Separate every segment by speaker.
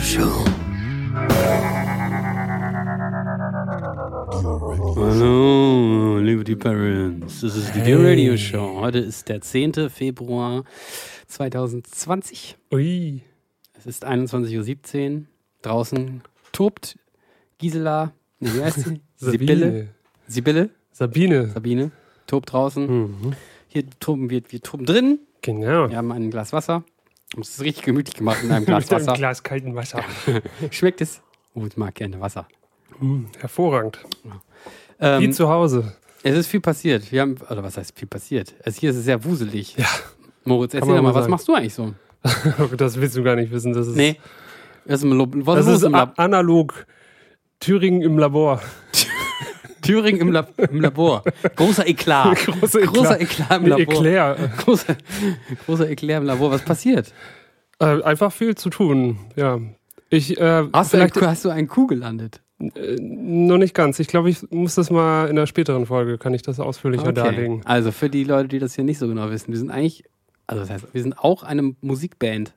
Speaker 1: Show. Hallo, liebe die Parents. Das ist die
Speaker 2: Hey.
Speaker 1: Dear Radio Show. Heute ist der 10. Februar 2020.
Speaker 2: Ui.
Speaker 1: Es ist 21.17 Uhr. Draußen tobt Gisela, nee, wie heißt sie? Sibylle.
Speaker 2: Sabine.
Speaker 1: Sibylle,
Speaker 2: Sabine.
Speaker 1: Sabine, tobt draußen.
Speaker 2: Mhm.
Speaker 1: Hier toben wir, wir toben drin.
Speaker 2: Genau.
Speaker 1: Wir haben ein Glas Wasser. Wir haben es richtig gemütlich gemacht in einem Glas
Speaker 2: Mit einem
Speaker 1: Wasser.
Speaker 2: Glas kalten Wasser.
Speaker 1: Schmeckt es? Oh, ich mag gerne Wasser.
Speaker 2: Mhm. Hervorragend. Wie
Speaker 1: Ähm,
Speaker 2: zu Hause.
Speaker 1: es ist viel passiert. Wir haben, oder was heißt viel passiert? Also hier ist es sehr wuselig.
Speaker 2: Ja.
Speaker 1: Moritz, erzähl
Speaker 2: man
Speaker 1: doch
Speaker 2: mal
Speaker 1: mal, was
Speaker 2: sagen.
Speaker 1: machst du eigentlich so?
Speaker 2: Das willst du gar nicht wissen. Das ist,
Speaker 1: Nee. Das ist, im Lo- was
Speaker 2: das
Speaker 1: los
Speaker 2: ist
Speaker 1: im
Speaker 2: a-
Speaker 1: Lab
Speaker 2: analog. Thüringen im Labor.
Speaker 1: Thüringen im, Lab im Labor. Großer Eklat.
Speaker 2: Großer
Speaker 1: Ah, Großer Eklat im
Speaker 2: Nee,
Speaker 1: Labor.
Speaker 2: Eclair.
Speaker 1: Großer, großer Eklat im Labor. Was passiert?
Speaker 2: Äh, einfach viel zu tun. Ja. Ich, äh,
Speaker 1: Hast du, einen,
Speaker 2: vielleicht
Speaker 1: Kuh- hast du einen Kuh gelandet?
Speaker 2: äh, noch nicht ganz. Ich glaube, ich muss das mal in der späteren Folge, kann ich das ausführlicher darlegen.
Speaker 1: Also für die Leute, die das hier nicht so genau wissen, wir sind eigentlich, also das heißt, wir sind auch eine Musikband.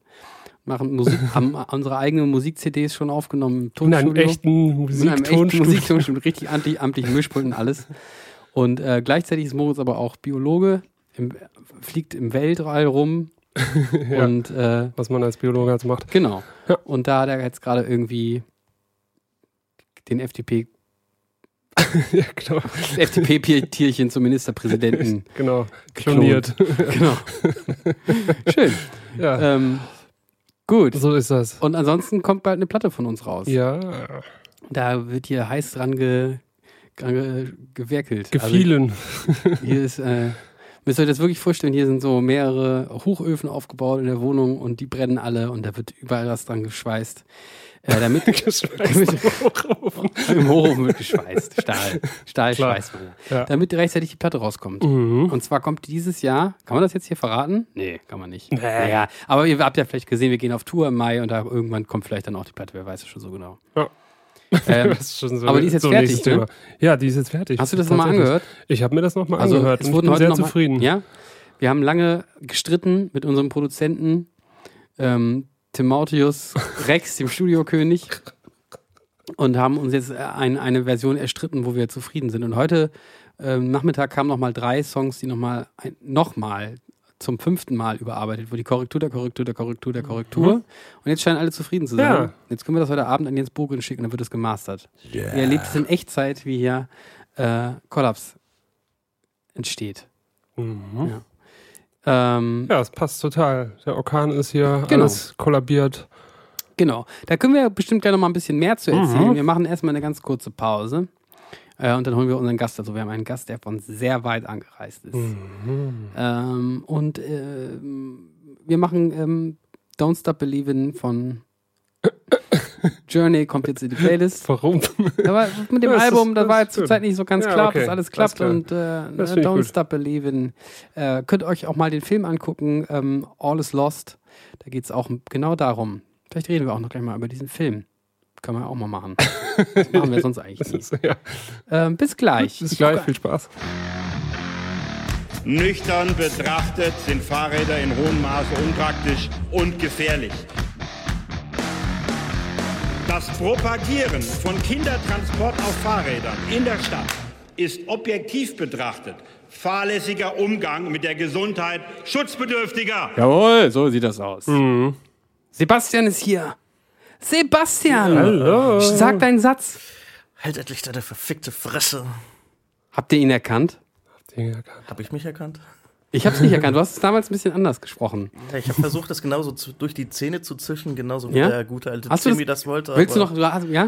Speaker 1: Machen Musik, haben unsere eigenen Musik-CDs schon aufgenommen im
Speaker 2: In einem
Speaker 1: Tonstudio.
Speaker 2: echten
Speaker 1: mit einem echten
Speaker 2: Musiktonstudio.
Speaker 1: Musiktonstudio, mit richtig anti- amtlichen Mischpult und alles. Und äh, gleichzeitig ist Moritz aber auch Biologe, im, fliegt im Weltall rum
Speaker 2: Ja.
Speaker 1: und äh,
Speaker 2: was man als Biologe jetzt macht.
Speaker 1: genau.
Speaker 2: Ja.
Speaker 1: Und da hat er jetzt gerade irgendwie den FDP,
Speaker 2: ja, genau.
Speaker 1: FDP-Tierchen zum Ministerpräsidenten
Speaker 2: genau.
Speaker 1: geklont.
Speaker 2: Kloniert.
Speaker 1: Genau. Schön.
Speaker 2: Ja,
Speaker 1: Ähm, gut.
Speaker 2: Äh, so ist das.
Speaker 1: Und ansonsten kommt bald eine Platte von uns raus.
Speaker 2: Ja,
Speaker 1: Da wird hier heiß dran ge, dran ge, gewerkelt.
Speaker 2: gefielen.
Speaker 1: Also hier ist, äh, müsst ihr euch das wirklich vorstellen, hier sind so mehrere Hochöfen aufgebaut in der Wohnung und die brennen alle und da wird überall was dran geschweißt. Äh, damit
Speaker 2: Geschweißt hoch
Speaker 1: im Hochofen wird geschweißt. Stahl. Stahl
Speaker 2: Klar.
Speaker 1: schweißt man ja.
Speaker 2: Ja.
Speaker 1: Damit rechtzeitig die Platte rauskommt.
Speaker 2: Mhm.
Speaker 1: Und zwar kommt dieses Jahr, kann man das jetzt hier verraten? Nee, kann man nicht.
Speaker 2: Nee.
Speaker 1: Naja, aber ihr habt ja vielleicht gesehen, wir gehen auf Tour im Mai und da irgendwann kommt vielleicht dann auch die Platte, wer weiß es schon so genau.
Speaker 2: Ja.
Speaker 1: Ähm,
Speaker 2: Das ist schon so
Speaker 1: aber die ist jetzt
Speaker 2: so ein nächstes
Speaker 1: fertig, ne?
Speaker 2: Thema. Ja, die ist jetzt fertig.
Speaker 1: hast du das nochmal
Speaker 2: Tatsächlich.
Speaker 1: angehört? Also,
Speaker 2: Ich habe mir das nochmal angehört
Speaker 1: es
Speaker 2: und Also, ich
Speaker 1: wurden
Speaker 2: bin
Speaker 1: heute
Speaker 2: sehr
Speaker 1: noch mal-
Speaker 2: zufrieden.
Speaker 1: Ja, wir haben lange gestritten mit unserem Produzenten ähm, Timotheus Rex, dem Studiokönig, und haben uns jetzt äh, ein, eine Version erstritten, wo wir zufrieden sind. Und heute ähm, Nachmittag kamen nochmal drei Songs, die nochmal noch mal zum fünften Mal überarbeitet wurden. Die Korrektur der Korrektur der Korrektur der Korrektur. Und jetzt scheinen alle zufrieden zu sein.
Speaker 2: Mhm. Ja.
Speaker 1: Jetzt können wir das heute Abend an Jens Bogen schicken, dann wird es gemastert. Ihr erlebt es in Echtzeit, wie hier äh, Kollaps entsteht.
Speaker 2: Mhm.
Speaker 1: Ähm,
Speaker 2: Ja, es passt total. Der Orkan ist hier,
Speaker 1: Genau.
Speaker 2: alles kollabiert.
Speaker 1: Genau. Da können wir bestimmt gleich noch mal ein bisschen mehr zu erzählen.
Speaker 2: Mhm.
Speaker 1: Wir machen erstmal eine ganz kurze Pause. Äh, und dann holen wir unseren Gast. Also, wir haben einen Gast, der von sehr weit angereist ist.
Speaker 2: Mhm.
Speaker 1: Ähm, und ähm, wir machen ähm, Don't Stop Believin' von Journey kommt jetzt in die Playlist.
Speaker 2: Warum?
Speaker 1: Aber mit dem
Speaker 2: Ja, es ist-
Speaker 1: Album, da
Speaker 2: das
Speaker 1: war
Speaker 2: ist
Speaker 1: jetzt zur
Speaker 2: schön.
Speaker 1: Zeit nicht so ganz
Speaker 2: Ja,
Speaker 1: klar,
Speaker 2: okay,
Speaker 1: ob das alles
Speaker 2: alles
Speaker 1: klappt.
Speaker 2: klar.
Speaker 1: und äh, ne,
Speaker 2: finde ich
Speaker 1: Don't
Speaker 2: gut.
Speaker 1: Stop Believin'. Äh, könnt euch auch mal den Film angucken, ähm, All is Lost. Da geht es auch m- genau darum. Vielleicht reden wir auch noch gleich mal über diesen Film. Können wir auch mal machen. Das machen wir sonst eigentlich
Speaker 2: Das
Speaker 1: nicht.
Speaker 2: ist, ja,
Speaker 1: Ähm, bis gleich.
Speaker 2: bis gleich, viel Spaß.
Speaker 3: Nüchtern betrachtet sind Fahrräder in hohem Maße unpraktisch und gefährlich. Das Propagieren von Kindertransport auf Fahrrädern in der Stadt ist objektiv betrachtet fahrlässiger Umgang mit der Gesundheit schutzbedürftiger.
Speaker 1: Jawohl, so sieht das aus. Sebastian ist hier. Sebastian! Hallo! Sag deinen Satz.
Speaker 4: Halt endlich deine verfickte Fresse.
Speaker 1: Habt ihr ihn erkannt?
Speaker 4: Hab ich mich erkannt?
Speaker 1: Ich hab's nicht erkannt. Du hast es damals ein bisschen anders gesprochen.
Speaker 4: Ja, ich habe versucht, das genauso zu, durch die Zähne zu zischen, genauso wie
Speaker 1: Ja?
Speaker 4: der gute alte
Speaker 1: Hast du
Speaker 4: Timmy
Speaker 1: das-
Speaker 4: das, wollte.
Speaker 1: Willst du
Speaker 4: aber-
Speaker 1: noch, du hast- ja?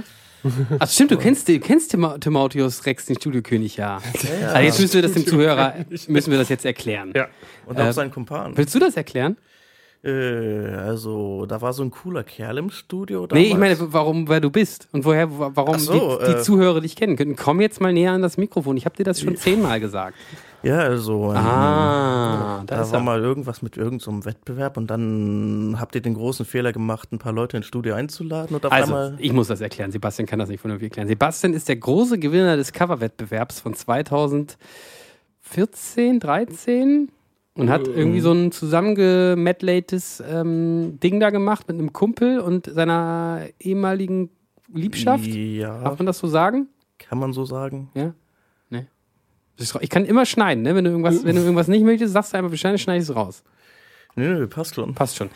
Speaker 1: Ach stimmt, du kennst, du kennst Tim- Timotheus Rex, den Studiokönig, ja. Also jetzt müssen wir das dem Zuhörer, müssen wir das jetzt erklären.
Speaker 2: Ja.
Speaker 4: Und auch seinen Kumpan.
Speaker 1: äh, Willst du das erklären?
Speaker 4: Äh, also, da war so ein cooler Kerl im Studio. Damals.
Speaker 1: Nee, ich meine, warum, wer du bist und woher, wa- warum
Speaker 4: Ach so,
Speaker 1: die, die
Speaker 4: äh.
Speaker 1: Zuhörer dich kennen könnten. Komm jetzt mal näher an das Mikrofon. Ich habe dir das schon zehnmal gesagt.
Speaker 4: Ja, also. ähm,
Speaker 1: Ah, da
Speaker 4: Da
Speaker 1: ist
Speaker 4: war
Speaker 1: er.
Speaker 4: mal irgendwas mit irgendeinem so einem Wettbewerb und dann habt ihr den großen Fehler gemacht, ein paar Leute ins Studio einzuladen und auf
Speaker 1: Also,
Speaker 4: einmal.
Speaker 1: ich muss das erklären. Sebastian kann das nicht von mir erklären. Sebastian ist der große Gewinner des Coverwettbewerbs von 2014, 13 Und hat
Speaker 4: Äh,
Speaker 1: irgendwie so ein zusammengemetlates ähm, Ding da gemacht mit einem Kumpel und seiner ehemaligen Liebschaft.
Speaker 4: Ja,
Speaker 1: Darf man das so sagen?
Speaker 4: kann man so sagen.
Speaker 1: Ja? Nee. Das ist- Ich kann immer schneiden, ne? Wenn du
Speaker 4: Äh.
Speaker 1: irgendwas, wenn du irgendwas nicht möchtest, sagst du einfach Bescheid, dann schneide ich es raus.
Speaker 4: Nö, nö, passt schon.
Speaker 1: Passt schon.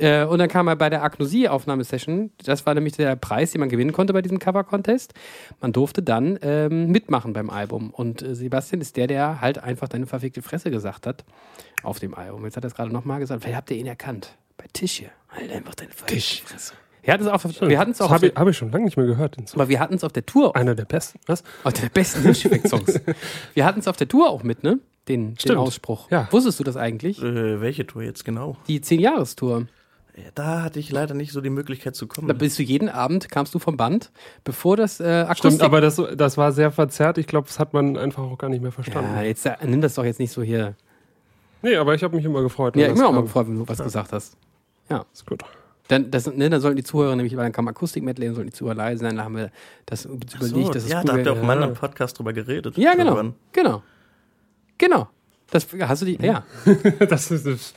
Speaker 1: Äh, und dann kam er bei der Agnosie-Aufnahmesession. Das war nämlich der Preis, den man gewinnen konnte bei diesem Cover-Contest. Man durfte dann ähm, mitmachen beim Album. Und äh, Sebastian ist der, der halt einfach deine verfickte Fresse gesagt hat auf dem Album. Jetzt hat er es gerade nochmal gesagt. Vielleicht habt ihr ihn erkannt. Bei Tisch hier. Halt einfach deine verfickte Fresse. Wir hatten es auch, wir hatten's
Speaker 2: Das
Speaker 1: auch auf
Speaker 2: habe
Speaker 1: der,
Speaker 2: ich, hab ich schon lange nicht mehr gehört. Den Song.
Speaker 1: aber wir hatten es auf der Tour.
Speaker 2: Einer der besten. Was?
Speaker 1: Oh, der besten Hirscheffekt-Songs. wir hatten es auf der Tour auch mit, ne? Den, den
Speaker 2: Stimmt.
Speaker 1: Ausspruch.
Speaker 2: Ja.
Speaker 1: Wusstest du das eigentlich?
Speaker 4: Äh, welche Tour jetzt genau?
Speaker 1: Die 10-Jahres-Tour.
Speaker 4: Ja, Da hatte ich leider nicht so die Möglichkeit zu kommen.
Speaker 1: Da bist du jeden Abend, kamst du vom Band, bevor das äh, Akustik...
Speaker 2: Stimmt, aber das, das war sehr verzerrt. Ich glaube, das hat man einfach auch gar nicht mehr verstanden.
Speaker 1: Ja, jetzt äh, nimm das doch jetzt nicht so hier.
Speaker 2: Nee, aber ich habe mich immer gefreut. wenn
Speaker 1: Ja, ich
Speaker 2: das
Speaker 1: bin auch mal
Speaker 2: kam.
Speaker 1: gefreut, wenn du was gesagt hast.
Speaker 2: Ist gut.
Speaker 1: Dann, das, ne, dann sollten die Zuhörer nämlich, weil dann kam Akustik-Medley, dann sollten die Zuhörer leise sein, dann haben wir das uns
Speaker 4: so,
Speaker 1: überlegt, dass es
Speaker 4: ja,
Speaker 1: cool
Speaker 4: da habt ihr
Speaker 1: wäre.
Speaker 4: auch im anderen Podcast drüber geredet.
Speaker 1: Ja, genau,
Speaker 4: Irgendwann.
Speaker 1: genau. Genau. Das hast du die, ja.
Speaker 2: Das ist, das-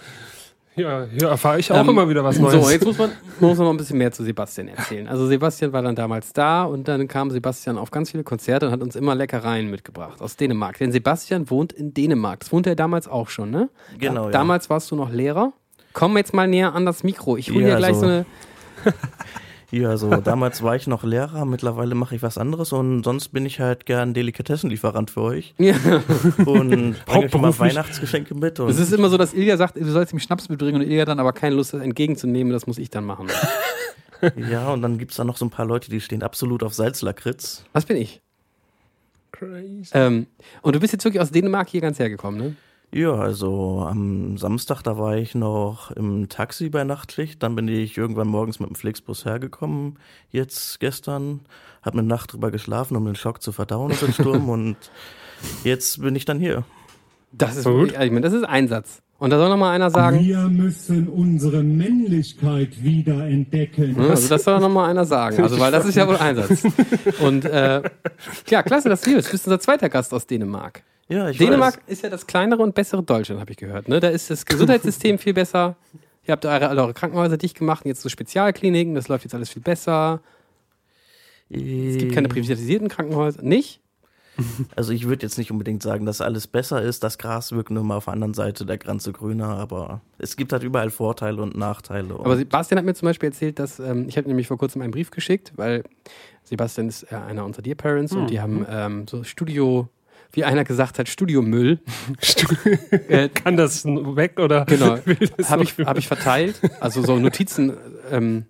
Speaker 2: ja, hier erfahre ich auch
Speaker 1: Ähm,
Speaker 2: immer wieder was Neues.
Speaker 1: So, jetzt muss man, muss man mal ein bisschen mehr zu Sebastian erzählen. Also Sebastian war dann damals da und dann kam Sebastian auf ganz viele Konzerte und hat uns immer Leckereien mitgebracht aus Dänemark. Denn Sebastian wohnt in Dänemark. Das wohnte er damals auch schon, ne?
Speaker 4: Genau, ja.
Speaker 1: Damals warst du noch Lehrer. Komm jetzt mal näher an das Mikro. Ich hole
Speaker 4: Ja,
Speaker 1: dir
Speaker 2: also
Speaker 1: gleich so,
Speaker 4: so.
Speaker 1: eine.
Speaker 4: Ja, so damals war ich noch Lehrer, mittlerweile mache ich was anderes und sonst bin ich halt gern Delikatessenlieferant für euch
Speaker 1: Ja.
Speaker 4: und bringe euch mal
Speaker 2: Hauptberuflich.
Speaker 4: Weihnachtsgeschenke mit
Speaker 1: Es
Speaker 4: und
Speaker 1: ist immer so, dass Ilja sagt, du sollst ihm Schnaps mitbringen und Ilja dann aber keine Lust hat, entgegenzunehmen. Das muss ich dann machen.
Speaker 4: ja, und dann gibt's da noch so ein paar Leute, die stehen absolut auf Salzlakritz.
Speaker 1: Was bin ich?
Speaker 2: Crazy.
Speaker 1: Ähm, und du bist jetzt wirklich aus Dänemark hier ganz hergekommen, ne?
Speaker 4: Ja, also am Samstag, da war ich noch im Taxi bei Nachtlicht, dann bin ich irgendwann morgens mit dem Flixbus hergekommen, jetzt gestern, hab eine Nacht drüber geschlafen, um den Schock zu verdauen und den Sturm und jetzt bin ich dann hier.
Speaker 1: Das ist,
Speaker 2: Gut.
Speaker 1: ich meine, das ist Einsatz. Und da soll noch mal einer sagen.
Speaker 5: Wir müssen unsere Männlichkeit wiederentdecken.
Speaker 1: Ne, Also das soll doch noch mal einer sagen. Also weil das ist ja wohl Einsatz. Und äh, ja, klasse, dass du hier bist. Du bist unser zweiter Gast aus Dänemark.
Speaker 4: Ja, ich
Speaker 1: Dänemark
Speaker 4: weiß.
Speaker 1: ist ja das kleinere und bessere Deutschland, habe ich gehört. Ne? Da ist das Gesundheitssystem viel besser. Ihr habt eure, alle eure Krankenhäuser dicht gemacht und jetzt so Spezialkliniken. Das läuft jetzt alles viel besser. Es gibt keine privatisierten Krankenhäuser. Nicht?
Speaker 4: Also ich würde jetzt nicht unbedingt sagen, dass alles besser ist. Das Gras wirkt nur mal auf der anderen Seite der Grenze grüner, aber es gibt halt überall Vorteile und Nachteile. Und
Speaker 1: Aber Sebastian hat mir zum Beispiel erzählt, dass ähm, ich habe nämlich vor kurzem einen Brief geschickt, weil Sebastian ist äh, einer unserer Dear Parents und die haben ähm, so Studio, wie einer gesagt hat, Studiomüll. äh,
Speaker 2: Kann das n- weg oder?
Speaker 1: Genau.
Speaker 2: will das
Speaker 1: Habe
Speaker 2: noch
Speaker 1: ich,
Speaker 2: jemand?
Speaker 1: hab ich verteilt. Also so Notizen, ähm,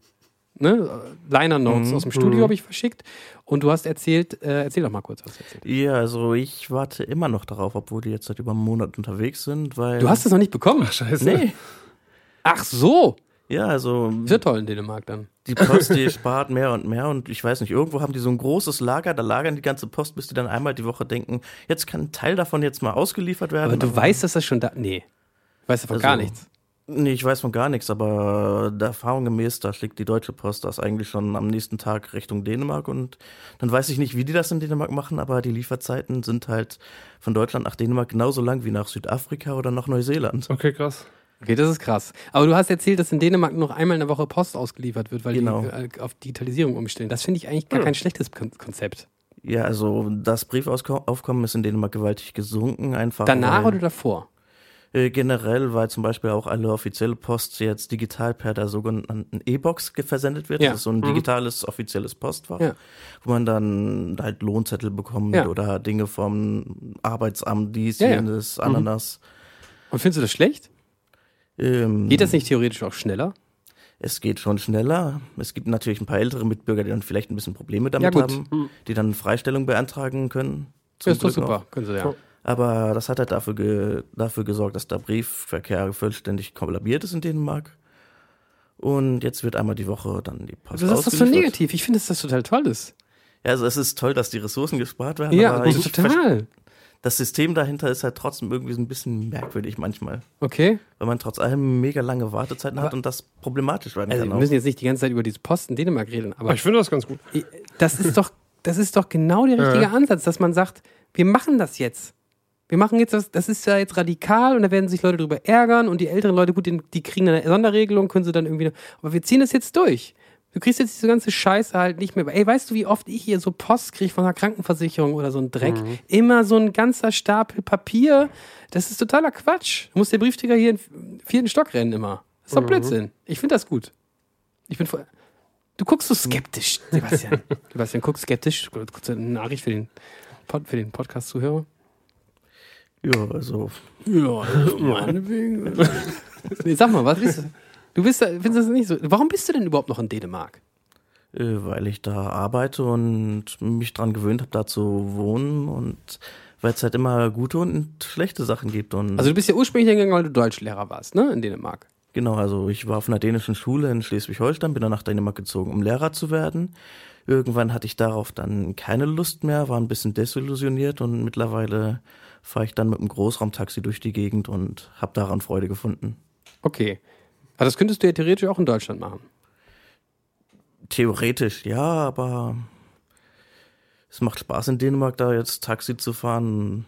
Speaker 1: ne? Liner Notes aus dem Studio habe ich verschickt. Und du hast erzählt, äh, erzähl doch mal kurz was. du Erzählt. hast.
Speaker 4: ja, also ich warte immer noch darauf, obwohl die jetzt seit über einem Monat unterwegs sind, weil
Speaker 1: Du hast es noch nicht bekommen.
Speaker 2: Scheiße.
Speaker 4: nee.
Speaker 1: Ach so.
Speaker 4: Ja, also
Speaker 1: Ist ja toll in Dänemark dann.
Speaker 4: die Post, die spart mehr und mehr und ich weiß nicht, irgendwo haben die so ein großes Lager, da lagern die ganze Post, bis die dann einmal die Woche denken, jetzt kann ein Teil davon jetzt mal ausgeliefert werden.
Speaker 1: Aber du weißt, dass das schon da. Nee. Du weißt davon
Speaker 4: Also-
Speaker 1: gar nichts.
Speaker 4: Nee, ich weiß von gar nichts, aber der Erfahrung gemäß, da schlägt die Deutsche Post das eigentlich schon am nächsten Tag Richtung Dänemark und dann weiß ich nicht, wie die das in Dänemark machen, aber die Lieferzeiten sind halt von Deutschland nach Dänemark genauso lang wie nach Südafrika oder nach Neuseeland.
Speaker 2: Okay, krass.
Speaker 1: Okay, das ist krass. Aber du hast erzählt, dass in Dänemark nur noch einmal in der Woche Post ausgeliefert wird, weil
Speaker 4: Genau. Hm.
Speaker 1: die äh, auf Digitalisierung umstellen. Das finde ich eigentlich gar kein schlechtes Kon Konzept.
Speaker 4: Ja, also das Briefaufkommen ist in Dänemark gewaltig gesunken, einfach.
Speaker 1: Danach
Speaker 4: weil,
Speaker 1: oder davor?
Speaker 4: Äh, generell, weil zum Beispiel auch alle offizielle Post jetzt digital per der sogenannten E-Box ge- versendet wird.
Speaker 1: Ja. Mhm.
Speaker 4: Das ist so ein digitales, offizielles Postfach,
Speaker 1: Ja.
Speaker 4: wo man dann halt Lohnzettel bekommt
Speaker 1: Ja.
Speaker 4: oder Dinge vom Arbeitsamt, dies,
Speaker 1: Ja, Mhm. ja.
Speaker 4: jenes, Ananas.
Speaker 1: Und findest du das schlecht?
Speaker 4: Ähm,
Speaker 1: Geht das nicht theoretisch auch schneller?
Speaker 4: Es geht schon schneller. Es gibt natürlich ein paar ältere Mitbürger, die dann vielleicht ein bisschen Probleme damit
Speaker 1: Ja, gut. Mhm.
Speaker 4: haben, die dann Freistellung beantragen können.
Speaker 1: Ja,
Speaker 4: Zum
Speaker 1: ist doch
Speaker 4: Glück
Speaker 1: super.
Speaker 4: auch.
Speaker 1: Können sie ja.
Speaker 4: Aber das hat halt dafür, ge dafür gesorgt, dass der Briefverkehr vollständig kollabiert ist in Dänemark. Und jetzt wird einmal die Woche dann die
Speaker 1: Das
Speaker 4: Post
Speaker 1: ist doch so
Speaker 4: ausgeliefert.
Speaker 1: negativ. Ich finde, dass das total toll ist.
Speaker 4: Ja, also es ist toll, dass die Ressourcen gespart werden,
Speaker 1: Ja,
Speaker 4: aber
Speaker 1: das
Speaker 4: ich
Speaker 1: ist
Speaker 4: verste-
Speaker 1: total.
Speaker 4: das System dahinter ist halt trotzdem irgendwie so ein bisschen merkwürdig manchmal.
Speaker 1: Okay.
Speaker 4: Weil man trotz allem mega lange Wartezeiten hat und das problematisch werden
Speaker 1: Also, wir
Speaker 4: kann. Auch.
Speaker 1: müssen jetzt nicht die ganze Zeit über diese Post in Dänemark reden,
Speaker 2: Aber
Speaker 1: aber
Speaker 2: Ah, ich finde das ganz gut.
Speaker 1: i- das ist doch, das ist doch genau der richtige Ansatz, dass man sagt, wir machen das jetzt. Wir machen jetzt das, das ist ja jetzt radikal und da werden sich Leute drüber ärgern und die älteren Leute, gut, die, die kriegen dann eine Sonderregelung, können sie dann irgendwie. Aber wir ziehen das jetzt durch. Du kriegst jetzt diese ganze Scheiße halt nicht mehr. Ey, weißt du, wie oft ich hier so Post kriege von einer Krankenversicherung oder so ein Dreck? Immer so ein ganzer Stapel Papier. Das ist totaler Quatsch. Da muss der Briefträger hier in den vierten Stock rennen immer. Das ist doch Blödsinn. Ich finde das gut. Ich bin voll. Du guckst so skeptisch, Sebastian. Sebastian, guck skeptisch. Kurze Nachricht für den, Pod, für den Podcast-Zuhörer.
Speaker 4: Ja, also
Speaker 1: Ja, meinetwegen. nee, sag mal, was ist das? Du bist, da- findest das nicht so. Warum bist du denn überhaupt noch in Dänemark?
Speaker 4: Äh, Weil ich da arbeite und mich dran gewöhnt habe, da zu wohnen und weil es halt immer gute und schlechte Sachen gibt. Und
Speaker 1: Also du bist ja ursprünglich hingegangen, weil du Deutschlehrer warst, ne? In Dänemark.
Speaker 4: genau, also ich war auf einer dänischen Schule in Schleswig-Holstein, bin dann nach Dänemark gezogen, um Lehrer zu werden. Irgendwann hatte ich darauf dann keine Lust mehr, war ein bisschen desillusioniert und mittlerweile fahre ich dann mit einem Großraumtaxi durch die Gegend und habe daran Freude gefunden.
Speaker 1: Okay. Aber das könntest du ja theoretisch auch in Deutschland machen.
Speaker 4: Theoretisch ja, aber es macht Spaß in Dänemark da jetzt Taxi zu fahren.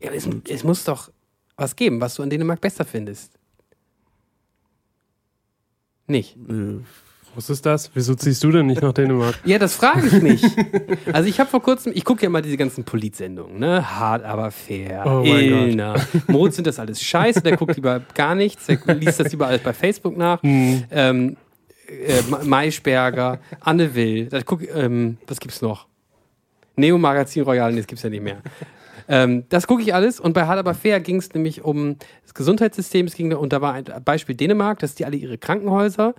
Speaker 1: Ja, es, es muss doch was geben, was du in Dänemark besser findest. Nicht.
Speaker 4: Äh,
Speaker 2: Was ist das? Wieso ziehst du denn nicht nach Dänemark?
Speaker 1: Ja, das frage ich mich. Also ich habe vor kurzem, ich gucke ja mal diese ganzen Polit-Sendungen, ne? Hart, aber fair.
Speaker 2: Oh mein
Speaker 1: Ilna. Mot sind das alles scheiße, der guckt lieber gar nichts, der liest das überall bei Facebook nach.
Speaker 2: Hm.
Speaker 1: Ähm, äh, Ma- Maischberger, Anne Will, da guck, ähm, was gibt's noch? Neo Magazin Royal, nee, das gibt's ja nicht mehr. Ähm, das gucke ich alles und bei Hard aber fair ging es nämlich um das Gesundheitssystem. Es ging da, und da war ein Beispiel Dänemark, dass die alle ihre Krankenhäuser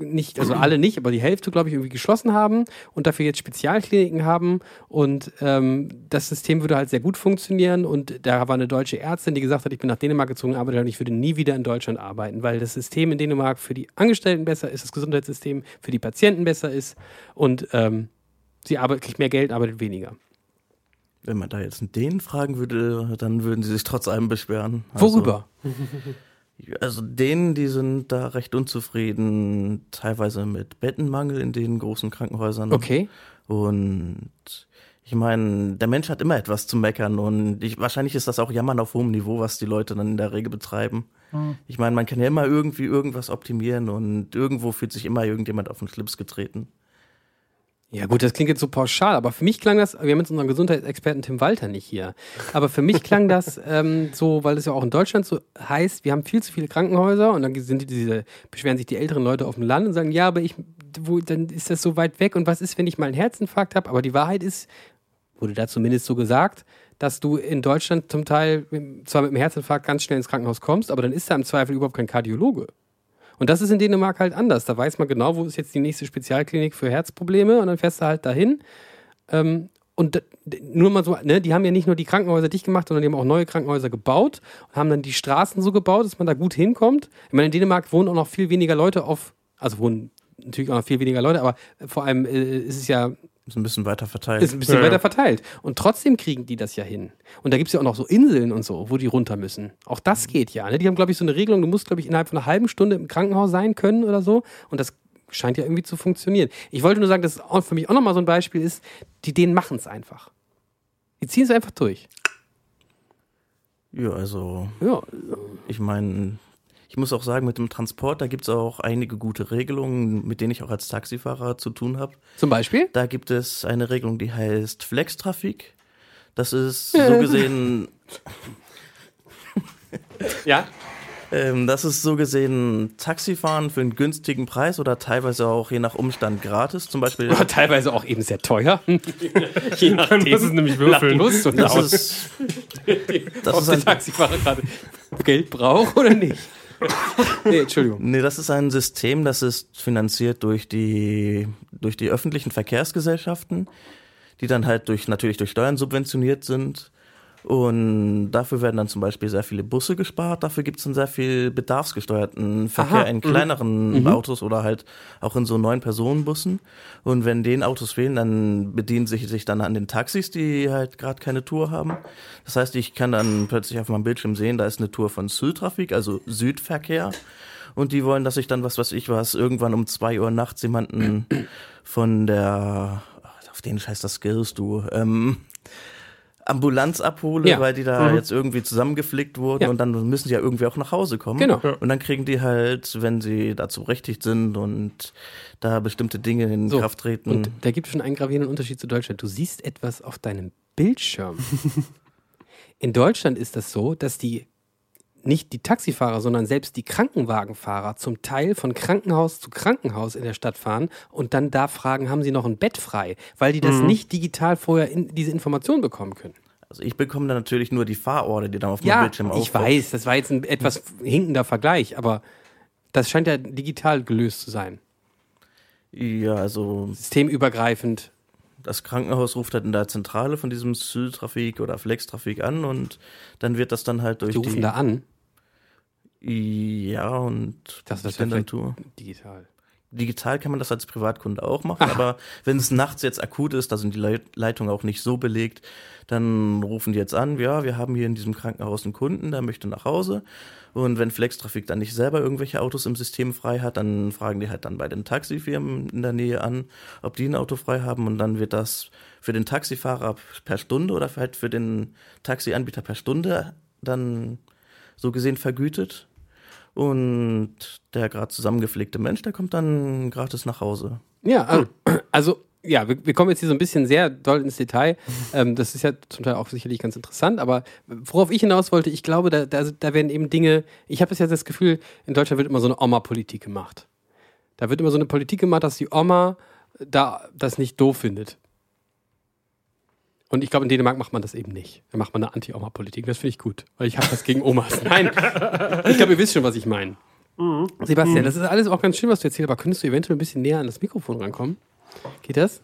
Speaker 1: nicht, also alle nicht, aber die Hälfte, glaube ich, irgendwie geschlossen haben und dafür jetzt Spezialkliniken haben. Und ähm, das System würde halt sehr gut funktionieren. Und da war eine deutsche Ärztin, die gesagt hat, ich bin nach Dänemark gezogen, arbeite und ich würde nie wieder in Deutschland arbeiten, weil das System in Dänemark für die Angestellten besser ist, das Gesundheitssystem für die Patienten besser ist und ähm, sie arbeitet, kriegt mehr Geld, arbeitet weniger.
Speaker 4: Wenn man da jetzt einen Dänen fragen würde, dann würden sie sich trotz allem beschweren.
Speaker 1: Worüber?
Speaker 4: Also, also Dänen, die sind da recht unzufrieden, teilweise mit Bettenmangel in den großen Krankenhäusern.
Speaker 1: okay.
Speaker 4: Und ich meine, der Mensch hat immer etwas zu meckern und ich, wahrscheinlich ist das auch Jammern auf hohem Niveau, was die Leute dann in der Regel betreiben.
Speaker 1: Hm.
Speaker 4: Ich meine, man kann ja immer irgendwie irgendwas optimieren und irgendwo fühlt sich immer irgendjemand auf den Schlips getreten.
Speaker 1: Ja gut, das klingt jetzt so pauschal, aber für mich klang das, wir haben jetzt unseren Gesundheitsexperten Tim Walter nicht hier, aber für mich klang das ähm, so, weil es ja auch in Deutschland so heißt, wir haben viel zu viele Krankenhäuser und dann sind die diese, beschweren sich die älteren Leute auf dem Land und sagen, ja, aber ich, wo, dann ist das so weit weg und was ist, wenn ich mal einen Herzinfarkt habe? Aber die Wahrheit ist, wurde da zumindest so gesagt, dass du in Deutschland zum Teil ähm, zwar mit einem Herzinfarkt ganz schnell ins Krankenhaus kommst, aber dann ist da im Zweifel überhaupt kein Kardiologe. Und das ist in Dänemark halt anders. Da weiß man genau, wo ist jetzt die nächste Spezialklinik für Herzprobleme und dann fährst du halt dahin. Ähm, und d- d- nur mal so, ne, die haben ja nicht nur die Krankenhäuser dicht gemacht, sondern die haben auch neue Krankenhäuser gebaut und haben dann die Straßen so gebaut, dass man da gut hinkommt. Ich meine, in Dänemark wohnen auch noch viel weniger Leute auf, also wohnen natürlich auch noch viel weniger Leute, aber vor allem äh, ist es ja
Speaker 4: Ist ein bisschen weiter verteilt.
Speaker 1: ist ein bisschen
Speaker 2: Ja, ja.
Speaker 1: weiter verteilt. Und trotzdem kriegen die das ja hin. Und da gibt es ja auch noch so Inseln und so, wo die runter müssen. Auch das
Speaker 2: Mhm.
Speaker 1: geht ja. Ne? Die haben, glaube ich, so eine Regelung, du musst, glaube ich, innerhalb von einer halben Stunde im Krankenhaus sein können oder so. Und das scheint ja irgendwie zu funktionieren. Ich wollte nur sagen, dass auch für mich auch nochmal so ein Beispiel ist, die denen machen es einfach. Die ziehen es einfach durch.
Speaker 4: ja, also
Speaker 1: Ja,
Speaker 4: Ich meine, ich muss auch sagen, mit dem Transport, da gibt's auch einige gute Regelungen, mit denen ich auch als Taxifahrer zu tun habe.
Speaker 1: zum Beispiel.
Speaker 4: Da gibt es eine Regelung, die heißt Flextrafik. Das ist so gesehen,
Speaker 1: Ja.
Speaker 4: ähm, das ist so gesehen Taxifahren für einen günstigen Preis oder teilweise auch je nach Umstand gratis. Zum Beispiel,
Speaker 1: Aber teilweise auch eben sehr teuer. Je
Speaker 2: Dann muss es nämlich würfeln.
Speaker 1: Lust und
Speaker 4: das
Speaker 1: aus,
Speaker 4: ist, das
Speaker 1: ob
Speaker 4: ist
Speaker 1: der
Speaker 4: ein
Speaker 1: Taxifahrer gerade Geld braucht oder nicht. nee, Entschuldigung.
Speaker 4: Nee, das ist ein System, das ist finanziert durch die, durch die öffentlichen Verkehrsgesellschaften, die dann halt durch, natürlich durch Steuern subventioniert sind. Und dafür werden dann zum Beispiel sehr viele Busse gespart. Dafür gibt's dann sehr viel bedarfsgesteuerten Verkehr
Speaker 1: Aha,
Speaker 4: in kleineren Autos oder halt auch in so neun Personenbussen. Und wenn den Autos fehlen, dann bedienen sich sich dann an den Taxis, die halt gerade keine Tour haben. Das heißt, ich kann dann plötzlich auf meinem Bildschirm sehen, da ist eine Tour von Südtrafik, also Südverkehr. Und die wollen, dass ich dann, was weiß ich was, irgendwann um zwei Uhr nachts jemanden ah, von der, auf den Scheiß, das skillst du, ähm, Ambulanz abhole,
Speaker 1: Ja.
Speaker 4: weil die da
Speaker 2: Mhm.
Speaker 4: jetzt irgendwie zusammengeflickt wurden
Speaker 1: Ja.
Speaker 4: und dann müssen die ja irgendwie auch nach Hause kommen.
Speaker 1: Genau. Ja.
Speaker 4: Und dann kriegen die halt, wenn sie dazu berechtigt sind und da bestimmte Dinge in
Speaker 1: So.
Speaker 4: Kraft treten.
Speaker 1: Und da gibt es schon einen gravierenden Unterschied zu Deutschland. Du siehst etwas auf deinem Bildschirm. In Deutschland ist das so, dass die nicht die Taxifahrer, sondern selbst die Krankenwagenfahrer zum Teil von Krankenhaus zu Krankenhaus in der Stadt fahren und dann da fragen, haben sie noch ein Bett frei, weil die das nicht digital vorher in, diese Information bekommen können.
Speaker 4: also ich bekomme da natürlich nur die Fahrorte, die dann auf meinem
Speaker 1: Ja,
Speaker 4: Bildschirm
Speaker 1: ich
Speaker 4: aufkommen.
Speaker 1: weiß, das war jetzt ein etwas hinkender Vergleich, aber das scheint ja digital gelöst zu sein,
Speaker 4: Ja, also
Speaker 1: systemübergreifend.
Speaker 4: das Krankenhaus ruft halt in der Zentrale von diesem Syltrafik oder Flextrafik an und dann wird das dann halt durch
Speaker 1: Die rufen
Speaker 4: die
Speaker 1: da an.
Speaker 4: Ja, und
Speaker 1: Das- das wär
Speaker 4: Standardtour.
Speaker 1: Digital.
Speaker 4: Digital kann man das als Privatkunde auch machen, aber wenn es nachts jetzt akut ist, da sind die Leit- Leitungen auch nicht so belegt, dann rufen die jetzt an, ja, wir haben hier in diesem Krankenhaus einen Kunden, der möchte nach Hause. Und wenn Flextrafik dann nicht selber irgendwelche Autos im System frei hat, dann fragen die halt dann bei den Taxifirmen in der Nähe an, ob die ein Auto frei haben und dann wird das für den Taxifahrer per Stunde oder halt für den Taxianbieter per Stunde dann so gesehen vergütet. Und der gerade zusammengepflegte Mensch, der kommt dann gratis nach Hause.
Speaker 1: Ja, also, also ja, wir, wir kommen jetzt hier so ein bisschen sehr doll ins Detail. Ähm, das ist ja zum Teil auch sicherlich ganz interessant, aber worauf ich hinaus wollte, ich glaube, da, da, da werden eben Dinge, ich habe jetzt ja das Gefühl, in Deutschland wird immer so eine Oma-Politik gemacht. Da wird immer so eine Politik gemacht, dass die Oma da das nicht doof findet. Und ich glaube, in Dänemark macht man das eben nicht. Da macht man eine Anti-Oma-Politik. Das finde ich gut, weil ich habe was gegen Omas. Nein, ich glaube, ihr wisst schon, was ich meine.
Speaker 2: Hm.
Speaker 1: Sebastian, das ist alles auch ganz schön, was du erzählst, aber könntest du eventuell ein bisschen näher an das Mikrofon rankommen? Geht das?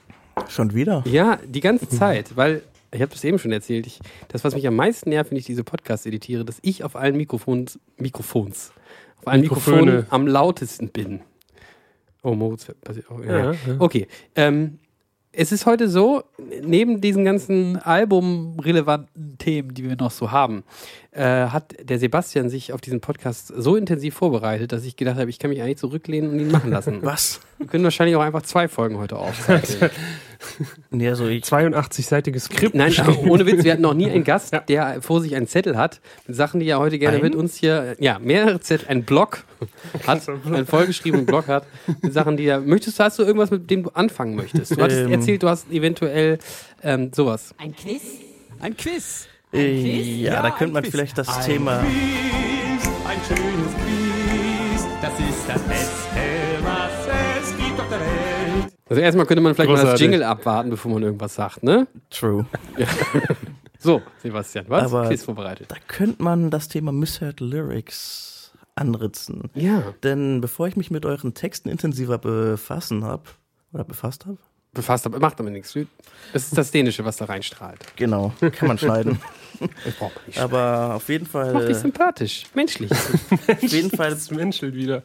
Speaker 4: Schon wieder?
Speaker 1: Ja, die ganze
Speaker 2: Mhm.
Speaker 1: Zeit, weil ich habe das eben schon erzählt. Ich, das, was mich am meisten nervt, wenn ich diese Podcasts editiere, dass ich auf allen Mikrofons, Mikrofons, auf allen Mikrofonen
Speaker 2: Mikrofone.
Speaker 1: am lautesten bin. Oh, Moritz, passiert auch. Ja.
Speaker 2: Ja, ja.
Speaker 1: Okay. Ähm, es ist heute so, neben diesen ganzen albumrelevanten Themen, die wir noch so haben, äh, hat der Sebastian sich auf diesen Podcast so intensiv vorbereitet, dass ich gedacht habe, ich kann mich eigentlich zurücklehnen und ihn machen lassen.
Speaker 4: Was?
Speaker 1: Wir können wahrscheinlich auch einfach zwei Folgen heute aufzeichnen.
Speaker 4: Nee, also ich,
Speaker 2: 82-seitiges Skript.
Speaker 1: Nein, aber ohne Witz, wir hatten noch nie einen Gast, der vor sich einen Zettel hat, mit Sachen, die er heute gerne
Speaker 4: Ein?
Speaker 1: mit uns hier, ja, mehrere Zettel, einen Blog
Speaker 2: Also
Speaker 1: hat, einen vollgeschriebenen Blog hat, mit Sachen, die er, möchtest du, hast du irgendwas, mit dem du anfangen möchtest? Du hattest
Speaker 4: Ähm.
Speaker 1: erzählt, du hast eventuell ähm, sowas.
Speaker 6: Ein Quiz?
Speaker 7: Ein Quiz.
Speaker 4: äh, ja, da könnte man
Speaker 7: ein
Speaker 4: vielleicht das Thema.
Speaker 7: Quiz, ein schönes Quiz. Das ist das Beste, was es gibt auf der Welt.
Speaker 1: Also erstmal könnte man vielleicht mal das
Speaker 2: Großartig.
Speaker 1: Jingle abwarten, bevor man irgendwas sagt, ne?
Speaker 4: True.
Speaker 1: So, Sebastian, was?
Speaker 4: Aber-
Speaker 1: Quiz vorbereitet.
Speaker 4: Da könnte man das Thema Misheard Lyrics anritzen.
Speaker 1: Ja.
Speaker 4: Denn bevor ich mich mit euren Texten intensiver befassen habe, oder befasst habe,
Speaker 1: Befasst, aber macht damit nichts. Das ist das Dänische, was da reinstrahlt.
Speaker 4: genau, kann man schneiden.
Speaker 1: Ich brauche nicht.
Speaker 4: Aber auf jeden
Speaker 1: Mach dich
Speaker 4: Fall,
Speaker 1: sympathisch, menschlich.
Speaker 4: auf jeden Fall
Speaker 2: Das menschelt wieder.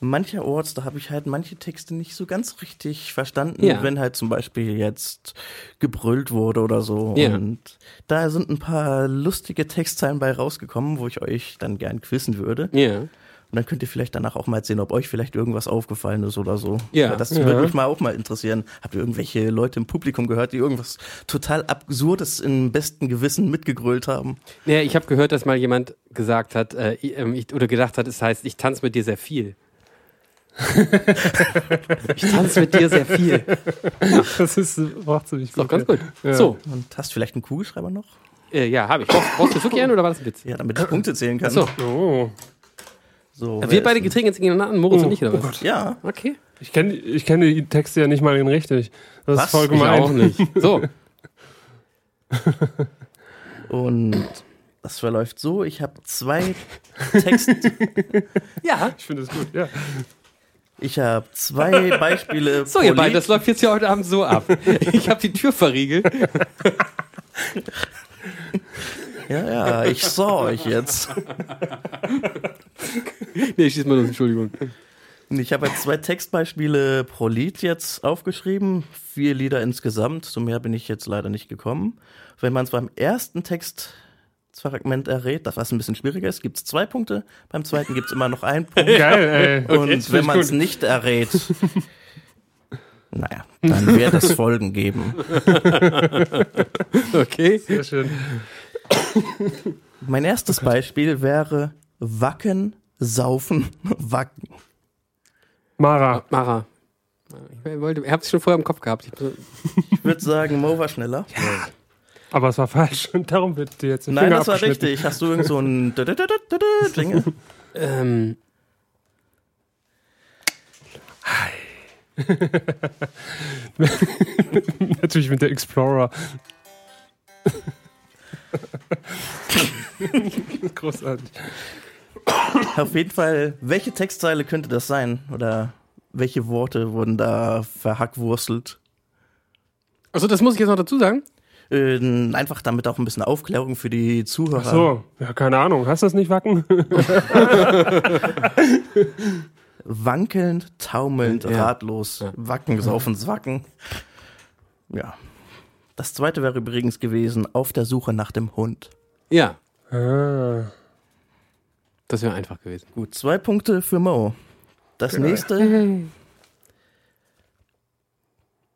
Speaker 4: mancherorts, da habe ich halt manche Texte nicht so ganz richtig verstanden,
Speaker 1: Ja.
Speaker 4: wenn halt zum Beispiel jetzt gebrüllt wurde oder so.
Speaker 1: Ja.
Speaker 4: Und da sind ein paar lustige Textzeilen bei rausgekommen, wo ich euch dann gern quizzen würde.
Speaker 1: Ja.
Speaker 4: Und dann könnt ihr vielleicht danach auch mal erzählen, ob euch vielleicht irgendwas aufgefallen ist oder so.
Speaker 1: Ja.
Speaker 4: Weil Das
Speaker 1: Ja.
Speaker 4: würde mich mal auch mal interessieren. Habt ihr irgendwelche Leute im Publikum gehört, die irgendwas total Absurdes im besten Gewissen mitgegrölt haben?
Speaker 1: Naja, ich habe gehört, dass mal jemand gesagt hat äh, ich, ähm, ich, oder gedacht hat, es heißt, ich tanze mit dir sehr viel. ich tanze mit dir sehr viel. Ist
Speaker 2: Das ist, macht ziemlich gut.
Speaker 1: doch ganz
Speaker 2: ja.
Speaker 1: gut. So,
Speaker 4: Und hast vielleicht einen Kugelschreiber noch?
Speaker 1: äh, ja, habe ich. Brauchst, brauchst du wirklich einen oder war das ein Witz?
Speaker 4: Ja, damit ich Punkte zählen kann.
Speaker 1: Äh, So,
Speaker 2: Oh.
Speaker 4: so wer
Speaker 1: wir beide
Speaker 4: ist-
Speaker 1: getreten jetzt gegeneinander an, Moritz und ich oder was?
Speaker 4: Ja.
Speaker 1: Okay.
Speaker 2: Ich kenne ich kenn die Texte ja nicht mal in richtig. Das
Speaker 4: Was?
Speaker 2: ist voll
Speaker 4: Ich
Speaker 1: Ich
Speaker 2: gemein.
Speaker 1: auch nicht. So,
Speaker 4: Und das verläuft so, ich habe zwei Text,
Speaker 1: ja.
Speaker 2: Ich finde es gut, ja.
Speaker 4: ich habe zwei Beispiele
Speaker 1: So, ihr beiden, das läuft jetzt ja heute Abend so ab. Ich habe die Tür verriegelt.
Speaker 4: Ja, ja, ich saw euch jetzt.
Speaker 1: Nee, ich schieß mal los, Entschuldigung.
Speaker 4: Und Ich habe jetzt zwei Textbeispiele pro Lied jetzt aufgeschrieben, vier Lieder insgesamt, zu mehr bin ich jetzt leider nicht gekommen. Wenn man es beim ersten Textfragment errät, das was ein bisschen schwieriger ist, gibt es zwei Punkte, beim zweiten gibt es immer noch einen Punkt.
Speaker 2: Geil, ey.
Speaker 4: Und
Speaker 2: Jetzt
Speaker 4: wenn
Speaker 2: find
Speaker 4: man
Speaker 2: ich
Speaker 4: es
Speaker 2: gut.
Speaker 4: nicht errät, Naja, dann wird es Folgen geben.
Speaker 1: Okay.
Speaker 2: Sehr schön.
Speaker 4: Mein erstes Beispiel wäre Wacken, Saufen, Wacken.
Speaker 2: Mara,
Speaker 1: Mara. Ich wollte, ich hab's schon vorher im Kopf gehabt. Ich,
Speaker 4: Ich würde sagen, Mo war schneller.
Speaker 2: aber es war falsch und darum wird dir jetzt ein
Speaker 4: Nein,
Speaker 2: Finger
Speaker 4: das war
Speaker 2: abgeschnitten.
Speaker 4: richtig. Hast du irgend so ein Jingle?
Speaker 1: ähm,
Speaker 2: Natürlich mit der Explorer. Großartig.
Speaker 4: Auf jeden Fall, welche Textzeile könnte das sein? Oder welche Worte wurden da verhackwurstelt?
Speaker 1: achso, das muss ich jetzt noch dazu sagen.
Speaker 4: Ähm, einfach damit auch ein bisschen Aufklärung für die Zuhörer.
Speaker 2: So, ja, keine Ahnung. Hast du das nicht wacken?
Speaker 4: Wankelnd, taumelnd,
Speaker 1: Ja.
Speaker 4: ratlos, wacken, saufen, wacken. Ja. Das zweite wäre übrigens gewesen, auf der Suche nach dem Hund.
Speaker 1: Ja,
Speaker 2: ah,
Speaker 1: das wäre einfach gewesen.
Speaker 4: Gut, zwei Punkte für Mo. Das nächste.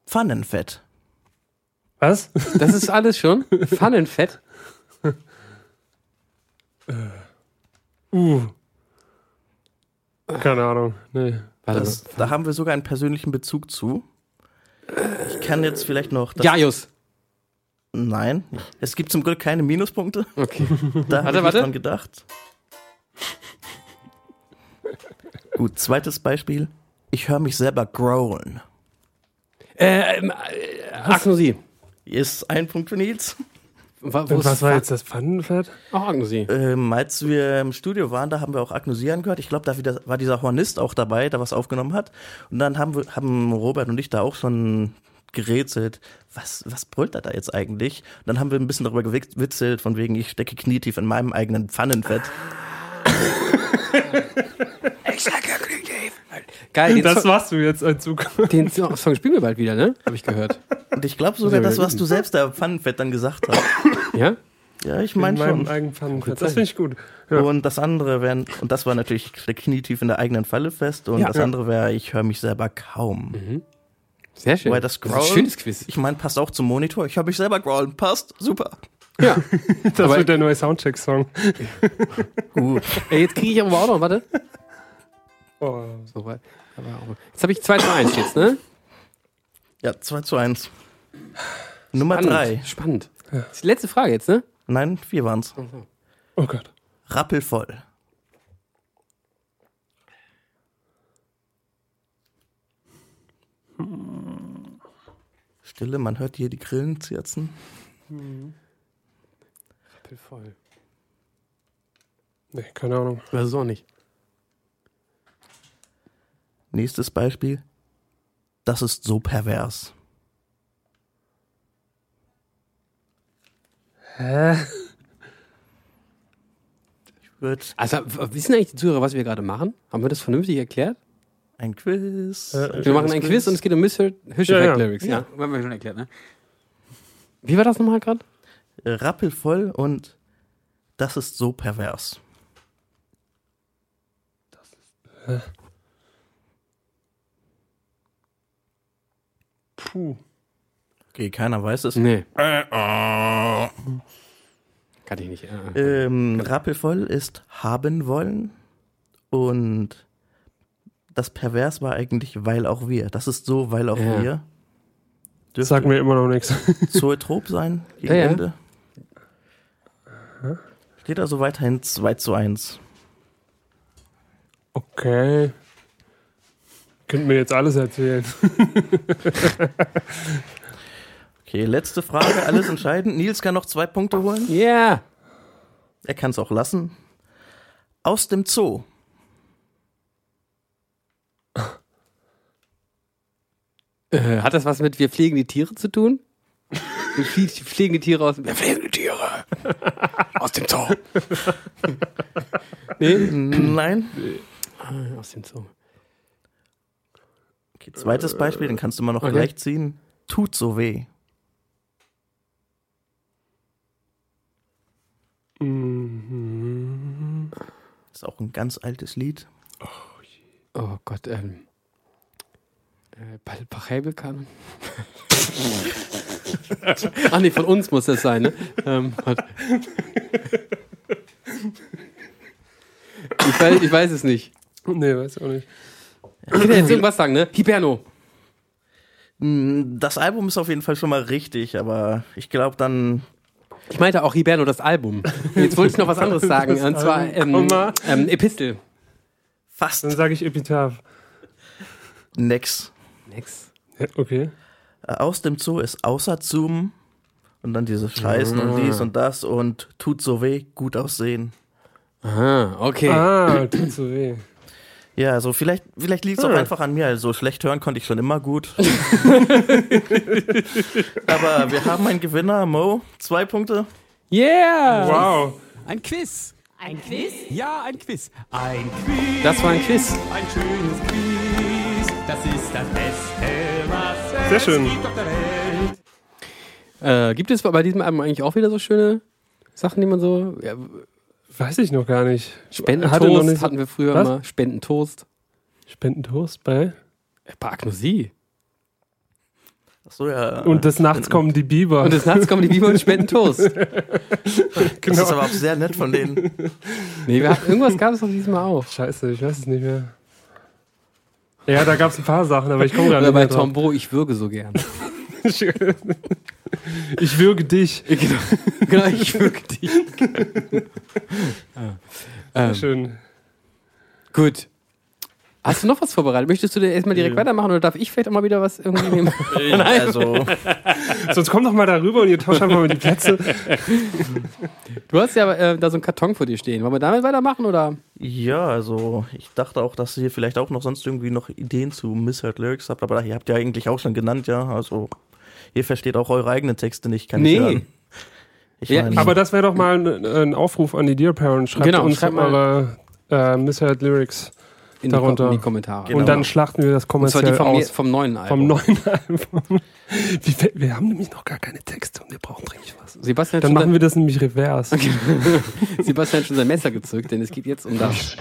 Speaker 4: Pfannenfett.
Speaker 2: was?
Speaker 1: Das ist alles schon. Pfannenfett.
Speaker 2: Uh. Keine Ahnung. Nee.
Speaker 1: Warte
Speaker 4: Das, da haben wir sogar einen persönlichen Bezug zu. Ich kann jetzt vielleicht noch.
Speaker 1: mal.
Speaker 4: Das,
Speaker 1: Jajus.
Speaker 4: Nein. Es gibt zum Glück keine Minuspunkte.
Speaker 1: Okay.
Speaker 4: Da habe
Speaker 1: Warte,
Speaker 4: ich nicht
Speaker 1: warte.
Speaker 4: dran gedacht. Gut, zweites Beispiel. Ich höre mich selber growlen.
Speaker 1: äh, ähm, äh, Agnosie.
Speaker 4: Ist ein Punkt für Nils.
Speaker 1: Wa- wo
Speaker 2: Und
Speaker 1: ist
Speaker 2: was war
Speaker 1: Fa-
Speaker 2: jetzt das Pfannenfett?
Speaker 1: Auch Agnosie.
Speaker 4: Ähm, als wir im Studio waren, da haben wir auch Agnosieren gehört. Ich glaube, da wieder- war dieser Hornist auch dabei, der was aufgenommen hat. Und dann haben, wir, haben Robert und ich da auch schon gerätselt, was, was brüllt er da jetzt eigentlich? Und dann haben wir ein bisschen darüber gewitzelt, von wegen, ich stecke knietief in meinem eigenen Pfannenfett.
Speaker 1: Geil, den,
Speaker 2: Das
Speaker 1: Song,
Speaker 2: warst du jetzt ein Zug.
Speaker 1: den Song Song spielen wir bald wieder, ne? Habe ich gehört.
Speaker 4: Und ich glaube
Speaker 1: Ja,
Speaker 4: sogar das, was
Speaker 1: eben.
Speaker 4: du selbst da Pfannenfett dann gesagt hast.
Speaker 1: Ja?
Speaker 4: Ja, ich
Speaker 2: In
Speaker 4: meine
Speaker 2: meinem
Speaker 4: schon.
Speaker 2: eigenen Pfannenfett. Das finde ich gut. Ja.
Speaker 4: Und das andere wären, und das war natürlich, ich stecke knietief in der eigenen Falle fest. Und
Speaker 1: Ja.
Speaker 4: das andere wäre, ich höre mich selber kaum.
Speaker 1: Sehr schön.
Speaker 4: Wobei das
Speaker 1: ist ein
Speaker 4: Growl-
Speaker 1: schönes Quiz.
Speaker 4: Ich meine, passt auch zum Monitor. Ich habe mich selber growlen. Passt. Super.
Speaker 1: Ja.
Speaker 2: Das
Speaker 1: Aber-
Speaker 2: wird der neue Soundcheck-Song.
Speaker 1: Ey, jetzt kriege ich aber auch noch, warte.
Speaker 2: Oh.
Speaker 1: So, weil- aber auch- Jetzt habe ich 2 zu 1 jetzt, ne?
Speaker 4: Ja, 2 zu 1. Nummer
Speaker 1: Spannend.
Speaker 4: 3.
Speaker 1: Spannend. Das ist die letzte Frage jetzt, ne?
Speaker 4: Nein, vier waren's.
Speaker 2: oh Gott.
Speaker 4: Rappelvoll.
Speaker 1: Hm.
Speaker 4: Stille, man hört hier die Grillen zirzen.
Speaker 1: Rappelvoll.
Speaker 2: Nee, keine Ahnung.
Speaker 1: Das ist auch nicht.
Speaker 4: Nächstes Beispiel. Das ist so pervers.
Speaker 2: Hä?
Speaker 4: Wird
Speaker 1: Also, w- wissen eigentlich die Zuhörer, was wir gerade machen? Haben wir das vernünftig erklärt?
Speaker 4: ein Quiz.
Speaker 2: Äh,
Speaker 1: Wir machen ein Quiz und es geht um Mr. Hirscheffekt
Speaker 2: Ja, ja.
Speaker 1: Lyrics. Ja, haben wir schon erklärt, ne? Wie war das nochmal gerade?
Speaker 4: Rappelvoll und das ist so pervers.
Speaker 2: Puh.
Speaker 4: Okay, keiner weiß es.
Speaker 1: Nee. äh. Kann ich nicht. Äh, äh.
Speaker 4: Ähm, rappelvoll ist haben wollen und das pervers war eigentlich weil auch wir. Das ist so weil auch
Speaker 1: Ja.
Speaker 4: wir.
Speaker 2: Das sagt mir immer noch nichts.
Speaker 4: Zoetrop sein gegen
Speaker 1: Ja, ja.
Speaker 4: Ende. Steht also weiterhin 2 zu 1.
Speaker 2: Okay. Könnt mir jetzt alles erzählen.
Speaker 4: Okay, letzte Frage, alles entscheidend. Nils kann noch zwei Punkte holen.
Speaker 1: Yeah!
Speaker 4: Er kann es auch lassen. Aus dem Zoo.
Speaker 1: Äh, hat das was mit Wir pflegen die Tiere zu tun? Wir flie- pflegen die Tiere aus. Wir pflegen die Tiere! Aus dem Zoo! nee?
Speaker 4: Nein.
Speaker 1: Aus dem Zoo.
Speaker 4: Okay, zweites Beispiel, den kannst du mal noch
Speaker 1: Okay.
Speaker 4: gleich ziehen. Tut so weh.
Speaker 2: Mhm.
Speaker 4: Ist auch ein ganz altes Lied.
Speaker 1: Oh Gott, ähm. Äh, Pal- Pachelbelkanon? Ach Ah, nee, von uns muss das sein, ne? Ähm, warte. ich, weiß, ich weiß es nicht.
Speaker 2: Nee, weiß ich auch nicht.
Speaker 1: Ich kann jetzt irgendwas sagen, ne? Hiberno.
Speaker 4: Mm, Das Album ist auf jeden Fall schon mal richtig, aber ich glaube dann.
Speaker 1: Ich meinte auch Hiberno, das Album. Jetzt wollte ich noch was anderes sagen,
Speaker 2: Das
Speaker 1: und zwar
Speaker 2: Album,
Speaker 1: ähm,
Speaker 2: Komma.
Speaker 1: ähm, Epistel.
Speaker 4: Fast.
Speaker 2: Dann sage ich Epitaph.
Speaker 4: Next.
Speaker 1: Nix.
Speaker 2: Ja, Okay.
Speaker 4: Äh, Aus dem Zoo ist außer Zoom. Und dann dieses Scheißen und dies und das und tut so weh, gut aussehen.
Speaker 1: Ah, okay.
Speaker 2: Ah, tut so weh.
Speaker 4: Ja, also vielleicht, vielleicht liegt es auch
Speaker 2: Hm.
Speaker 4: einfach an mir. Also schlecht hören konnte ich schon immer gut. Aber wir haben einen Gewinner, Mo. Zwei Punkte.
Speaker 1: Yeah!
Speaker 2: Wow.
Speaker 7: Ein Quiz.
Speaker 6: Ein Quiz?
Speaker 7: Ja, ein Quiz. Ein Quiz.
Speaker 1: Das war ein Quiz.
Speaker 7: Ein schönes Quiz. Das ist das Beste, was
Speaker 2: Sehr
Speaker 7: es
Speaker 2: schön.
Speaker 7: gibt auf der Welt.
Speaker 1: Äh, gibt es bei diesem Album eigentlich auch wieder so schöne Sachen, die man so. Ja,
Speaker 2: Weiß ich noch gar nicht. Hatte noch
Speaker 1: Spendentoast
Speaker 2: nicht so-
Speaker 1: hatten wir früher
Speaker 2: Was?
Speaker 1: immer. Spendentoast.
Speaker 2: Spendentoast bei.
Speaker 1: Äh, Bei Agnosie.
Speaker 4: Ach so, ja.
Speaker 2: Und des Nachts kommen die Biber.
Speaker 1: Ah. Und des Nachts kommen die Biber und spenden Toast.
Speaker 4: das ist aber auch sehr nett von denen.
Speaker 1: Nee, wir hatten, irgendwas gab es doch diesmal auch.
Speaker 2: Scheiße, ich weiß es nicht mehr. Ja, da gab es ein paar Sachen, aber ich komme gerade
Speaker 1: Oder
Speaker 2: nicht
Speaker 1: bei
Speaker 2: mehr drauf.
Speaker 1: Tombo, ich würge so gern.
Speaker 2: Ich würge dich.
Speaker 1: genau, genau, ich würge dich. Ja. ähm,
Speaker 2: Schön.
Speaker 1: gut. Hast du noch was vorbereitet? Möchtest du denn erstmal direkt
Speaker 2: Ja.
Speaker 1: weitermachen oder darf ich vielleicht auch mal wieder was irgendwie nehmen?
Speaker 4: Also,
Speaker 2: Sonst kommt doch mal darüber und ihr tauscht einfach mal die Plätze.
Speaker 1: Du hast ja äh, da so einen Karton vor dir stehen. Wollen wir damit weitermachen oder?
Speaker 4: ja, also ich dachte auch, dass ihr vielleicht auch noch sonst irgendwie noch Ideen zu Misheard Lyrics habt, aber ihr habt ja eigentlich auch schon genannt, ja. Also, ihr versteht auch eure eigenen Texte nicht, kann
Speaker 1: Nee.
Speaker 4: ich hören. Ich
Speaker 1: Ja,
Speaker 4: meine,
Speaker 2: Aber das wäre doch mal ein, ein Aufruf an die Dear Parents. Schreibt
Speaker 1: Genau,
Speaker 2: uns
Speaker 1: schreibt
Speaker 2: eure äh, Misheard Lyrics.
Speaker 1: In,
Speaker 2: Darunter.
Speaker 1: Die, Kom- in die Kommentare.
Speaker 4: Genau.
Speaker 2: Und dann schlachten wir das
Speaker 1: Und zwar die
Speaker 2: kommerziell
Speaker 1: vom,
Speaker 2: aus.
Speaker 1: vom neuen
Speaker 2: Vom
Speaker 1: Album.
Speaker 2: neuen Album. Wie, wir- wir haben nämlich noch gar keine Texte und wir brauchen dringend was.
Speaker 1: Sebastian, hat
Speaker 2: Dann
Speaker 1: schon
Speaker 2: machen wir das nämlich revers.
Speaker 1: sein, Sebastian hat schon sein Messer gezückt, denn es geht jetzt um das.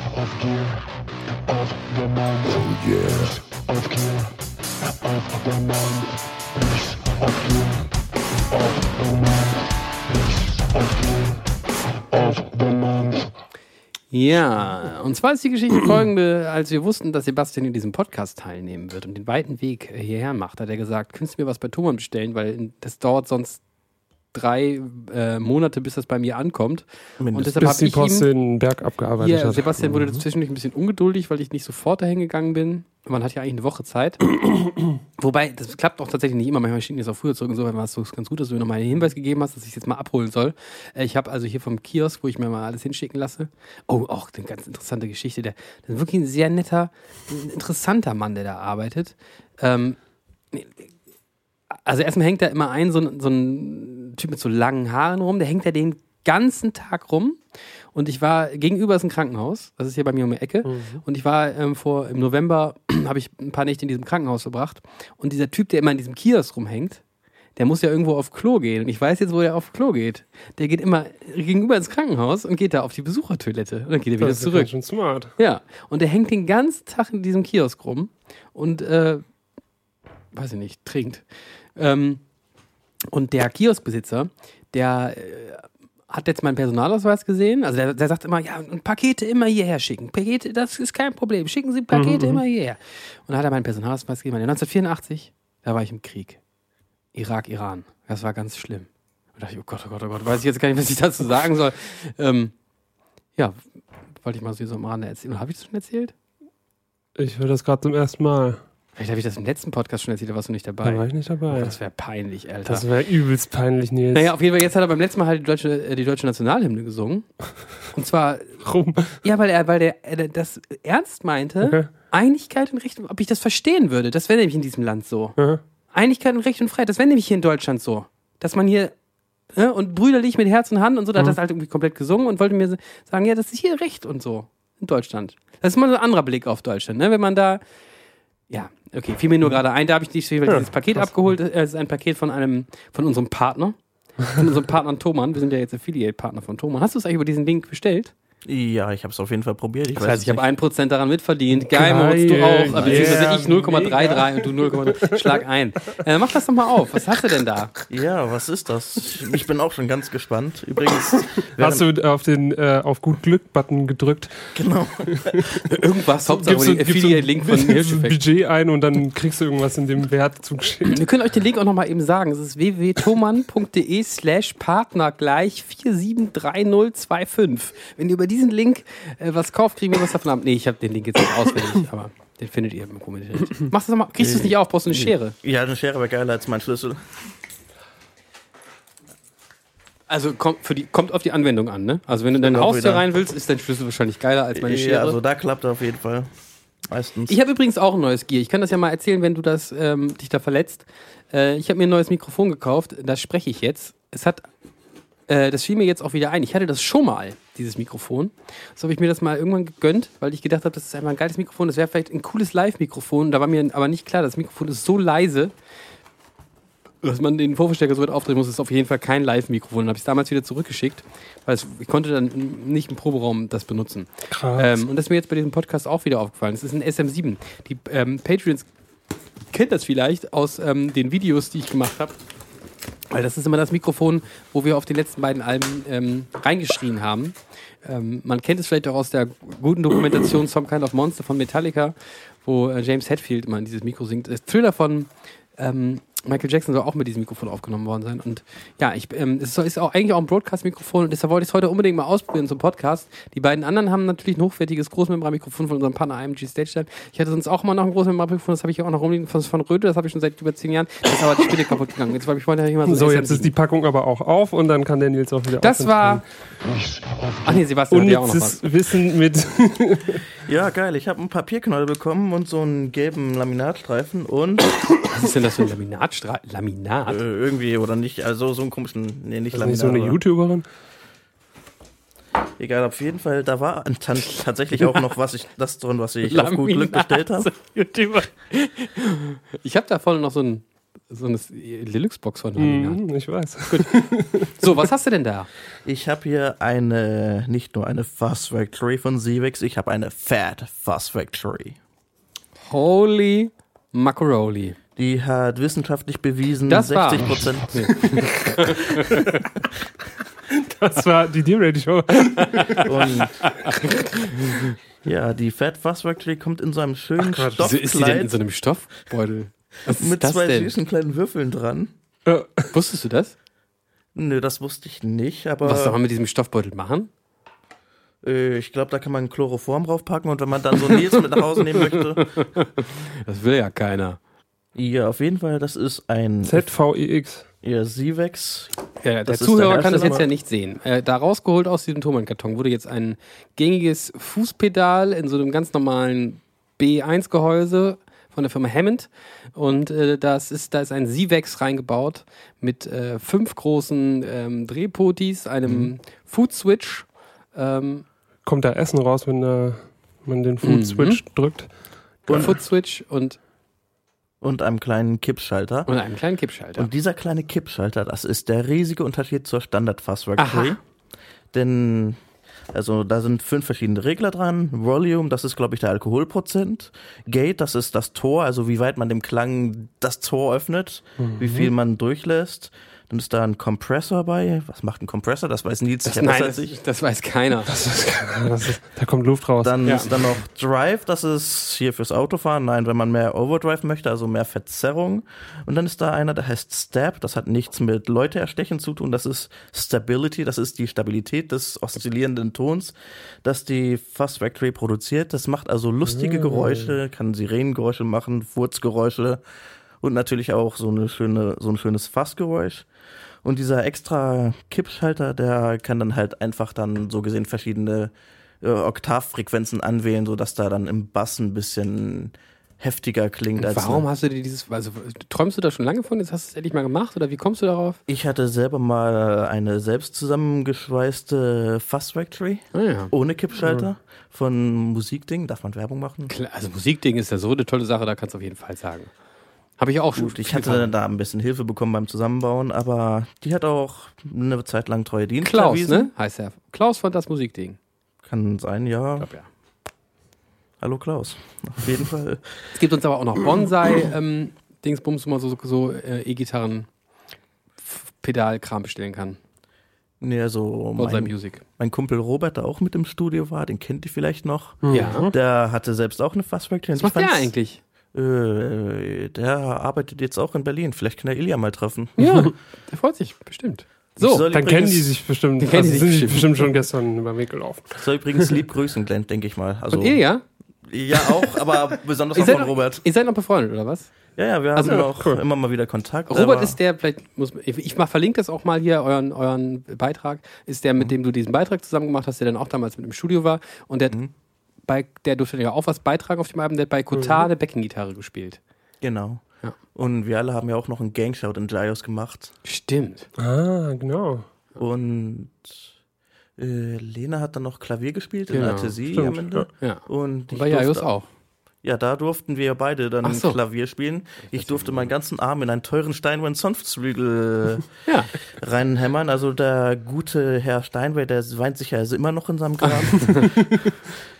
Speaker 1: Ja, und zwar ist die Geschichte folgende. Als wir wussten, dass Sebastian in diesem Podcast teilnehmen wird und den weiten Weg äh, hierher macht, hat er gesagt, könntest du mir was bei Thomann bestellen, weil in- das dauert sonst drei äh, Monate, bis das bei mir ankommt. Und deshalb
Speaker 2: Bis
Speaker 1: habe
Speaker 2: die
Speaker 1: ich ihm
Speaker 2: Post den Berg abgearbeitet
Speaker 1: ja,
Speaker 2: hat. Mhm.
Speaker 1: Sebastian wurde zwischendurch ein bisschen ungeduldig, weil ich nicht sofort dahin gegangen bin. Man hat ja eigentlich eine Woche Zeit. Wobei, das klappt auch tatsächlich nicht immer. Manchmal schicken die es auch früher zurück. Insofern war es so ganz gut, dass du mir nochmal einen Hinweis gegeben hast, dass ich es jetzt mal abholen soll. Äh, Ich habe also hier vom Kiosk, wo ich mir mal alles hinschicken lasse. Oh, auch eine ganz interessante Geschichte. Der, das ist wirklich ein sehr netter, ein interessanter Mann, der da arbeitet. Ähm, nee, also erstmal hängt da immer ein so, ein so ein Typ mit so langen Haaren rum. Der hängt da den ganzen Tag rum. Und ich war, gegenüber ist ein Krankenhaus, das ist hier bei mir um die Ecke.
Speaker 2: Mhm.
Speaker 1: Und ich war ähm, vor, im November habe ich ein paar Nächte in diesem Krankenhaus verbracht. Und dieser Typ, der immer in diesem Kiosk rumhängt, der muss ja irgendwo auf Klo gehen. Und ich weiß jetzt, wo der auf Klo geht. Der geht immer gegenüber ins Krankenhaus und geht da auf die Besuchertoilette. Und dann geht er wieder
Speaker 2: das ist ja
Speaker 1: zurück.
Speaker 2: schon smart.
Speaker 1: Ja, und der hängt den ganzen Tag in diesem Kiosk rum und, äh, weiß ich nicht, trinkt. Ähm, und der Kioskbesitzer, der äh, hat jetzt meinen Personalausweis gesehen. Also der, der sagt immer, ja, und Pakete immer hierher schicken. Pakete, das ist kein Problem. Schicken Sie Pakete immer hierher. Und dann hat er meinen Personalausweis gegeben. Und 1984, da war ich im Krieg. Irak, Iran. Das war ganz schlimm. Da dachte ich, oh Gott, oh Gott, oh Gott, weiß ich jetzt gar nicht, was ich dazu sagen soll. Ähm, ja, wollte ich mal so am Rande erzählen. Oder Habe ich das schon erzählt?
Speaker 2: Ich höre das gerade zum ersten Mal.
Speaker 1: Vielleicht habe ich das im letzten Podcast schon erzählt, da warst du nicht
Speaker 2: Da war
Speaker 1: dabei. Oh,
Speaker 2: ich nicht dabei.
Speaker 1: Das wäre peinlich, Alter.
Speaker 2: Das wäre übelst peinlich, Nils.
Speaker 1: naja, auf jeden Fall, jetzt hat er beim letzten Mal halt die deutsche, äh, die deutsche Nationalhymne gesungen. Und zwar,
Speaker 2: Rum.
Speaker 1: ja, weil er, weil der, äh, das ernst meinte,
Speaker 2: Okay.
Speaker 1: Einigkeit und Recht, und- ob ich das verstehen würde. Das wäre nämlich in diesem Land so.
Speaker 2: Aha.
Speaker 1: Einigkeit und Recht und Freiheit, das wäre nämlich hier in Deutschland so. Dass man hier, ne, und brüderlich mit Herz und Hand und so, da hat das halt irgendwie komplett gesungen und wollte mir s- sagen, ja, das ist hier Recht und so. In Deutschland. Das ist mal so ein anderer Blick auf Deutschland, ne? Wenn man da, ja, okay, fiel mir nur gerade ein, da habe ich nicht, weil dieses Paket abgeholt, äh, es ist ein Paket von einem, von unserem Partner. Von unserem Partner Thomann, wir sind ja jetzt Affiliate-Partner von Thomann. Hast du es eigentlich über diesen Link bestellt?
Speaker 4: Ja, ich habe es auf jeden Fall probiert. Ich
Speaker 1: Das heißt,
Speaker 4: es
Speaker 1: ich habe
Speaker 4: nicht.
Speaker 1: 1% daran mitverdient. Geil, Moritz, du
Speaker 2: Geil,
Speaker 1: auch.
Speaker 2: yeah,
Speaker 1: Äh, Beziehungsweise ich 0,33 und du 0,3. Schlag ein. Äh, mach das doch mal auf. Was hast du denn da?
Speaker 4: Ja, was ist das? Ich bin auch schon ganz gespannt. Übrigens,
Speaker 2: Hast du auf den äh, auf gut Glück-Button gedrückt?
Speaker 4: genau.
Speaker 1: Irgendwas. Hauptsache
Speaker 2: Gibst
Speaker 1: den
Speaker 2: du- gibst du
Speaker 1: Affiliate-Link von
Speaker 2: ein
Speaker 1: Hirscheffekt.
Speaker 2: Budget ein und dann kriegst du irgendwas in dem Wert zugeschickt.
Speaker 1: Wir können euch den Link auch nochmal eben sagen. Es ist www.thomann.de slash partner gleich 473025. Wenn ihr über diesen Link äh, was kauft, kriegen wir was davon ab. Nee, ich habe den Link jetzt nicht auswendig, aber den findet ihr im Internet. Machst du das mal? Kriegst du es nicht auf? Brauchst du eine Schere?
Speaker 4: Ja, eine Schere wäre geiler als mein Schlüssel.
Speaker 1: Also kommt, für die, kommt auf die Anwendung an, ne? Also wenn du dein
Speaker 4: auch
Speaker 1: Haustier
Speaker 4: wieder-
Speaker 1: rein willst, ist dein Schlüssel wahrscheinlich geiler als meine Schere.
Speaker 4: Ja, also da klappt er auf jeden Fall. Meistens.
Speaker 1: Ich habe übrigens auch ein neues Gear. Ich kann das ja mal erzählen, wenn du das, ähm, dich da verletzt. Äh, ich habe mir ein neues Mikrofon gekauft. Das spreche ich jetzt. Es hat, äh, das fiel mir jetzt auch wieder ein. Ich hatte das schon mal, dieses Mikrofon. So habe ich mir das mal irgendwann gegönnt, weil ich gedacht habe, das ist einfach ein geiles Mikrofon. Das wäre vielleicht ein cooles Live-Mikrofon. Da war mir aber nicht klar, das Mikrofon ist so leise, dass man den Vorverstärker so weit aufdrehen muss. Das ist auf jeden Fall kein Live-Mikrofon. Dann habe ich es damals wieder zurückgeschickt, weil es, ich konnte dann nicht im Proberaum das benutzen.
Speaker 2: Krass.
Speaker 1: Ähm, und das ist mir jetzt bei diesem Podcast auch wieder aufgefallen. Es ist ein SM7. Die ähm, Patreons kennt das vielleicht aus ähm, den Videos, die ich gemacht habe. Weil das ist immer das Mikrofon, wo wir auf den letzten beiden Alben ähm, reingeschrien haben. Ähm, man kennt es vielleicht auch aus der guten Dokumentation Some Kind of Monster von Metallica, wo äh, James Hetfield immer in dieses Mikro singt. Das Thriller von ähm, Michael Jackson soll auch mit diesem Mikrofon aufgenommen worden sein. Und ja, ich, ähm, es soll- ist auch eigentlich auch ein Broadcast-Mikrofon und deshalb wollte ich es heute unbedingt mal ausprobieren zum Podcast. Die beiden anderen haben natürlich ein hochwertiges Großmembran-Mikrofon von unserem Partner AMG Stage Lab. Ich hatte sonst auch immer noch ein Großmembran-Mikrofon, das habe ich auch noch rumliegen, von, von Röde, das habe ich schon seit über zehn Jahren. Das ist aber die Spitze kaputt gegangen. Jetzt wollte ich vorhin immer
Speaker 2: so, jetzt ist die Packung aber auch auf und dann kann der Nils auch wieder
Speaker 1: Das war. Ach nee, Sebastian hat ja auch noch was.
Speaker 2: Unnützes Wissen mit
Speaker 4: Ja, geil. Ich habe einen Papierknäuel bekommen und so einen gelben Laminatstreifen und äh,
Speaker 1: Was ist denn das für ein Laminatstrahl? Also Laminat?
Speaker 4: irgendwie, oder nicht, also so einen komischen, nee, nicht
Speaker 1: Also
Speaker 2: Ist nicht so eine
Speaker 4: aber-
Speaker 2: YouTuberin.
Speaker 4: Egal, auf jeden Fall, da war an- tan- tatsächlich auch noch was ich, das drin, was ich auf gut Glück
Speaker 1: Laminat.
Speaker 4: bestellt habe.
Speaker 1: YouTuber. Ich habe da vorne noch so ein. So eine Linux-Box von Laminat.
Speaker 2: Mhm, ich weiß.
Speaker 1: So, was hast du denn da?
Speaker 4: Ich habe hier eine, nicht nur eine Fuzz Factory von Sivex, ich habe eine Fat Fuzz Factory.
Speaker 1: Holy Macaroli.
Speaker 4: Die hat wissenschaftlich bewiesen,
Speaker 1: Das war-
Speaker 4: 60 Prozent.
Speaker 2: Das war die D-Radio-Show.
Speaker 4: Und ja, die Fat Fuzz Factory kommt in so einem schönen
Speaker 2: Gott,
Speaker 1: Wieso ist die denn in
Speaker 4: Stoffkleid
Speaker 1: so einem Stoffbeutel? Was ist
Speaker 4: mit
Speaker 1: das
Speaker 4: zwei
Speaker 1: denn?
Speaker 4: süßen kleinen Würfeln dran.
Speaker 1: Wusstest du das?
Speaker 4: Nö, das wusste ich nicht,
Speaker 1: Was soll
Speaker 4: aber
Speaker 1: man mit diesem Stoffbeutel machen?
Speaker 4: äh, ich glaube, da kann man Chloroform draufpacken und wenn man dann so Nils mit nach Hause nehmen möchte.
Speaker 1: Das will ja keiner.
Speaker 4: Ja, auf jeden Fall, das ist ein
Speaker 2: ZVEX.
Speaker 4: ja, Sivex.
Speaker 1: Ja, der
Speaker 4: Das ist
Speaker 1: Zuhörer
Speaker 4: der
Speaker 1: kann das
Speaker 4: Hersteller,
Speaker 1: jetzt ja
Speaker 4: aber-
Speaker 1: nicht sehen. Äh, da rausgeholt aus diesem Thomann-Karton wurde jetzt ein gängiges Fußpedal in so einem ganz normalen B1-Gehäuse von der Firma Hammond. Und äh, das ist, da ist ein Sivex reingebaut mit äh, fünf großen ähm, Drehpotis, einem Food Switch. Ähm,
Speaker 2: Kommt da Essen raus, wenn äh, man den Food Switch drückt?
Speaker 1: Food Switch und,
Speaker 4: und einem kleinen Kippschalter.
Speaker 1: und einem kleinen Kippschalter.
Speaker 4: Und dieser kleine Kippschalter, das ist der riesige Unterschied zur Standard Fast
Speaker 1: Aha.
Speaker 4: Factory. Denn, also da sind fünf verschiedene Regler dran. Volume, das ist, glaube ich, der Alkoholprozent. Gate, das ist das Tor, also wie weit man dem Klang das Tor öffnet,
Speaker 1: Mhm.
Speaker 4: wie viel man durchlässt. Dann ist da ein Kompressor bei. Was macht ein Kompressor? Das weiß Nils sicher
Speaker 1: Nein,
Speaker 4: besser als
Speaker 1: das,
Speaker 4: ich.
Speaker 1: das weiß keiner.
Speaker 2: Ja, das ist, da kommt Luft raus.
Speaker 4: Dann
Speaker 1: Ja.
Speaker 4: ist dann noch Drive, das ist hier fürs Autofahren. Nein, wenn man mehr Overdrive möchte, also mehr Verzerrung. Und dann ist da einer, der heißt Stab, das hat nichts mit Leute erstechen zu tun, das ist Stability, das ist die Stabilität des oszillierenden Tons, das die Fast Factory produziert. Das macht also lustige Geräusche, kann Sirenengeräusche machen, Furzgeräusche und natürlich auch so, eine schöne, so ein schönes Fassgeräusch. Und dieser extra Kippschalter, der kann dann halt einfach dann so gesehen verschiedene äh, Oktavfrequenzen anwählen, sodass da dann im Bass ein bisschen heftiger klingt als.
Speaker 1: Warum hast du dir dieses, also träumst du da schon lange von, jetzt hast du es endlich mal gemacht oder wie kommst du darauf?
Speaker 4: ich hatte selber mal eine selbst zusammengeschweißte Fuzz Factory
Speaker 1: Ah, ja.
Speaker 4: ohne Kippschalter von Musikding. Darf man Werbung machen?
Speaker 1: Klar, Also Musikding ist ja so eine tolle Sache, da kannst du auf jeden Fall sagen. Habe ich auch schon.
Speaker 4: Gut, ich
Speaker 1: viel
Speaker 4: hatte
Speaker 1: von.
Speaker 4: da ein bisschen Hilfe bekommen beim Zusammenbauen, aber die hat auch eine Zeit lang treue Dienst
Speaker 1: Klaus,
Speaker 4: erwiesen.
Speaker 1: ne? Heißt er. Klaus fand das Musikding.
Speaker 4: Kann sein, ja.
Speaker 1: Ich glaub, ja.
Speaker 4: Hallo Klaus. Auf jeden Fall.
Speaker 1: Es gibt uns aber auch noch Bonsai-Dingsbums, wo man so, so, so äh, E-Gitarren F- Pedal-Kram bestellen kann.
Speaker 4: Nee, also
Speaker 1: Bonsai
Speaker 4: mein,
Speaker 1: Music.
Speaker 4: mein Kumpel Robert, der auch mit im Studio war, den kennt ihr vielleicht noch.
Speaker 2: Hm.
Speaker 1: Ja.
Speaker 4: Der hatte selbst auch eine Fast Factory.
Speaker 1: Hm. Was macht der eigentlich?
Speaker 4: Äh, der arbeitet jetzt auch in Berlin. Vielleicht kann er Ilya mal treffen.
Speaker 1: Ja, der freut sich, bestimmt.
Speaker 4: Ich
Speaker 1: So,
Speaker 4: soll
Speaker 2: Dann
Speaker 4: übrigens-
Speaker 2: kennen die sich bestimmt.
Speaker 1: Die kennen
Speaker 2: also
Speaker 1: sich
Speaker 2: sind
Speaker 1: bestimmt.
Speaker 2: sich bestimmt schon gestern über den Weg gelaufen.
Speaker 4: Soll übrigens lieb grüßen, Glenn, denke ich mal. Also,
Speaker 1: und ihr, ja?
Speaker 4: Ja, auch, aber besonders auch
Speaker 1: Ihr seid,
Speaker 4: von
Speaker 1: noch,
Speaker 4: Robert.
Speaker 1: ihr seid noch befreundet, oder was?
Speaker 4: Ja, ja, wir
Speaker 1: Also,
Speaker 4: haben
Speaker 1: ja,
Speaker 4: auch
Speaker 2: cool.
Speaker 4: immer mal wieder Kontakt.
Speaker 1: Robert
Speaker 4: aber-
Speaker 1: ist der, vielleicht muss ich, ich mach, verlinke das auch mal hier, euren, euren Beitrag, ist der, mit dem du diesen Beitrag zusammen gemacht hast, der dann auch damals mit im Studio war und der, hat bei, der durfte ja auch was beitragen auf dem Album, der hat bei Kotar eine Beckengitarre gespielt.
Speaker 4: Genau.
Speaker 1: Ja.
Speaker 4: Und wir alle haben ja auch noch einen Gangshout in Gyros gemacht.
Speaker 1: Stimmt.
Speaker 2: Ah, genau.
Speaker 4: Und äh, Lena hat dann noch Klavier gespielt in
Speaker 1: Genau,
Speaker 4: Artesie
Speaker 2: stimmt,
Speaker 4: am Ende.
Speaker 1: Ja.
Speaker 4: Und ich
Speaker 1: Bei Jaios
Speaker 4: durfte,
Speaker 1: auch.
Speaker 4: Ja, da durften wir beide dann
Speaker 1: Ach so.
Speaker 4: Klavier spielen. Ich durfte meinen ganzen Arm in einen teuren Steinway Sonftsflügel
Speaker 1: Ja.
Speaker 4: reinhämmern. Also der gute Herr Steinway, der weint sich ja also immer noch in seinem Grab.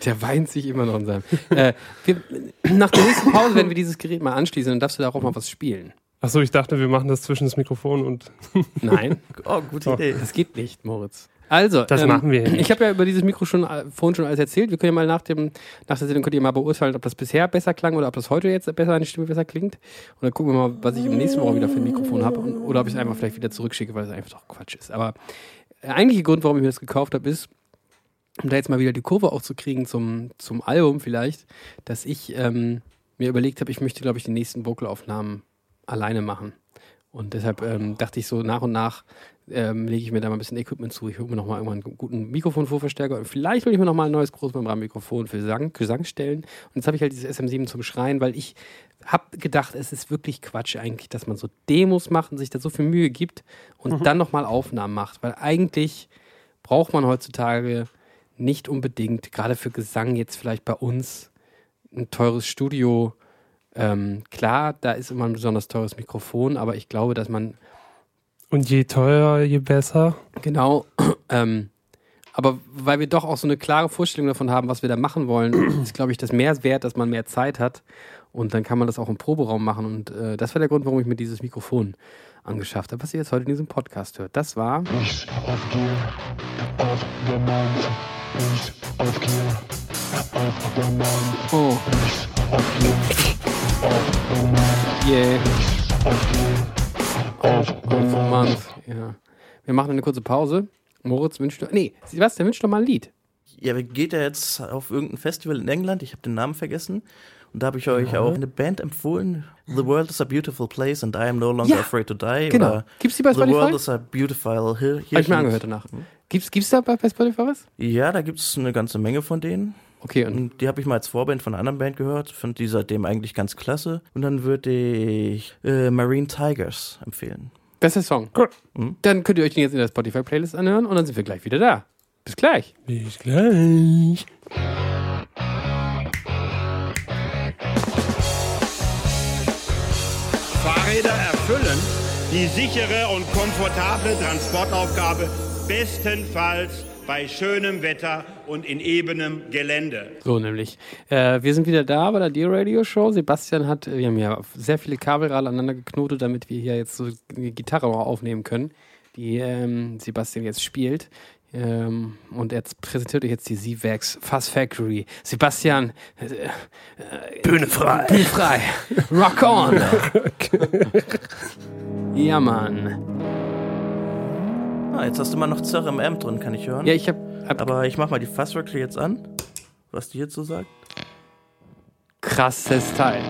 Speaker 1: Der weint sich immer noch in seinem. äh, wir, nach der nächsten Pause werden wir dieses Gerät mal anschließen, dann darfst du darauf mal was spielen.
Speaker 2: Achso, ich dachte, wir machen das zwischen das Mikrofon und.
Speaker 1: Nein,
Speaker 4: oh, gute Idee.
Speaker 1: das geht nicht, Moritz. Also,
Speaker 2: Das machen wir nicht.
Speaker 1: Ich habe ja über dieses Mikro schon äh, vorhin schon alles erzählt. Wir können ja mal nach dem nach der Sendung könnt ihr mal beurteilen, ob das bisher besser klang oder ob das heute jetzt besser eine Stimme besser klingt. Und dann gucken wir mal, was ich im nächsten Morgen wieder für ein Mikrofon habe und- oder ob ich es einfach vielleicht wieder zurückschicke, weil es einfach doch Quatsch ist. Aber der eigentliche Grund, warum ich mir das gekauft habe, ist, um da jetzt mal wieder die Kurve auch zu kriegen zum, zum Album vielleicht, dass ich ähm, mir überlegt habe, ich möchte, glaube ich, die nächsten Vocalaufnahmen alleine machen. Und deshalb ähm, dachte ich so, nach und nach ähm, lege ich mir da mal ein bisschen Equipment zu. Ich hole mir nochmal irgendwann einen guten Mikrofonvorverstärker und vielleicht hole ich mir nochmal ein neues Großmembranmikrofon für Gesang, Gesang stellen. Und jetzt habe ich halt dieses SM7 zum Schreien, weil ich habe gedacht, es ist wirklich Quatsch eigentlich, dass man so Demos macht und sich da so viel Mühe gibt und dann nochmal Aufnahmen macht. Weil eigentlich braucht man heutzutage nicht unbedingt, gerade für Gesang jetzt vielleicht bei uns, ein teures Studio. Ähm, klar, da ist immer ein besonders teures Mikrofon, aber ich glaube, dass man
Speaker 2: Und je teurer, je besser.
Speaker 1: Genau. Ähm, aber weil wir doch auch so eine klare Vorstellung davon haben, was wir da machen wollen, ist, glaube ich, das mehr wert, dass man mehr Zeit hat. Und dann kann man das auch im Proberaum machen. Und äh, das war der Grund, warum ich mir dieses Mikrofon angeschafft habe, was ihr jetzt heute in diesem Podcast hört. Das war.
Speaker 6: East of gear, of the month. East of gear, of the month.
Speaker 1: Oh. Yeah. Oh, Mann. Ja. Wir machen eine kurze Pause. Moritz wünscht. Nee, Sebastian wünscht doch mal ein Lied.
Speaker 4: Ja, geht er jetzt auf irgendein Festival in England? Ich habe den Namen vergessen. Und da habe ich euch auch eine Band empfohlen. The World is a Beautiful Place and I am no longer
Speaker 1: Ja,
Speaker 4: afraid to die.
Speaker 1: genau.
Speaker 4: Oder
Speaker 1: Gibt's die bei
Speaker 4: The World
Speaker 1: Spotify?
Speaker 4: is a Beautiful Hill.
Speaker 1: Habe ich mir angehört danach. Gibt's, gibt's da bei bei Spotify was?
Speaker 4: Ja, da gibt es eine ganze Menge von denen.
Speaker 1: Okay, und
Speaker 4: Und die habe ich mal als Vorband von einer anderen Band gehört. Fand die seitdem eigentlich ganz klasse. Und dann würde ich äh, Marine Tigers empfehlen.
Speaker 1: Das ist der Song. Cool. Dann könnt ihr euch den jetzt in der Spotify-Playlist anhören und dann sind wir gleich wieder da. Bis gleich.
Speaker 2: Bis gleich.
Speaker 3: Fahrräder erfüllen die sichere und komfortable Transportaufgabe bestenfalls bei schönem Wetter und in ebenem Gelände.
Speaker 1: So nämlich. Äh, wir sind wieder da bei der Dear Radio Show. Sebastian hat, wir haben ja sehr viele Kabelrad aneinander geknotet, damit wir hier jetzt so eine Gitarre auch aufnehmen können, die ähm, Sebastian jetzt spielt. Ähm, und er präsentiert euch jetzt die Z-Vax Fast Factory. Sebastian, äh,
Speaker 4: Bühne frei!
Speaker 1: Bild frei. Rock on. ja, Mann.
Speaker 4: Ah, jetzt hast du mal noch ZRMM drin, kann ich hören.
Speaker 1: Ja, ich hab, hab
Speaker 4: Aber ich mach mal die Fuzzworkle jetzt an. Was die jetzt so sagt.
Speaker 1: krasses Teil.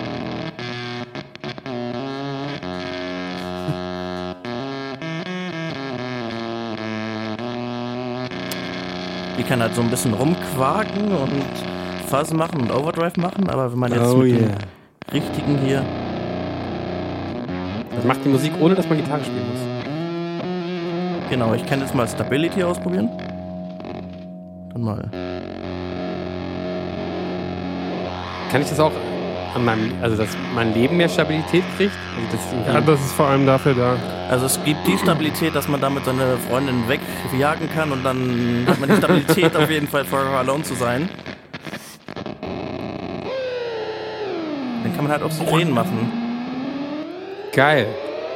Speaker 4: Die kann halt so ein bisschen rumquaken und Phasen machen und Overdrive machen, aber wenn man jetzt
Speaker 1: Oh
Speaker 4: mit
Speaker 1: yeah.
Speaker 4: dem richtigen hier.
Speaker 1: Das macht die Musik, ohne dass man Gitarre spielen muss.
Speaker 4: Genau, ich kann jetzt mal Stability ausprobieren. Dann mal.
Speaker 1: Kann ich das auch an meinem, also dass mein Leben mehr Stabilität kriegt? Also das ist irgendwie-
Speaker 2: Ja, das ist vor allem dafür da.
Speaker 4: Also es gibt die Stabilität, dass man damit seine Freundin wegjagen kann und dann hat man die Stabilität auf jeden Fall, Forever Alone zu sein. Dann kann man halt auch Sirenen machen.
Speaker 1: Geil.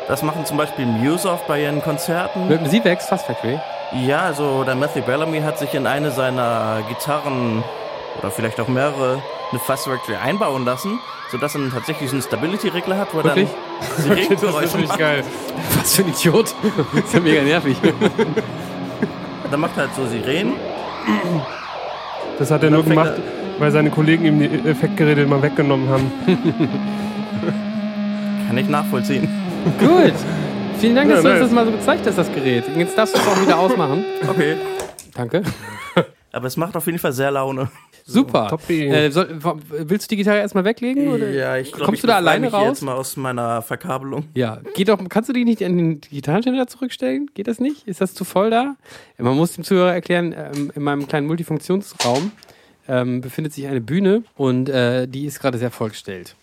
Speaker 4: Das machen zum Beispiel Muse oft bei ihren Konzerten.
Speaker 1: Mit dem Siebex, Fast Factory.
Speaker 4: Ja, also der Matthew Bellamy hat sich in eine seiner Gitarren oder vielleicht auch mehrere eine Fast Factory einbauen lassen, sodass er dann tatsächlich so einen Stability-Regler hat, wo er
Speaker 1: Wirklich?
Speaker 4: dann Sirenengeräusche
Speaker 2: Natürlich
Speaker 4: macht.
Speaker 2: geil.
Speaker 1: Was für ein Idiot. Das ist ja mega nervig.
Speaker 4: Dann macht er halt so Sirenen.
Speaker 2: Das hat er nur
Speaker 4: Dann fängt
Speaker 2: gemacht, weil seine Kollegen ihm die Effektgeräte immer weggenommen haben.
Speaker 4: Kann ich nachvollziehen.
Speaker 1: Gut. Vielen Dank, dass
Speaker 2: Ja,
Speaker 1: du
Speaker 2: nice.
Speaker 1: uns das mal so gezeigt hast, das Gerät. Jetzt darfst du es auch wieder ausmachen.
Speaker 4: Okay.
Speaker 1: Danke.
Speaker 4: Aber es macht auf jeden Fall sehr Laune.
Speaker 1: Super.
Speaker 2: Toppi.
Speaker 1: Äh, soll, w- willst du die Gitarre erstmal weglegen? Oder?
Speaker 4: ich
Speaker 1: Kommst du da
Speaker 4: befreie
Speaker 1: alleine
Speaker 4: mich hier
Speaker 1: raus?
Speaker 4: jetzt mal aus meiner Verkabelung.
Speaker 1: Ja, geht doch. Kannst du die nicht an den Gitarrenständer zurückstellen? Geht das nicht? Ist das zu voll da? Man muss dem Zuhörer erklären, ähm, in meinem kleinen Multifunktionsraum ähm, befindet sich eine Bühne und äh, die ist gerade sehr vollgestellt.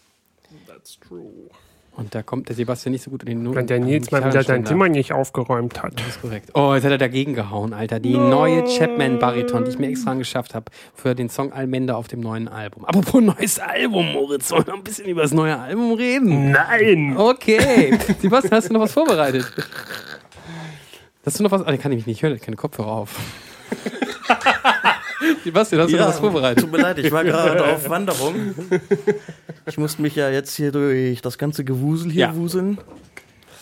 Speaker 1: Und da kommt der Sebastian nicht so gut in den Noten.
Speaker 2: Wenn der Nils mal wieder sein Zimmer nicht aufgeräumt hat.
Speaker 1: Das ist korrekt. Oh, jetzt hat er dagegen gehauen, Alter. Die neue Chapman-Bariton, die ich mir extra angeschafft habe für den Song Almende auf dem neuen Album. Apropos neues Album, Moritz, sollen wir noch ein bisschen über das neue Album reden?
Speaker 2: Nein!
Speaker 1: Okay. Sebastian, hast du noch was vorbereitet? Hast du noch was? Ah, den kann ich mich nicht hören, ich habe keine Kopfhörer auf. Sebastian, hast du noch was vorbereitet?
Speaker 4: Tut mir leid, ich war gerade auf Wanderung. Ich musste mich ja jetzt hier durch das ganze Gewusel hier
Speaker 1: Ja.
Speaker 4: wuseln.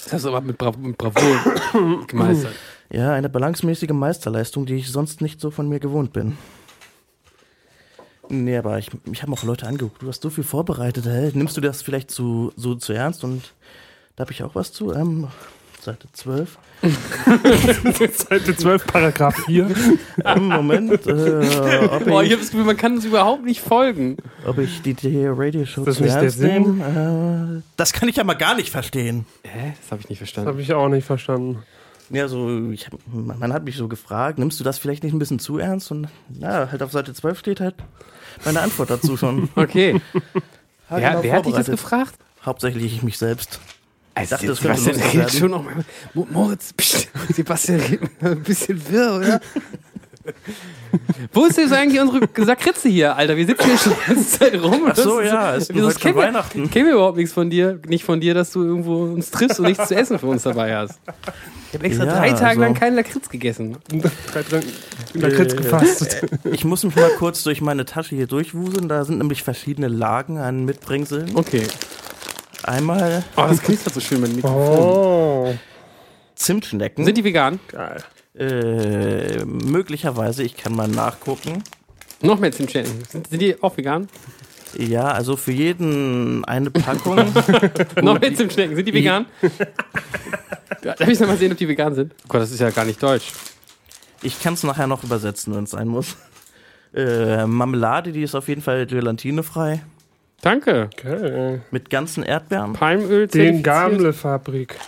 Speaker 1: Das hast du aber mit, Bra mit Bravour gemeistert.
Speaker 4: Ja, eine balancemäßige Meisterleistung, die ich sonst nicht so von mir gewohnt bin. Nee, aber ich, ich habe auch Leute angeguckt. Du hast so viel vorbereitet. Hä? Nimmst du das vielleicht zu, so zu ernst? Und da habe ich auch was zu. Ähm, Seite 12.
Speaker 2: Seite 12, Paragraph 4.
Speaker 4: Ähm, Moment. Äh, ob
Speaker 1: Boah, ich
Speaker 4: ich,
Speaker 1: habe das Gefühl, man kann uns überhaupt nicht folgen.
Speaker 4: ob ich die, die Radioshow
Speaker 2: Das ist
Speaker 4: zu
Speaker 2: nicht der
Speaker 4: ernst
Speaker 2: Sinn.
Speaker 4: nehme? Äh, das kann ich ja mal gar nicht verstehen.
Speaker 1: Hä? Das habe ich nicht verstanden.
Speaker 2: Habe ich auch nicht verstanden.
Speaker 4: Ja, so, ich hab, man man hat mich so gefragt, nimmst du das vielleicht nicht ein bisschen zu ernst? Und na, halt auf Seite 12 steht halt meine Antwort dazu schon.
Speaker 1: Okay.
Speaker 4: Hab
Speaker 1: Wer,
Speaker 4: genau
Speaker 1: wer hat dich das
Speaker 4: vorbereitet.
Speaker 1: gefragt?
Speaker 4: Hauptsächlich ich mich selbst.
Speaker 1: Ich
Speaker 4: dachte, das könnte
Speaker 1: Sebastian
Speaker 4: lustig
Speaker 1: redet
Speaker 4: werden.
Speaker 1: schon noch mal. Mo- Moritz, pst, Sebastian redet ein bisschen wirr, oder? Wo ist jetzt eigentlich unsere Sakritze hier, Alter? Wir sitzen hier schon die ganze Zeit rum. Ach
Speaker 4: so, ja, es ist heute schon Weihnachten.
Speaker 1: Kennen wir überhaupt nichts von dir, nicht von dir, dass du irgendwo uns triffst und nichts zu essen für uns dabei hast. Ich habe extra
Speaker 4: Ja,
Speaker 1: drei Tage
Speaker 4: also-
Speaker 1: lang keinen Lakritz gegessen.
Speaker 2: Drei drin, in der Kritz gefasst.
Speaker 4: Ich muss mich mal kurz durch meine Tasche hier durchwuseln. Da sind nämlich verschiedene Lagen an Mitbringseln.
Speaker 1: Okay.
Speaker 4: Einmal
Speaker 1: Oh, das knistert so schön mit dem Mikrofon.
Speaker 2: Oh,
Speaker 4: Zimtschnecken.
Speaker 1: Sind die vegan?
Speaker 2: geil.
Speaker 4: äh, möglicherweise, ich kann mal nachgucken.
Speaker 1: Noch mehr zum Channel. Sind, sind die auch vegan?
Speaker 4: Ja, also für jeden eine Packung.
Speaker 1: Noch mehr zum Schnecken. Sind die vegan? Darf ich noch mal sehen, ob die vegan sind? Oh Gott, das ist ja gar nicht deutsch.
Speaker 4: Ich kann es nachher noch übersetzen, wenn es sein muss. Äh, Marmelade, die ist auf jeden Fall gelatinefrei.
Speaker 1: Danke.
Speaker 2: geil.
Speaker 4: Mit ganzen Erdbeeren.
Speaker 1: Palmöl
Speaker 2: Den
Speaker 1: zertifiziert.
Speaker 2: Gammelfabrik.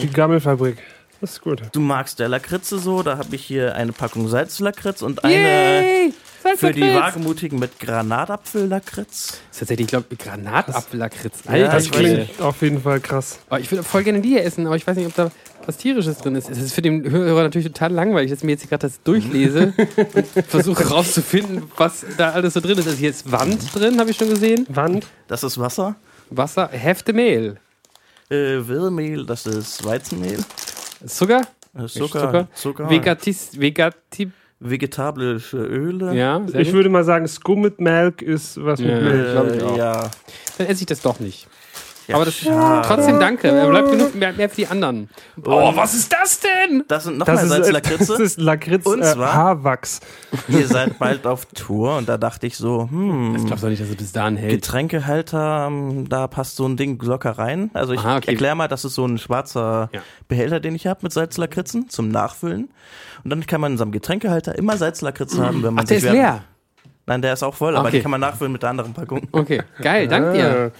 Speaker 2: Die Gammelfabrik. Das ist gut.
Speaker 4: Du magst der Lakritze so, da habe ich hier eine Packung Salzlakritz und eine
Speaker 1: Yay!
Speaker 4: für die
Speaker 1: Wagen.
Speaker 4: Wagemutigen mit Granatapfellakritz.
Speaker 1: Tatsächlich, ich glaube, Granatapfelakritz.
Speaker 4: Ja,
Speaker 1: Alter,
Speaker 2: Das
Speaker 4: ich weiß
Speaker 1: Schwede.
Speaker 2: klingt auf jeden Fall krass.
Speaker 1: Oh, ich würde voll gerne die hier essen, aber ich weiß nicht, ob da was Tierisches drin ist. Es ist für den Hörer natürlich total langweilig, dass ich mir jetzt hier gerade das durchlese und versuche rauszufinden, was da alles so drin ist. Also hier ist Wand drin, habe ich schon gesehen.
Speaker 2: Wand.
Speaker 4: Das ist Wasser.
Speaker 1: Wasser, Heftemehl.
Speaker 4: Äh, Wirrmehl, das ist Weizenmehl.
Speaker 1: Zucker?
Speaker 4: Das ist Zucker. Zucker.
Speaker 1: Vegatis, Vegatib.
Speaker 4: Vegetarische Öle.
Speaker 1: Ja, sehr
Speaker 2: Ich
Speaker 1: gut.
Speaker 2: würde mal sagen, Scummit Milk ist was mit
Speaker 1: Ja.
Speaker 2: Milch.
Speaker 1: glaub ich
Speaker 4: Äh,
Speaker 1: auch.
Speaker 4: ja.
Speaker 1: Dann esse ich das doch nicht.
Speaker 4: Ja,
Speaker 1: Aber das
Speaker 4: schade.
Speaker 1: trotzdem danke. Er bleibt genug mehr, mehr für die anderen. Oh, was ist das denn?
Speaker 4: Das sind
Speaker 2: Das
Speaker 4: nochmal
Speaker 2: ist, äh, das
Speaker 4: Salzlakritze.
Speaker 2: ist Lakritz
Speaker 4: Und
Speaker 2: äh,
Speaker 4: zwar-
Speaker 2: Haarwachs.
Speaker 4: Ihr seid bald auf Tour und da dachte ich so, hm,
Speaker 1: Ich glaube doch nicht, dass es bis dahin hält.
Speaker 4: Getränkehalter, ähm, da passt so ein Ding locker rein. Also ich
Speaker 1: Aha,
Speaker 4: erklär
Speaker 1: okay.
Speaker 4: erkläre mal, das ist so ein schwarzer
Speaker 1: Ja.
Speaker 4: Behälter, den ich habe mit Salzlakritzen zum Nachfüllen. Und dann kann man in seinem Getränkehalter immer Salzlakritze haben, wenn man
Speaker 1: Ach, der ist
Speaker 4: wärmt.
Speaker 1: leer.
Speaker 4: Nein, der ist auch voll, aber
Speaker 1: Okay.
Speaker 4: die kann man nachfüllen mit der anderen Packung.
Speaker 1: Okay, geil,
Speaker 4: Ah.
Speaker 1: dank dir.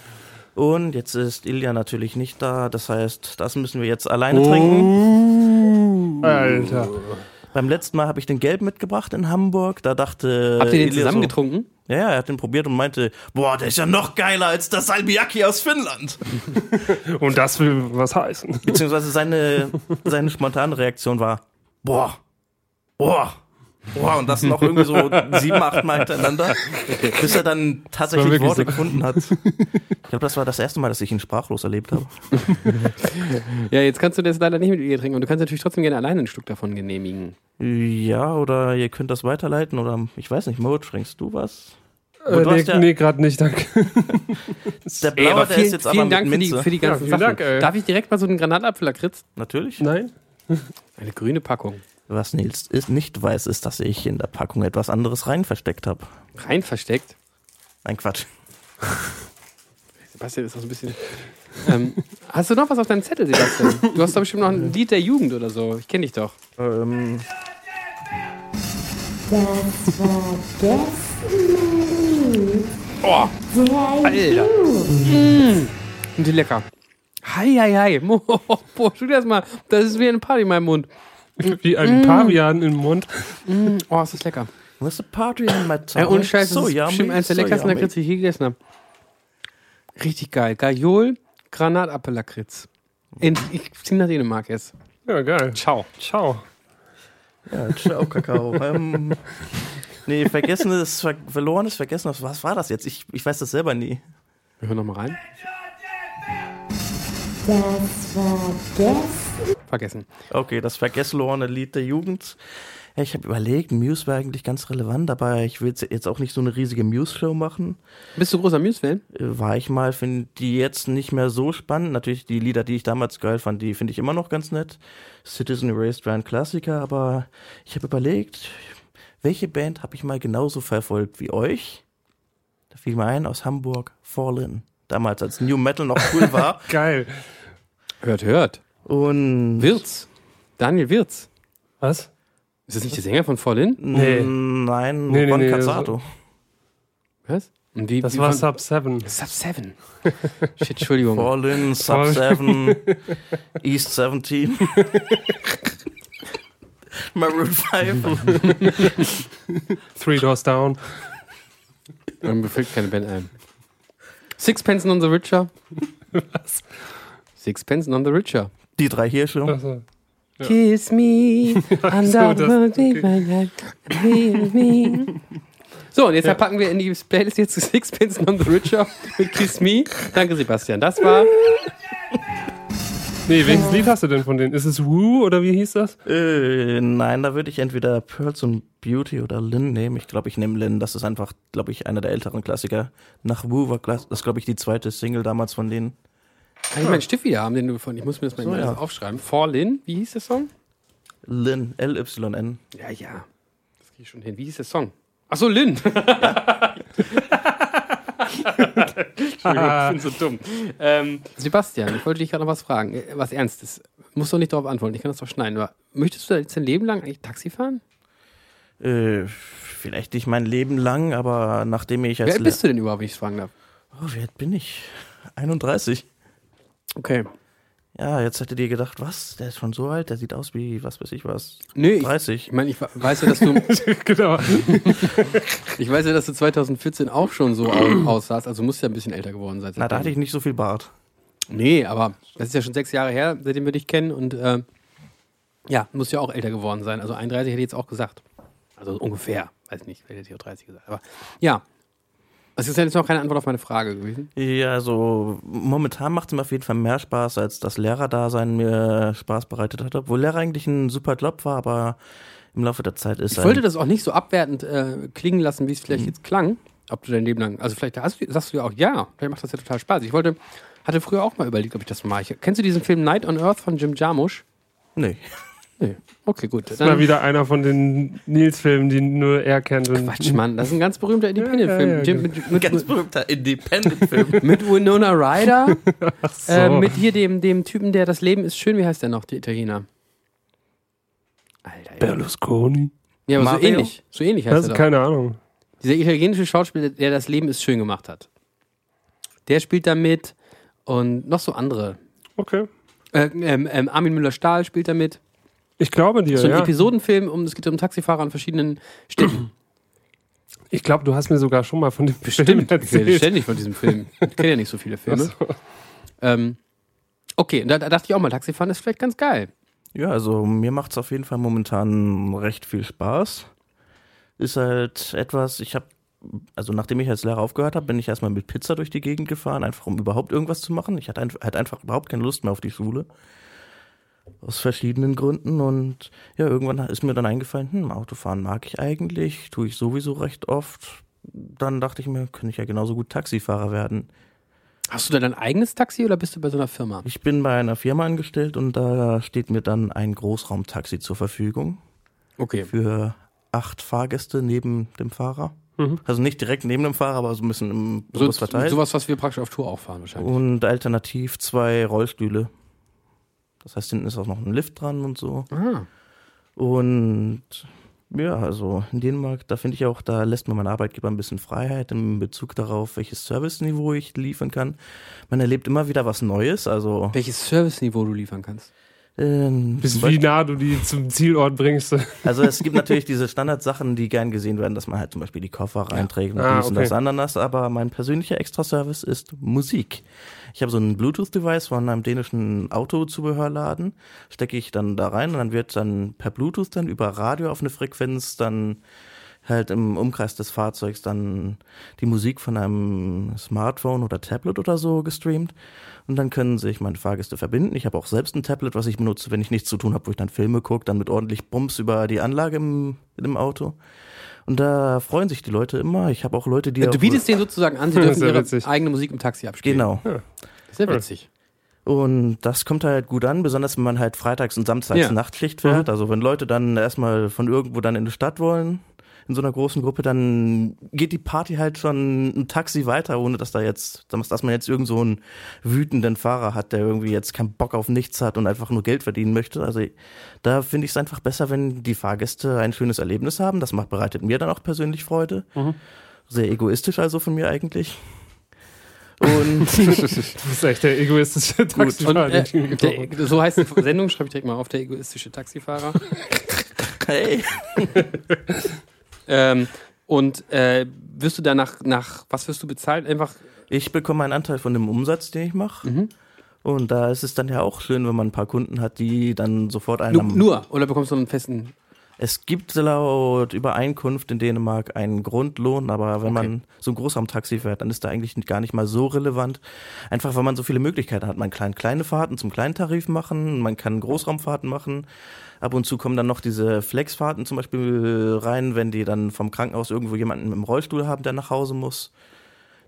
Speaker 4: Und jetzt ist Ilja natürlich nicht da, das heißt, das müssen wir jetzt
Speaker 1: Oh.
Speaker 4: alleine trinken.
Speaker 2: Alter. Äh,
Speaker 4: Beim letzten Mal habe ich den Gelb mitgebracht in Hamburg, da dachte
Speaker 1: Habt ihr den
Speaker 4: Ilja
Speaker 1: zusammen
Speaker 4: so,
Speaker 1: getrunken?
Speaker 4: Ja, ja, er hat den probiert und meinte, boah, der ist ja noch geiler als das Salmiakki aus Finnland.
Speaker 2: Und das will was heißen.
Speaker 4: Beziehungsweise seine, seine spontane Reaktion war, boah, boah, boah, und das noch irgendwie so sieben, acht Mal hintereinander, bis er dann tatsächlich
Speaker 2: wirklich
Speaker 4: Worte
Speaker 2: so.
Speaker 4: gefunden hat. Ich glaube, das war das erste Mal, dass ich ihn sprachlos erlebt habe.
Speaker 1: Ja, jetzt kannst du das leider nicht mit Bier trinken und du kannst natürlich trotzdem gerne alleine ein Stück davon genehmigen.
Speaker 4: Ja, oder ihr könnt das weiterleiten oder ich weiß nicht, Mo, trinkst du was?
Speaker 2: Äh,
Speaker 4: du
Speaker 2: nee,
Speaker 4: hast ja-
Speaker 2: nee gerade nicht, danke.
Speaker 4: Der Blaue, der
Speaker 1: vielen,
Speaker 4: ist jetzt
Speaker 1: vielen
Speaker 4: aber
Speaker 1: Dank für
Speaker 4: mit
Speaker 1: die,
Speaker 4: Minze.
Speaker 1: für die ganzen
Speaker 2: Ja, vielen
Speaker 1: Sachen.
Speaker 2: Dank, ey.
Speaker 1: Darf ich direkt mal so einen Granatapfel kritz?
Speaker 4: Natürlich.
Speaker 2: Nein?
Speaker 1: Eine grüne Packung.
Speaker 4: Was Nils ist, nicht weiß, ist, dass ich in der Packung etwas anderes rein versteckt habe.
Speaker 1: Rein versteckt.
Speaker 4: Nein, Quatsch.
Speaker 1: Sebastian ist noch so ein bisschen. ähm, hast du noch was auf deinem Zettel, Sebastian? Du hast doch bestimmt noch ein Lied der Jugend oder so. Ich kenne dich doch.
Speaker 4: Ähm,
Speaker 8: Das war gestern. Oh,
Speaker 1: Alter. Und die lecker. Hi, hi, hi. Mo- Boah, tu das mal. Das ist wie eine Party in meinem Mund.
Speaker 2: Wie ein Pavian im Mund.
Speaker 1: Oh, ist das lecker.
Speaker 4: What's the party in my tummy?
Speaker 1: Ja, und Scheiße, Äh, das ist
Speaker 4: yummy,
Speaker 1: bestimmt eins der
Speaker 4: so
Speaker 1: leckersten
Speaker 4: yummy.
Speaker 1: Lakritz, die ich je gegessen habe. Richtig geil. Gajol, Granatappellakritz. In- Ich zieh nach Dänemark jetzt.
Speaker 2: Ja, geil.
Speaker 1: Ciao.
Speaker 2: Ciao.
Speaker 4: Ja, ciao, Kakao. ähm, nee, vergessenes, ver verlorenes, vergessenes. Was war das jetzt? Ich, ich weiß das selber nie.
Speaker 1: Wir hören nochmal rein.
Speaker 8: das war gestern.
Speaker 1: Vergessen.
Speaker 4: Okay, das vergesslorene Lied der Jugend. Ja, ich habe überlegt, Muse war eigentlich ganz relevant, aber ich will jetzt auch nicht so eine riesige Muse-Show machen.
Speaker 1: Bist du großer Muse-Fan?
Speaker 4: Äh, War ich mal, finde die jetzt nicht mehr so spannend. Natürlich die Lieder, die ich damals geil fand, die finde ich immer noch ganz nett. Citizen Erased war ein Klassiker, aber ich habe überlegt, welche Band habe ich mal genauso verfolgt wie euch? Da fiel mir ein, aus Hamburg, Fallen. Damals, als New Metal noch cool war.
Speaker 2: Geil.
Speaker 1: Hört, hört.
Speaker 4: Und
Speaker 1: Wirz. Daniel Wirz.
Speaker 2: Was?
Speaker 1: Ist das nicht der Sänger von Fallin?
Speaker 2: Nee.
Speaker 4: nein,
Speaker 2: Nee, nee,
Speaker 4: Juan
Speaker 2: nee, also
Speaker 4: Cazzato.
Speaker 1: Was? Und wie,
Speaker 2: Das
Speaker 1: wie
Speaker 2: war
Speaker 1: von-
Speaker 2: Sub 7.
Speaker 1: Sub 7. Shit, Entschuldigung.
Speaker 4: Fallen, Sub
Speaker 2: Fallen.
Speaker 4: 7, East 17. Maroon 5.
Speaker 2: Three Doors Down.
Speaker 1: Dann befällt keine Band ein. Sixpence None the Richer.
Speaker 2: Was?
Speaker 1: Sixpence None the Richer.
Speaker 4: Die drei Hirsche.
Speaker 2: Also,
Speaker 1: Kiss me,
Speaker 2: so,
Speaker 1: under
Speaker 2: das-
Speaker 1: the okay. me. So, und jetzt packen wir in die Playlist jetzt Sixpence None the Richer mit Kiss Me. Danke, Sebastian. Das war
Speaker 2: nee, welches Lied hast du denn von denen? Ist es Woo oder wie hieß das?
Speaker 4: Äh, nein, da würde ich entweder Pearls und Beauty oder Lynn nehmen. Ich glaube, ich nehme Lynn. Das ist einfach, glaube ich, einer der älteren Klassiker. Nach Woo war Klass das, glaube ich, die zweite Single damals von denen.
Speaker 1: Kann ich meinen Stift wieder haben, den du von. Ich muss mir das mal
Speaker 4: So,
Speaker 1: mal
Speaker 4: ja.
Speaker 1: aufschreiben. Fall in, wie hieß der Song?
Speaker 4: Lynn, L-Y-N.
Speaker 1: Ja, ja. Das krieg ich schon hin. Wie hieß der Song? Achso, Lynn.
Speaker 2: Ah,
Speaker 1: bin so dumm. Ähm, Sebastian, ich wollte dich gerade noch was fragen. äh, Was Ernstes. Musst doch nicht darauf antworten, ich kann das doch schneiden. Aber möchtest du jetzt dein Leben lang eigentlich Taxi fahren?
Speaker 4: Äh, vielleicht nicht mein Leben lang, aber nachdem ich als
Speaker 1: Wer bist du denn überhaupt, wenn ich es fragen darf?
Speaker 4: Oh, wie alt bin ich? 31.
Speaker 1: Okay.
Speaker 4: Ja, jetzt hättet ihr gedacht, was? Der ist schon so alt, der sieht aus wie, was weiß ich was,
Speaker 1: Nö, ich, ich
Speaker 4: 30.
Speaker 1: meine, ich wa- weiß ja, dass du,
Speaker 2: genau.
Speaker 1: ich weiß ja, dass du 2014 auch schon so au- aussahst. Also musst du ja ein bisschen älter geworden sein.
Speaker 4: Na, da hatte ich nicht so viel Bart.
Speaker 1: Nee, aber das ist ja schon sechs Jahre her, seitdem wir dich kennen und äh, ja, muss ja auch älter geworden sein. Also 31 hätte ich jetzt auch gesagt. Also ungefähr. Weiß nicht, vielleicht hätte ich auch 30 gesagt. Aber ja. Es ist ja jetzt noch keine Antwort auf meine Frage gewesen.
Speaker 4: Ja, also momentan macht es mir auf jeden Fall mehr Spaß, als das Lehrerdasein mir Spaß bereitet hat. Obwohl Lehrer eigentlich ein super Job war, aber im Laufe der Zeit ist
Speaker 1: Ich wollte das auch nicht so abwertend äh, klingen lassen, wie es vielleicht jetzt klang, ob du dein Leben lang. Also vielleicht hast du, sagst du ja auch, ja, vielleicht macht das ja total Spaß. Ich wollte, hatte früher auch mal überlegt, ob ich das mal mache. Kennst du diesen Film Night on Earth von Jim Jarmusch?
Speaker 4: Nee.
Speaker 1: Nee. Okay, gut. Dann,
Speaker 2: Mal wieder einer von den Nils-Filmen, die nur er kennt. Und
Speaker 1: Quatsch, Mann, das ist ein ganz berühmter Independent-Film.
Speaker 2: Ja, ja, ja,
Speaker 1: Jim- mit, mit,
Speaker 4: Ganz berühmter Independent-Film.
Speaker 1: mit Winona Ryder,
Speaker 2: so.
Speaker 1: äh, mit hier dem, dem Typen, der das Leben ist schön, wie heißt der noch, der Italiener? Alter, ey.
Speaker 2: Berlusconi.
Speaker 1: Ja, aber so
Speaker 4: Mario?
Speaker 1: ähnlich. So ähnlich
Speaker 2: Das
Speaker 1: heißt
Speaker 2: ist
Speaker 1: er doch.
Speaker 2: keine Ahnung.
Speaker 1: Dieser italienische Schauspieler, der das Leben ist schön gemacht hat. Der spielt da mit und noch so andere.
Speaker 2: Okay.
Speaker 1: Äh, ähm, ähm, Armin Müller-Stahl spielt da mit.
Speaker 2: Ich glaube dir,
Speaker 1: So ein
Speaker 2: ja.
Speaker 1: Episodenfilm, um, es geht um Taxifahrer an verschiedenen Städten.
Speaker 2: Ich glaube, du hast mir sogar schon mal von dem Film
Speaker 1: Bestimmt. Ich rede
Speaker 2: erzählt.
Speaker 1: ständig von diesem Film. Ich kenne ja nicht so viele Filme.
Speaker 2: Ach so.
Speaker 1: Ähm, okay, da, da dachte ich auch mal, Taxifahren ist vielleicht ganz geil.
Speaker 4: Ja, also mir macht's auf jeden Fall momentan recht viel Spaß. Ist halt etwas, ich habe, also nachdem ich als Lehrer aufgehört habe, bin ich erstmal mit Pizza durch die Gegend gefahren, einfach um überhaupt irgendwas zu machen. Ich hatte, ein, hatte einfach überhaupt keine Lust mehr auf die Schule. Aus verschiedenen Gründen und ja, irgendwann ist mir dann eingefallen, hm, Autofahren mag ich eigentlich, tue ich sowieso recht oft. Dann dachte ich mir, könnte ich ja genauso gut Taxifahrer werden.
Speaker 1: Hast du da dein eigenes Taxi oder bist du bei so einer Firma?
Speaker 4: Ich bin bei einer Firma angestellt und da steht mir dann ein Großraumtaxi zur Verfügung.
Speaker 1: Okay.
Speaker 4: für acht Fahrgäste neben dem Fahrer. Also nicht direkt neben dem Fahrer, aber so ein bisschen im
Speaker 1: Mhm. So,
Speaker 4: Bus verteilt.
Speaker 1: sowas, was wir praktisch auf Tour auch fahren wahrscheinlich.
Speaker 4: und alternativ zwei Rollstühle. Das heißt, hinten ist auch noch ein Lift dran und so.
Speaker 1: Ah.
Speaker 4: Und ja, also in Dänemark, da finde ich auch, da lässt mir mein Arbeitgeber ein bisschen Freiheit in Bezug darauf, welches Serviceniveau ich liefern kann. Man erlebt immer wieder was Neues,
Speaker 2: Oh.
Speaker 4: also
Speaker 1: Welches Serviceniveau du liefern kannst.
Speaker 4: ähm,
Speaker 2: Bis
Speaker 4: zum
Speaker 2: wie nah du die zum Zielort bringst.
Speaker 4: Also es gibt natürlich diese Standardsachen, die gern gesehen werden, dass man halt zum Beispiel die Koffer reinträgt und
Speaker 2: Ah,
Speaker 4: dies und das
Speaker 2: okay.
Speaker 4: Ananas, aber mein persönlicher Extraservice ist Musik. Ich habe so ein Bluetooth-Device von einem dänischen Autozubehörladen, stecke ich dann da rein und dann wird dann per Bluetooth dann über Radio auf eine Frequenz dann halt im Umkreis des Fahrzeugs dann die Musik von einem Smartphone oder Tablet oder so gestreamt und dann können sich meine Fahrgäste verbinden. Ich habe auch selbst ein Tablet, was ich benutze, wenn ich nichts zu tun habe, wo ich dann Filme gucke, dann mit ordentlich Bums über die Anlage im, im Auto. Und da freuen sich die Leute immer. Ich habe auch Leute, die
Speaker 1: Äh, Du
Speaker 4: auch-
Speaker 1: bietest denen sozusagen an, sie
Speaker 2: Das
Speaker 1: dürfen
Speaker 2: ist ja
Speaker 1: ihre
Speaker 2: witzig.
Speaker 1: eigene Musik im Taxi abspielen.
Speaker 4: genau.
Speaker 1: Sehr witzig.
Speaker 4: Und das kommt halt gut an, besonders wenn man halt freitags und samstags
Speaker 1: Ja.
Speaker 4: Nachtschicht fährt. Also wenn Leute dann erstmal von irgendwo dann in die Stadt wollen, in so einer großen Gruppe, dann geht die Party halt schon ein Taxi weiter, ohne dass da jetzt, dass man jetzt irgend so einen wütenden Fahrer hat, der irgendwie jetzt keinen Bock auf nichts hat und einfach nur Geld verdienen möchte. Also da finde ich es einfach besser, wenn die Fahrgäste ein schönes Erlebnis haben. Das macht, bereitet mir dann auch persönlich Freude. Sehr egoistisch also von mir eigentlich. Und
Speaker 2: Das ist echt der egoistische
Speaker 1: Und,
Speaker 2: Taxifahrer.
Speaker 1: äh,
Speaker 2: den ich gebraucht
Speaker 1: der, so heißt die Sendung, schreibe ich direkt mal auf, der egoistische Taxifahrer.
Speaker 4: hey.
Speaker 1: ähm, und äh, wirst du danach, nach, was wirst du bezahlt? Einfach,
Speaker 4: Ich bekomme einen Anteil von dem Umsatz, den ich mache. Und da ist es dann ja auch schön, wenn man ein paar Kunden hat, die dann sofort
Speaker 1: nur,
Speaker 4: einem.
Speaker 1: nur, oder bekommst du einen festen,
Speaker 4: Es gibt laut Übereinkunft in Dänemark einen Grundlohn, aber wenn man so ein Großraumtaxi fährt, dann ist da eigentlich gar nicht mal so relevant. Einfach weil man so viele Möglichkeiten hat. Man kann kleine Fahrten zum kleinen Tarif machen, man kann Großraumfahrten machen. Ab und zu kommen dann noch diese Flexfahrten zum Beispiel rein, wenn die dann vom Krankenhaus irgendwo jemanden im Rollstuhl haben, der nach Hause muss,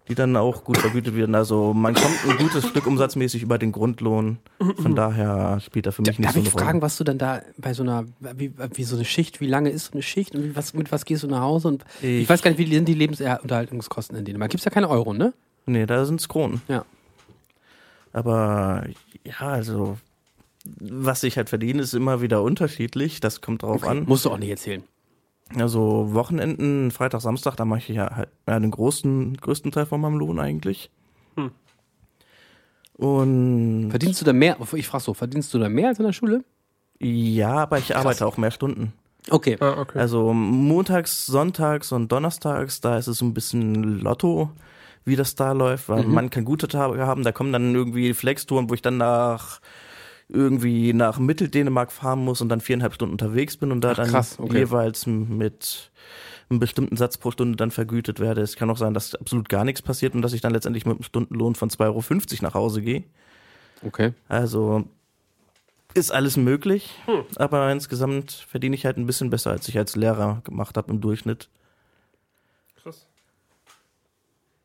Speaker 4: die dann auch gut vergütet werden. Also man kommt ein gutes Stück umsatzmäßig über den Grundlohn. Von daher spielt da für mich nicht
Speaker 1: Darf
Speaker 4: so eine
Speaker 1: ich
Speaker 4: Rolle.
Speaker 1: fragen, was du dann da bei so einer, wie, wie so eine Schicht, wie lange ist so eine Schicht und wie, was, mit was gehst du nach Hause? Und ich,
Speaker 4: Ich-
Speaker 1: weiß gar nicht, wie sind die Lebensunterhaltungskosten in Dänemark? Gibt es ja keine Euro, ne?
Speaker 4: Nee, da sind's Kronen.
Speaker 1: Ja.
Speaker 4: Aber ja, also was ich halt verdiene, ist immer wieder unterschiedlich. Das kommt drauf an.
Speaker 1: Musst du auch nicht erzählen.
Speaker 4: Also Wochenenden, Freitag, Samstag, da mache ich ja halt ja, den großen, größten Teil von meinem Lohn eigentlich. Und
Speaker 1: Verdienst du da mehr, ich frage so, verdienst du da mehr als in der Schule?
Speaker 4: ja, aber ich arbeite auch mehr Stunden.
Speaker 1: Okay.
Speaker 2: habe. ah, okay.
Speaker 4: Also montags, sonntags und donnerstags, da ist es so ein bisschen Lotto, wie das da läuft, weil
Speaker 1: Mhm.
Speaker 4: man kann gute Tage haben, da kommen dann irgendwie Flextouren, wo ich dann nach irgendwie nach Mitteldänemark fahren muss und dann viereinhalb Stunden unterwegs bin und da dann
Speaker 1: krass, okay.
Speaker 4: jeweils m- mit einem bestimmten Satz pro Stunde dann vergütet werde. Es kann auch sein, dass absolut gar nichts passiert und dass ich dann letztendlich mit einem Stundenlohn von 2,50 Euro nach Hause gehe.
Speaker 1: Okay.
Speaker 4: Also ist alles möglich, aber insgesamt verdiene ich halt ein bisschen besser, als ich als Lehrer gemacht habe im Durchschnitt.
Speaker 2: Krass.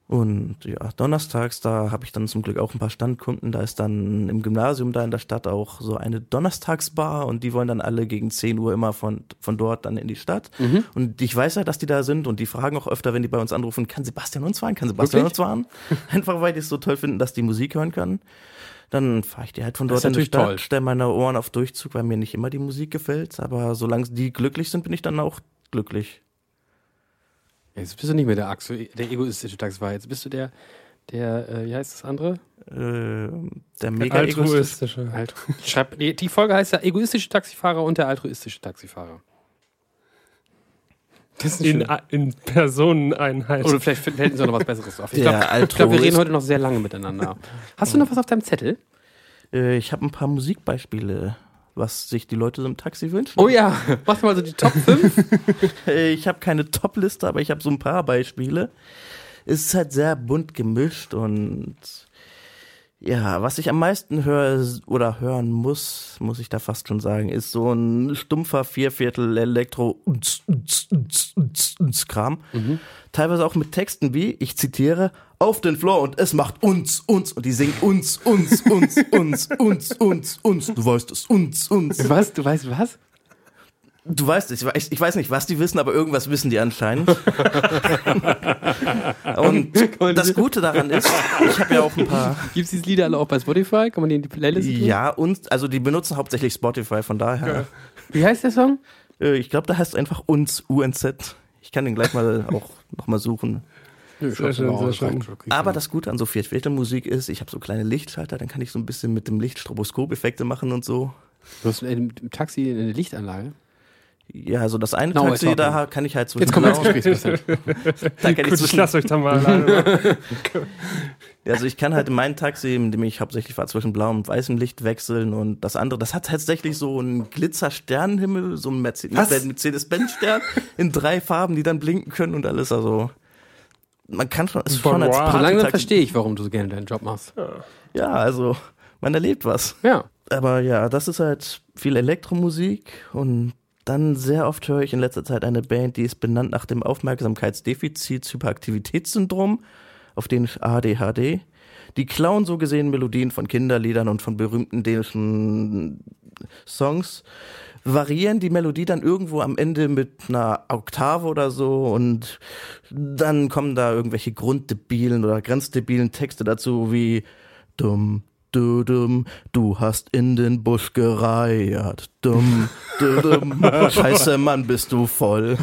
Speaker 4: Und ja, donnerstags, da habe ich dann zum Glück auch ein paar Standkunden. Da ist dann im Gymnasium da in der Stadt auch so eine Donnerstagsbar und die wollen dann alle gegen 10 Uhr immer von, von dort dann in die Stadt. Und ich weiß ja, dass die da sind und die fragen auch öfter, wenn die bei uns anrufen, kann Sebastian uns fahren? Kann Sebastian
Speaker 1: Wirklich?
Speaker 4: uns fahren? Einfach weil die es so toll finden, dass die Musik hören können. Dann fahre ich die halt von
Speaker 1: Das ist
Speaker 4: dort in die
Speaker 1: natürlich toll.
Speaker 4: Stadt, stelle meine Ohren auf Durchzug, weil mir nicht immer die Musik gefällt. Aber solange die glücklich sind, bin ich dann auch glücklich.
Speaker 1: Jetzt bist du nicht mehr der Axel, der egoistische Taxifahrer. Jetzt bist du der, der, äh, wie heißt das andere?
Speaker 4: Äh, der Mega-Egoist
Speaker 2: Altruistische.
Speaker 1: Alt Schreib, die, die Folge heißt ja egoistische Taxifahrer und der altruistische Taxifahrer. Das ist
Speaker 2: in,
Speaker 1: schön.
Speaker 2: in Personeneinheit.
Speaker 1: Oder vielleicht fällt uns auch noch was Besseres auf. Ich
Speaker 4: Der
Speaker 1: glaube, glaub, wir reden heute noch sehr lange miteinander. Hast du noch was auf deinem Zettel?
Speaker 4: Äh, ich habe ein paar Musikbeispiele, was sich die Leute so im Taxi wünschen.
Speaker 1: Oh ja, mach mal so die Top 5.
Speaker 4: Äh, Ich habe keine Top-Liste, aber ich habe so ein paar Beispiele. Es ist halt sehr bunt gemischt und ja, was ich am meisten höre oder hören muss, muss ich da fast schon sagen, ist so ein stumpfer Vierviertel Elektro unz, unz, unz, unz, unz Kram. Teilweise auch mit Texten wie, ich zitiere, auf den Floor und es macht uns, uns und die singen uns, uns, uns, uns, uns, uns, uns, du weißt es, uns, uns.
Speaker 1: was? Du weißt was?
Speaker 4: Du weißt es, ich weiß, ich weiß nicht, was die wissen, aber irgendwas wissen die anscheinend. und das Gute daran ist, ich habe ja auch ein paar.
Speaker 1: Gibt es diese Lieder alle auch bei Spotify? Kann man die in die Playlist tun?
Speaker 4: Ja, und, also die benutzen hauptsächlich Spotify, von daher.
Speaker 1: Wie heißt der Song?
Speaker 4: Äh, Ich glaube, da heißt einfach uns, UNZ. Ich kann den gleich mal auch nochmal suchen.
Speaker 2: Sehr schön, sehr schön.
Speaker 4: Aber das Gute an so Viertelmusik ist, ich habe so kleine Lichtschalter, dann kann ich so ein bisschen mit dem Licht Stroboskop-Effekte machen und so.
Speaker 1: Du hast im, im Taxi eine Lichtanlage.
Speaker 4: Ja, so das eine
Speaker 1: Now we're
Speaker 4: Taxi, da
Speaker 1: talking.
Speaker 4: kann ich halt so.
Speaker 1: Jetzt kommt das Gespräch.
Speaker 4: da kann ich
Speaker 2: Gut, ich
Speaker 4: zwischen,
Speaker 2: lasse euch da mal alleine.
Speaker 4: Ja, Also ich kann halt in meinem Taxi, in dem ich hauptsächlich fahre, zwischen blauem und weißem Licht wechseln und das andere, das hat tatsächlich so einen Glitzer-Sternenhimmel, so einen Merce- Mercedes-Benz-Stern in drei Farben, die dann blinken können und alles. Also man kann schon, es ist schon als
Speaker 2: Wow.
Speaker 1: So langsam
Speaker 4: Partytaxi-
Speaker 1: verstehe ich, warum du so gerne deinen Job machst.
Speaker 4: Ja, also man erlebt was.
Speaker 1: Ja.
Speaker 4: Aber ja, das ist halt viel Elektromusik und dann sehr oft höre ich in letzter Zeit eine Band, die ist benannt nach dem Aufmerksamkeitsdefizit-Hyperaktivitätssyndrom, auf den ADHD. Die klauen so gesehen Melodien von Kinderliedern und von berühmten dänischen Songs, variieren die Melodie dann irgendwo am Ende mit einer Oktave oder so und dann kommen da irgendwelche grunddebilen oder grenzdebilen Texte dazu wie dumm, du dumm, du hast in den Busch gereiert, dumm, du dumm, scheiße Mann, bist du voll.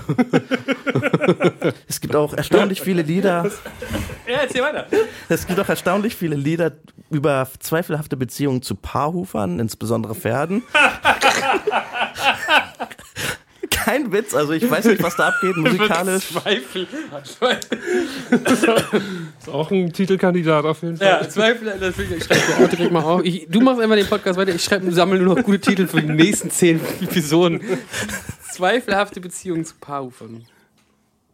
Speaker 4: es gibt auch erstaunlich viele Lieder,
Speaker 1: Ja, erzähl weiter.
Speaker 4: es gibt auch erstaunlich viele Lieder über zweifelhafte Beziehungen zu Paarhufern, insbesondere Pferden. Kein Witz, also ich weiß nicht, was da abgeht musikalisch.
Speaker 1: Zweifel.
Speaker 2: Ist auch ein Titelkandidat auf jeden Fall.
Speaker 1: Ja, Zweifel. Das will ich, ich schreibe mir auch direkt mal auf. Ich, du machst einfach den Podcast weiter. Ich schreibe, sammle nur noch gute Titel für die nächsten zehn Episoden. Zweifelhafte Beziehungen zu Paarhufern.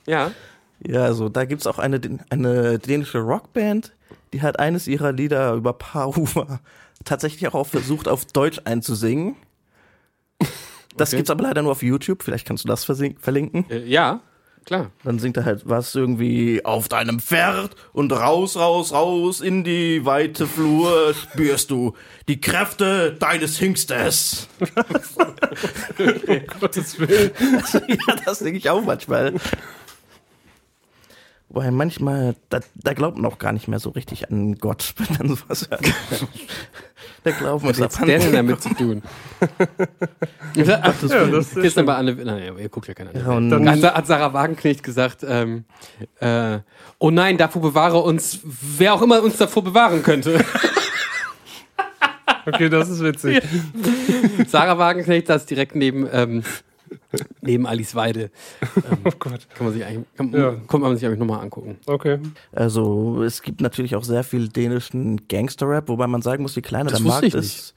Speaker 1: Ja.
Speaker 4: Ja, also da gibt's auch eine, Dän- eine dänische Rockband, die hat eines ihrer Lieder über Paarhufer tatsächlich auch versucht, auf Deutsch einzusingen. Das gibt's aber leider nur auf YouTube, vielleicht kannst du das versin- verlinken.
Speaker 1: Äh, ja, klar.
Speaker 4: Dann singt er halt was irgendwie auf deinem Pferd und raus, raus, raus in die weite Flur spürst du die Kräfte deines Hingstes.
Speaker 2: um Gottes Willen.
Speaker 4: ja, das denke ich auch manchmal. Wobei manchmal, da, da glaubt man auch gar nicht mehr so richtig an Gott, wenn man sowas hört. da glauben wir es
Speaker 1: Was hat der denn damit zu tun? ja,
Speaker 2: das ist
Speaker 1: ist dann bei Anne. Nein, aber ihr guckt ja keiner.
Speaker 4: Und
Speaker 1: Hat, hat Sarah Wagenknecht gesagt, ähm, äh, oh nein, davor bewahre uns, wer auch immer uns davor bewahren könnte.
Speaker 2: Okay, das ist witzig.
Speaker 1: Sarah Wagenknecht, das direkt neben, ähm, neben Alice Weide. Ähm,
Speaker 2: Oh Gott.
Speaker 1: Kann man sich eigentlich, kann,
Speaker 2: Ja.
Speaker 1: kann man sich eigentlich nochmal angucken.
Speaker 2: Okay.
Speaker 4: also es gibt natürlich auch sehr viel dänischen Gangster-Rap, wobei man sagen muss, je kleiner
Speaker 1: Das
Speaker 4: der
Speaker 1: wusste
Speaker 4: Markt
Speaker 1: ich
Speaker 4: ist,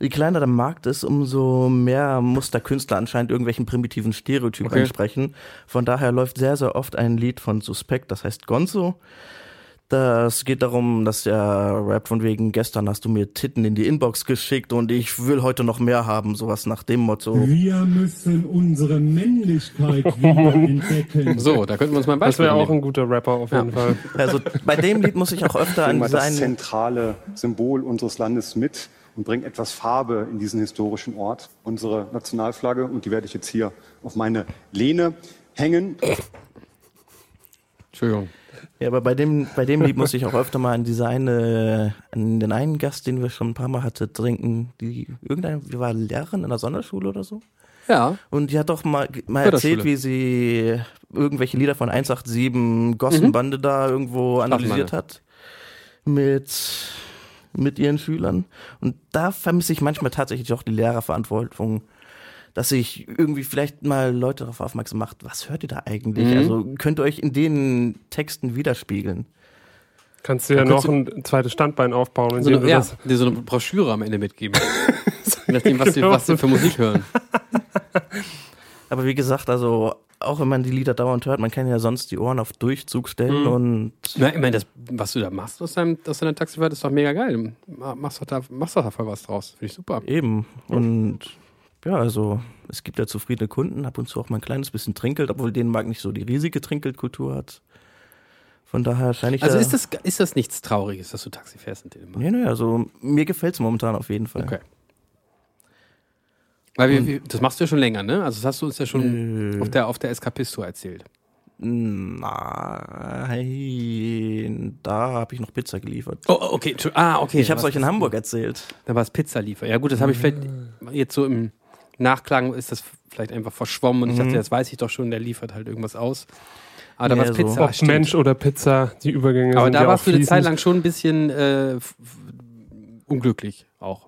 Speaker 4: je kleiner der Markt ist, umso mehr muss der Künstler anscheinend irgendwelchen primitiven Stereotypen
Speaker 1: Okay.
Speaker 4: entsprechen. Von daher läuft sehr, sehr oft ein Lied von Suspekt, das heißt Gonzo. Das geht darum, dass der Rap von wegen gestern hast du mir Titten in die Inbox geschickt und ich will heute noch mehr haben, sowas nach dem Motto.
Speaker 5: Wir müssen unsere Männlichkeit wieder entdecken.
Speaker 1: So, da könnten wir uns mal ein
Speaker 2: Das
Speaker 1: Beispiel
Speaker 2: wäre auch ein
Speaker 1: nehmen.
Speaker 2: guter Rapper auf jeden Fall.
Speaker 4: Also bei dem Lied muss ich auch öfter an
Speaker 9: mal das
Speaker 4: seinen
Speaker 9: zentrale Symbol unseres Landes mit und bringen etwas Farbe in diesen historischen Ort. Unsere Nationalflagge, und die werde ich jetzt hier auf meine Lehne hängen.
Speaker 1: Entschuldigung.
Speaker 4: Ja, aber bei dem, bei dem Lied muss ich auch öfter mal an diese eine, an den einen Gast, den wir schon ein paar Mal hatte, trinken. Die irgendeine, die war Lehrerin in der Sonderschule oder so.
Speaker 1: Ja,
Speaker 4: Und die hat doch mal, mal
Speaker 1: Förderschule.
Speaker 4: erzählt, wie sie irgendwelche Lieder von 187 Gossenbande da irgendwo analysiert hat. Mit, mit ihren Schülern. Und da vermisse ich manchmal tatsächlich auch die Lehrerverantwortung. dass sich irgendwie vielleicht mal Leute darauf aufmerksam macht, was hört ihr da eigentlich? Also könnt ihr euch in den Texten widerspiegeln.
Speaker 2: Kannst du ja noch
Speaker 4: kannst
Speaker 2: ein zweites Standbein aufbauen, indem
Speaker 1: So eine,
Speaker 2: du
Speaker 1: ja,
Speaker 2: das.
Speaker 1: dir so eine Broschüre am Ende mitgeben. Je nachdem, was,
Speaker 2: Genau
Speaker 1: wir, was wir für Musik hören.
Speaker 4: Aber wie gesagt, also auch wenn man die Lieder dauernd hört, man kann ja sonst die Ohren auf Durchzug
Speaker 1: Mhm.
Speaker 4: stellen und
Speaker 1: Na, ich meine, das, was du da machst aus, deinem, aus deiner Taxifahrt, ist doch mega geil. Ma- Machst doch da, machst doch da voll was draus. Finde ich super.
Speaker 4: eben. Und ja, also es gibt ja zufriedene Kunden, ab und zu auch mal ein kleines bisschen Trinkgeld, obwohl Dänemark nicht so die riesige Trinkgeldkultur hat. Von daher scheine ich
Speaker 2: äh,
Speaker 1: Also
Speaker 4: da,
Speaker 1: ist das, ist das nichts Trauriges, dass du Taxi fährst in Dänemark?
Speaker 4: Nee, nee, also mir gefällt es momentan auf jeden Fall.
Speaker 1: Okay. Weil
Speaker 2: Ähm,
Speaker 1: wir, wir, das machst du ja schon länger, ne? Also das hast du uns ja
Speaker 2: äh.
Speaker 1: schon auf der, auf der Eskapisto erzählt.
Speaker 4: Nein, da habe ich noch Pizza geliefert.
Speaker 1: Oh, oh, okay. Entschu- Ah, okay.
Speaker 4: Ich habe es
Speaker 1: Da
Speaker 4: euch in Hamburg Mhm. erzählt.
Speaker 1: war's- Da war es Pizzaliefer. Ja gut, das habe ich vielleicht jetzt so im Nachklang ist das vielleicht einfach verschwommen und ich
Speaker 4: Mhm.
Speaker 1: dachte, das weiß ich doch schon, der liefert halt irgendwas aus. Aber da
Speaker 4: Nee,
Speaker 1: war es
Speaker 4: so.
Speaker 1: Pizza.
Speaker 2: Ob
Speaker 1: stimmt.
Speaker 2: Mensch oder Pizza, die Übergänge
Speaker 1: Aber
Speaker 2: sind
Speaker 1: da
Speaker 2: ja
Speaker 1: warst
Speaker 2: auch
Speaker 1: du eine Zeit
Speaker 2: fließend.
Speaker 1: lang schon ein bisschen äh, f- f- unglücklich auch.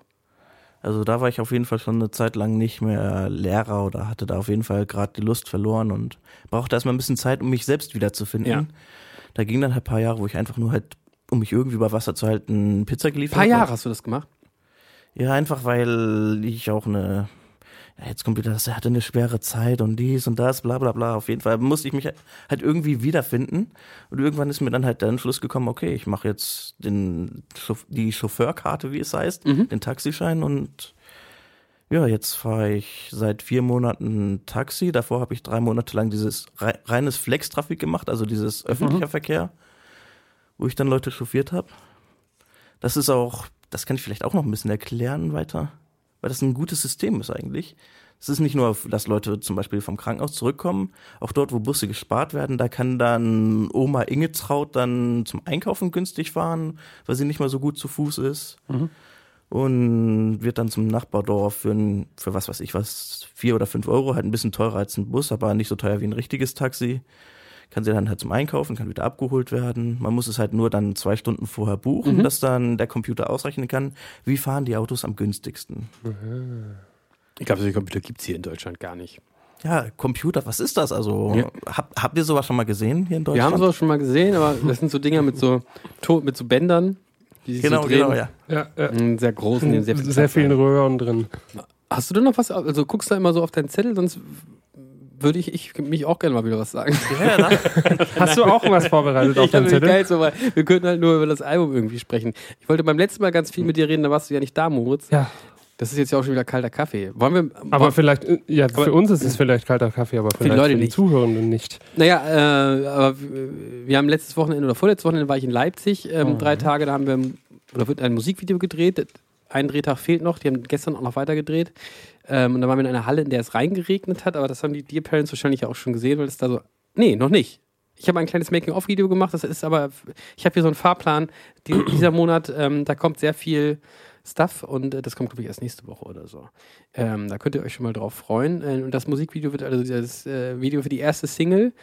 Speaker 4: Also da war ich auf jeden Fall schon eine Zeit lang nicht mehr Lehrer oder hatte da auf jeden Fall gerade die Lust verloren und brauchte erstmal ein bisschen Zeit, um mich selbst wiederzufinden.
Speaker 1: Ja.
Speaker 4: Da ging dann halt ein paar Jahre, wo ich einfach nur halt, um mich irgendwie über Wasser zu halten, Pizza
Speaker 1: Ein
Speaker 4: geliefert
Speaker 1: paar
Speaker 4: habe.
Speaker 1: Jahre hast du das gemacht.
Speaker 4: Ja, einfach weil ich auch eine, ja, jetzt kommt wieder das, er hatte eine schwere Zeit und dies und das, bla bla bla. Auf jeden Fall musste ich mich halt irgendwie wiederfinden. Und irgendwann ist mir dann halt der Entschluss gekommen, okay, ich mache jetzt den, Chauff- die Chauffeurkarte, wie es heißt, den Taxischein und ja, jetzt fahre ich seit vier Monaten Taxi. Davor habe ich drei Monate lang dieses rei- reines Flex-Traffic gemacht, also dieses öffentlicher Verkehr, wo ich dann Leute chauffiert habe. Das ist auch, das kann ich vielleicht auch noch ein bisschen erklären weiter, weil das ein gutes System ist eigentlich. Es ist nicht nur, dass Leute zum Beispiel vom Krankenhaus zurückkommen, auch dort, wo Busse gespart werden, da kann dann Oma Ingetraut dann zum Einkaufen günstig fahren, weil sie nicht mal so gut zu Fuß ist. Und wird dann zum Nachbardorf für, ein, für was weiß ich was, vier oder fünf Euro, halt ein bisschen teurer als ein Bus, aber nicht so teuer wie ein richtiges Taxi. Kann sie dann halt zum Einkaufen, kann wieder abgeholt werden. Man muss es halt nur dann zwei Stunden vorher buchen,
Speaker 1: Mhm.
Speaker 4: dass dann der Computer ausrechnen kann, wie fahren die Autos am günstigsten.
Speaker 1: Ich glaube, solche Computer gibt es hier in Deutschland gar nicht.
Speaker 4: Ja, Computer, was ist das? Also,
Speaker 1: Ja.
Speaker 4: hab, habt ihr sowas schon mal gesehen hier in
Speaker 1: Wir
Speaker 4: Deutschland?
Speaker 1: haben sowas schon mal gesehen, aber das sind so Dinger mit so, to mit so Bändern, die sich
Speaker 4: genau,
Speaker 1: so drehen.
Speaker 4: genau, ja.
Speaker 2: Ja, ja.
Speaker 1: Einen sehr großen, den sehr viel
Speaker 2: Hm, Sehr
Speaker 1: Platz
Speaker 2: vielen
Speaker 1: haben.
Speaker 2: Röhren drin.
Speaker 1: Hast du denn noch was? Also guckst du da immer so auf deinen Zettel, sonst würde ich, ich mich auch gerne mal wieder was sagen.
Speaker 4: Ja, da,
Speaker 2: Hast du auch was vorbereitet auf
Speaker 1: Ich
Speaker 2: deinem
Speaker 1: finde
Speaker 2: Zettel?
Speaker 1: geil, so, weil wir könnten halt nur über das Album irgendwie sprechen. Ich wollte beim letzten Mal ganz viel mit dir reden, da warst du ja nicht da, Moritz.
Speaker 2: Ja,
Speaker 1: Das ist jetzt ja auch schon wieder kalter Kaffee. Wollen wir.
Speaker 2: aber vielleicht, äh, ja, für
Speaker 1: Aber-
Speaker 2: uns ist es vielleicht kalter Kaffee, aber vielleicht
Speaker 1: Leute
Speaker 2: für die
Speaker 1: nicht.
Speaker 2: Zuhörenden nicht.
Speaker 1: Naja, äh, aber w- wir haben letztes Wochenende oder vorletztes Wochenende war ich in Leipzig, ähm, drei Tage, da haben wir oder wird ein Musikvideo gedreht. Ein Drehtag fehlt noch, die haben gestern auch noch weiter gedreht. Ähm, und da waren wir in einer Halle, in der es reingeregnet hat, aber das haben die Dear Parents wahrscheinlich auch schon gesehen, weil es da so. Nee, noch nicht. Ich habe ein kleines Making-of-Video gemacht, das ist aber. Ich habe hier so einen Fahrplan. Die, dieser Monat, ähm, da kommt sehr viel Stuff und äh, das kommt, glaube ich, erst nächste Woche oder so. Ähm, da könnt ihr euch schon mal drauf freuen. Äh, und das Musikvideo wird also das äh, Video für die erste Single.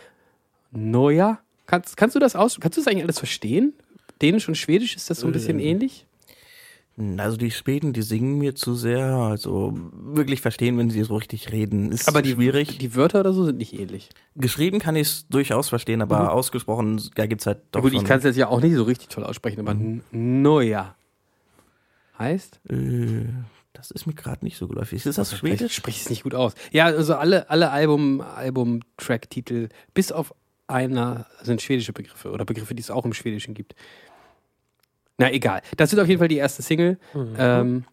Speaker 1: Neuer. Kannst, kannst du das aus? Kannst du das eigentlich alles verstehen? Dänisch und Schwedisch ist das so ein bisschen ähnlich?
Speaker 4: also die Schweden, die singen mir zu sehr, also wirklich verstehen, wenn sie so richtig reden, ist
Speaker 1: Aber die-
Speaker 4: schwierig.
Speaker 1: Die Wörter oder so sind nicht ähnlich.
Speaker 4: Geschrieben kann ich es durchaus verstehen, aber ausgesprochen, da gibt's halt doch
Speaker 1: Mhm. Gut, ich
Speaker 4: schon-
Speaker 1: kann es jetzt ja auch nicht so richtig toll aussprechen, aber Neuer heißt?
Speaker 4: Äh, das ist mir gerade nicht so geläufig. Ist das
Speaker 1: Ich
Speaker 4: Schwedisch?
Speaker 1: spreche es nicht gut aus. Ja, also alle, alle Album, Album, Track-Titel, bis auf einer sind schwedische Begriffe oder Begriffe, die es auch im Schwedischen gibt. Na egal. Das ist auf jeden Fall die erste Single. Ähm,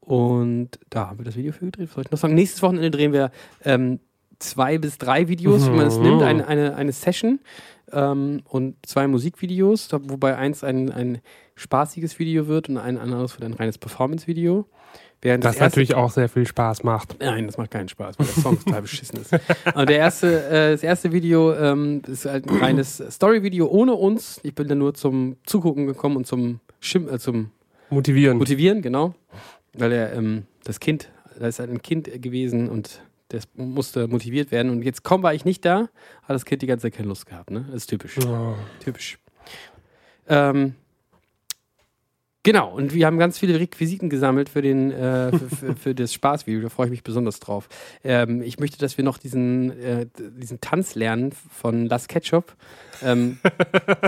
Speaker 1: und da haben wir das Video für gedreht. Was soll ich noch sagen? Nächstes Wochenende drehen wir ähm, zwei bis drei Videos, wie man es nimmt, eine, eine, eine Session ähm, und zwei Musikvideos, da- wobei eins ein, ein spaßiges Video wird und ein anderes wird ein reines Performance-Video. Während
Speaker 2: Das
Speaker 1: das erste
Speaker 2: natürlich auch sehr viel Spaß macht.
Speaker 1: Nein, das macht keinen Spaß, weil der Song total beschissen ist. Und der erste, äh, das erste Video ähm, ist halt ein reines Story-Video ohne uns. Ich bin da nur zum Zugucken gekommen und zum Schim äh, zum
Speaker 2: Motivieren.
Speaker 1: Motivieren, genau. Weil er ähm, das Kind, da ist halt ein Kind gewesen und das musste motiviert werden. Und jetzt kaum war ich nicht da, hat das Kind die ganze Zeit keine Lust gehabt. Ne? Das ist typisch.
Speaker 2: Oh.
Speaker 1: Typisch. Ähm, Genau, und wir haben ganz viele Requisiten gesammelt für, den, äh, für, für, für das Spaßvideo. Da freue ich mich besonders drauf. Ähm, ich möchte, dass wir noch diesen, äh, diesen Tanz lernen von Las Ketchup. Ähm,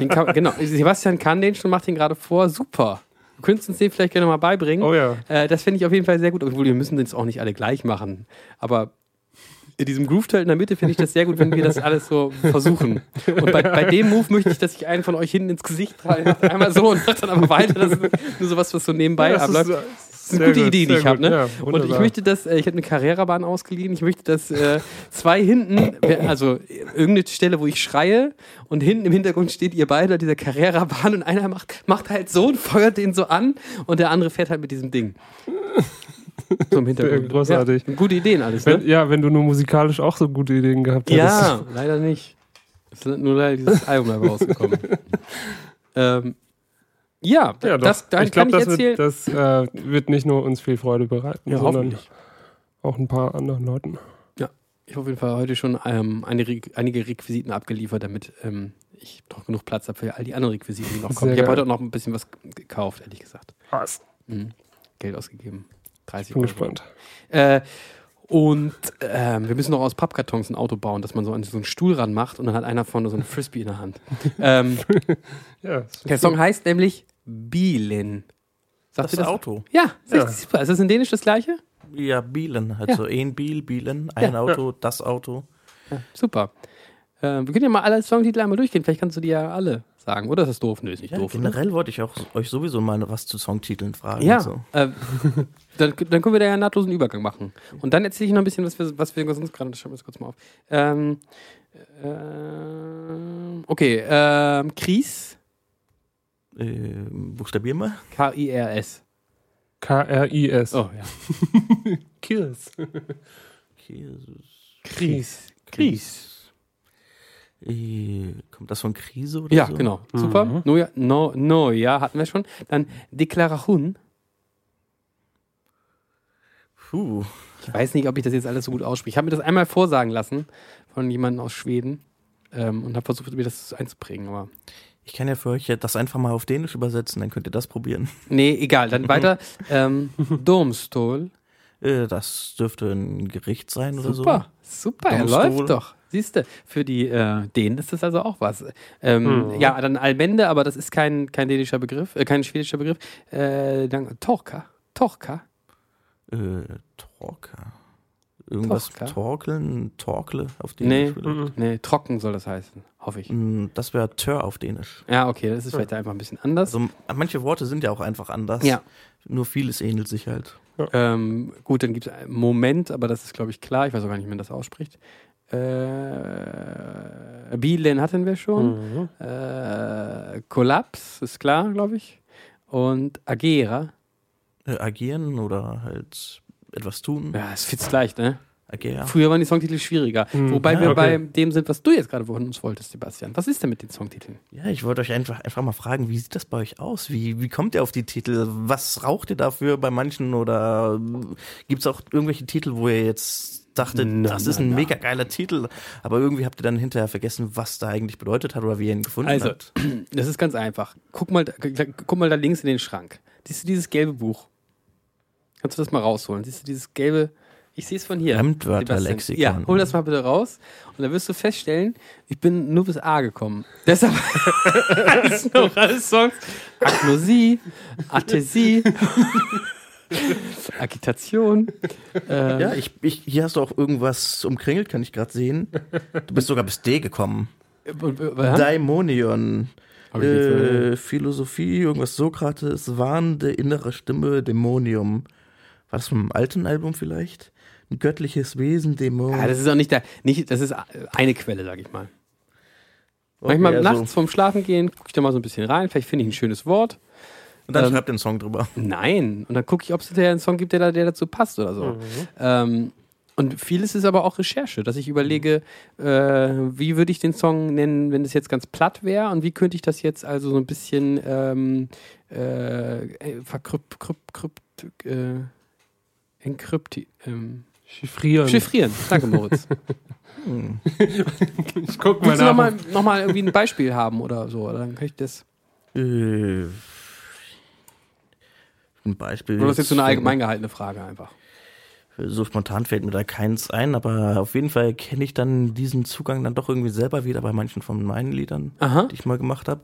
Speaker 1: den kann, genau, Sebastian kann den schon, macht den gerade vor. Super. Du könntest uns den vielleicht gerne mal beibringen.
Speaker 2: Oh ja.
Speaker 1: Äh, das finde ich auf jeden Fall sehr gut. Obwohl, wir müssen das auch nicht alle gleich machen. Aber in diesem Groove-Teil in der Mitte finde ich das sehr gut, wenn wir das alles so versuchen. Und bei, bei dem Move möchte ich, dass ich einen von euch hinten ins Gesicht treibe. Einmal so und mach dann aber weiter. Das ist nur sowas, was so nebenbei
Speaker 2: Ja, das
Speaker 1: abläuft.
Speaker 2: ist, äh,
Speaker 1: Das ist eine
Speaker 2: sehr
Speaker 1: gute
Speaker 2: gut,
Speaker 1: Idee, die
Speaker 2: sehr
Speaker 1: ich habe.
Speaker 2: gut.
Speaker 1: Ne?
Speaker 2: Ja,
Speaker 1: und ich
Speaker 2: wunderbar.
Speaker 1: möchte, dass, äh, ich habe eine Carrera-Bahn ausgeliehen, ich möchte, dass äh, zwei hinten, wer- also irgendeine Stelle, wo ich schreie und hinten im Hintergrund steht ihr beide an dieser Carrera-Bahn und einer macht, macht halt so und feuert den so an und der andere fährt halt mit diesem Ding. So im Hintergrund.
Speaker 2: großartig.
Speaker 1: Ja, gute Ideen alles, ne?
Speaker 2: Wenn, ja, wenn du nur musikalisch auch so gute Ideen gehabt hättest.
Speaker 1: Ja, leider nicht. Es ist nur leider dieses Album dabei rausgekommen. ähm, ja,
Speaker 2: Ja, doch.
Speaker 1: das, da
Speaker 2: ich
Speaker 1: kann
Speaker 2: glaube, das,
Speaker 1: ich erzählen.
Speaker 2: wird, das äh, wird nicht nur uns viel Freude bereiten,
Speaker 1: ja,
Speaker 2: sondern
Speaker 1: hoffentlich.
Speaker 2: auch ein paar anderen Leuten.
Speaker 1: Ich habe auf jeden Fall heute schon ähm, eine, Re- einige Requisiten abgeliefert, damit ähm, ich noch genug Platz habe für all die anderen Requisiten, die noch kommen.
Speaker 2: Sehr
Speaker 1: Ich habe
Speaker 2: geil.
Speaker 1: heute auch noch ein bisschen was g- gekauft, ehrlich gesagt.
Speaker 2: Was?
Speaker 1: Mhm. Geld ausgegeben. 30
Speaker 2: Bin
Speaker 1: Euro.
Speaker 2: gespannt.
Speaker 1: Äh, und ähm, wir müssen noch aus Pappkartons ein Auto bauen, dass man so, an, so einen Stuhl ranmacht und dann hat einer vorne so einen Frisbee in der Hand. ähm,
Speaker 2: Ja, das
Speaker 1: Der Song heißt nämlich Bielen. Sagt
Speaker 4: Das
Speaker 1: ihr das?
Speaker 4: Auto.
Speaker 1: Ja, das ist richtig super. Ist das in Dänisch das gleiche?
Speaker 4: Ja, Bielen. Halt
Speaker 1: Ja.
Speaker 4: so ein Biel, Bielen, ein
Speaker 1: Ja.
Speaker 4: Auto, das Auto.
Speaker 1: Super. Äh, wir können ja mal alle Songtitel einmal durchgehen. Vielleicht kannst du die ja alle sagen, oder? Ist das doof? Nö, ist nicht
Speaker 4: Ja, genau.
Speaker 1: doof. ne?
Speaker 4: generell wollte ich auch euch sowieso mal was zu Songtiteln fragen.
Speaker 1: Ja,
Speaker 4: und So.
Speaker 1: äh, dann, dann können wir da ja einen nahtlosen Übergang machen. Und dann erzähle ich noch ein bisschen, was wir, was wir sonst gerade. Ich schreibe das kurz mal auf. Ähm, ähm, okay, ähm, Kris,
Speaker 4: Äh, buchstabier mal.
Speaker 1: K-I-R-S.
Speaker 2: K-R-I-S.
Speaker 1: Oh ja.
Speaker 2: Kiss.
Speaker 4: Jesus.
Speaker 1: Kris.
Speaker 4: Kries. Äh, kommt das von Krise oder
Speaker 1: Ja,
Speaker 4: so? Mhm.
Speaker 1: genau. Super. Neujahr, no, no, ja, hatten wir schon. Dann Deklaration.
Speaker 4: Puh.
Speaker 1: Ich weiß nicht, ob ich das jetzt alles so gut ausspreche. Ich habe mir das einmal vorsagen lassen von jemandem aus Schweden ähm, und habe versucht, mir das einzuprägen. Aber
Speaker 4: Ich kann ja für euch ja das einfach mal auf Dänisch übersetzen, dann könnt ihr das probieren.
Speaker 1: nee, egal. Dann weiter. ähm, Domstol.
Speaker 4: Äh, das dürfte ein Gericht sein oder so.
Speaker 1: Super, super. Er
Speaker 4: Domstol.
Speaker 1: läuft doch. Siehst du, für die äh, Dänen ist das also auch was. Ähm, Ja, dann Almende, aber das ist kein, kein dänischer Begriff, äh, kein schwedischer Begriff. Äh, dann Torka. Torka.
Speaker 4: Äh, Torka. Irgendwas
Speaker 1: Torka?
Speaker 4: torkeln, torkle auf
Speaker 1: Nee,
Speaker 4: Dänisch. vielleicht?
Speaker 1: nee, trocken soll das heißen, hoffe ich.
Speaker 4: Mm, Das wäre Tör auf Dänisch.
Speaker 1: Ja, okay, das ist vielleicht einfach ein bisschen anders.
Speaker 4: Also manche Worte sind ja auch einfach anders.
Speaker 1: Ja.
Speaker 4: Nur vieles ähnelt sich halt.
Speaker 1: Ähm, gut, dann gibt es einen Moment, aber das ist, glaube ich, klar. Ich weiß auch gar nicht, wie man das ausspricht. Äh, Bielen hatten wir schon. Äh, Kollaps ist klar, glaube ich. Und Agera.
Speaker 4: Äh, agieren oder halt etwas tun.
Speaker 1: Ja, ist fit's leicht, ne?
Speaker 4: Agier.
Speaker 1: Früher waren die Songtitel schwieriger. Wobei wir
Speaker 2: okay.
Speaker 1: bei dem sind, was du jetzt gerade von uns wolltest, Sebastian. Was ist denn mit den Songtiteln?
Speaker 4: Ja, ich wollte euch einfach, einfach mal fragen, wie sieht das bei euch aus? Wie, wie kommt ihr auf die Titel? Was raucht ihr dafür bei manchen? Oder gibt es auch irgendwelche Titel, wo ihr jetzt dachtet,
Speaker 1: Na,
Speaker 4: das
Speaker 1: na,
Speaker 4: ist ein
Speaker 1: na.
Speaker 4: mega geiler Titel, aber irgendwie habt ihr dann hinterher vergessen, was da eigentlich bedeutet hat oder wie ihr ihn gefunden
Speaker 1: Also,
Speaker 4: habt?
Speaker 1: Das ist ganz einfach. Guck mal, da- guck mal da links in den Schrank. Siehst du dieses gelbe Buch? Kannst du das mal rausholen? Siehst du dieses gelbe? Ich sehe es von hier.
Speaker 4: Fremdwörterlexikon.
Speaker 1: Ja, hol das mal bitte raus. Und dann wirst du feststellen, ich bin nur bis A gekommen. Deshalb alles noch alles Songs. Agnosie, Athesie, Agitation. Äh,
Speaker 4: Ja, ich, ich, hier hast du auch irgendwas umkringelt, kann ich gerade sehen. Du bist sogar bis D gekommen. Daimonion.
Speaker 1: Hm? ich nicht
Speaker 4: Äh, Philosophie, irgendwas Sokrates, warnende innere Stimme, Dämonium. War das vom alten Album vielleicht? Ein göttliches Wesen, Dämon.
Speaker 1: Ja, Ah, das ist auch nicht, da, nicht das ist äh, eine Quelle, sag ich mal. Manchmal
Speaker 4: also-
Speaker 1: nachts vorm Schlafen gehen, gucke ich da mal so ein bisschen rein, vielleicht finde ich ein schönes Wort.
Speaker 4: Und dann
Speaker 1: ähm,
Speaker 4: schreibt den Song drüber.
Speaker 1: Nein. Und dann gucke ich, ob es da einen Song gibt, der, da- der dazu passt oder so. Ähm, und vieles ist aber auch Recherche, dass ich überlege, äh, wie würde ich den Song nennen, wenn es jetzt ganz platt wäre und wie könnte ich das jetzt also so ein bisschen ähm, äh, äh, verkrypt, krypt, krypt, äh, entkrypti, ähm,
Speaker 2: Chiffrieren.
Speaker 1: chiffrieren. Danke, Moritz.
Speaker 2: Ich guck mal
Speaker 1: Willst du
Speaker 2: nach.
Speaker 1: nochmal noch mal irgendwie ein Beispiel haben oder so? Oder dann kann ich das.
Speaker 4: Äh, Ein Beispiel.
Speaker 1: Oder das ist jetzt so eine
Speaker 4: fällt
Speaker 1: allgemein gehaltene Frage einfach.
Speaker 4: mir- So spontan fällt mir da keins ein, aber auf jeden Fall kenne ich dann diesen Zugang dann doch irgendwie selber wieder bei manchen von meinen Liedern,
Speaker 1: Aha.
Speaker 4: die ich mal gemacht habe.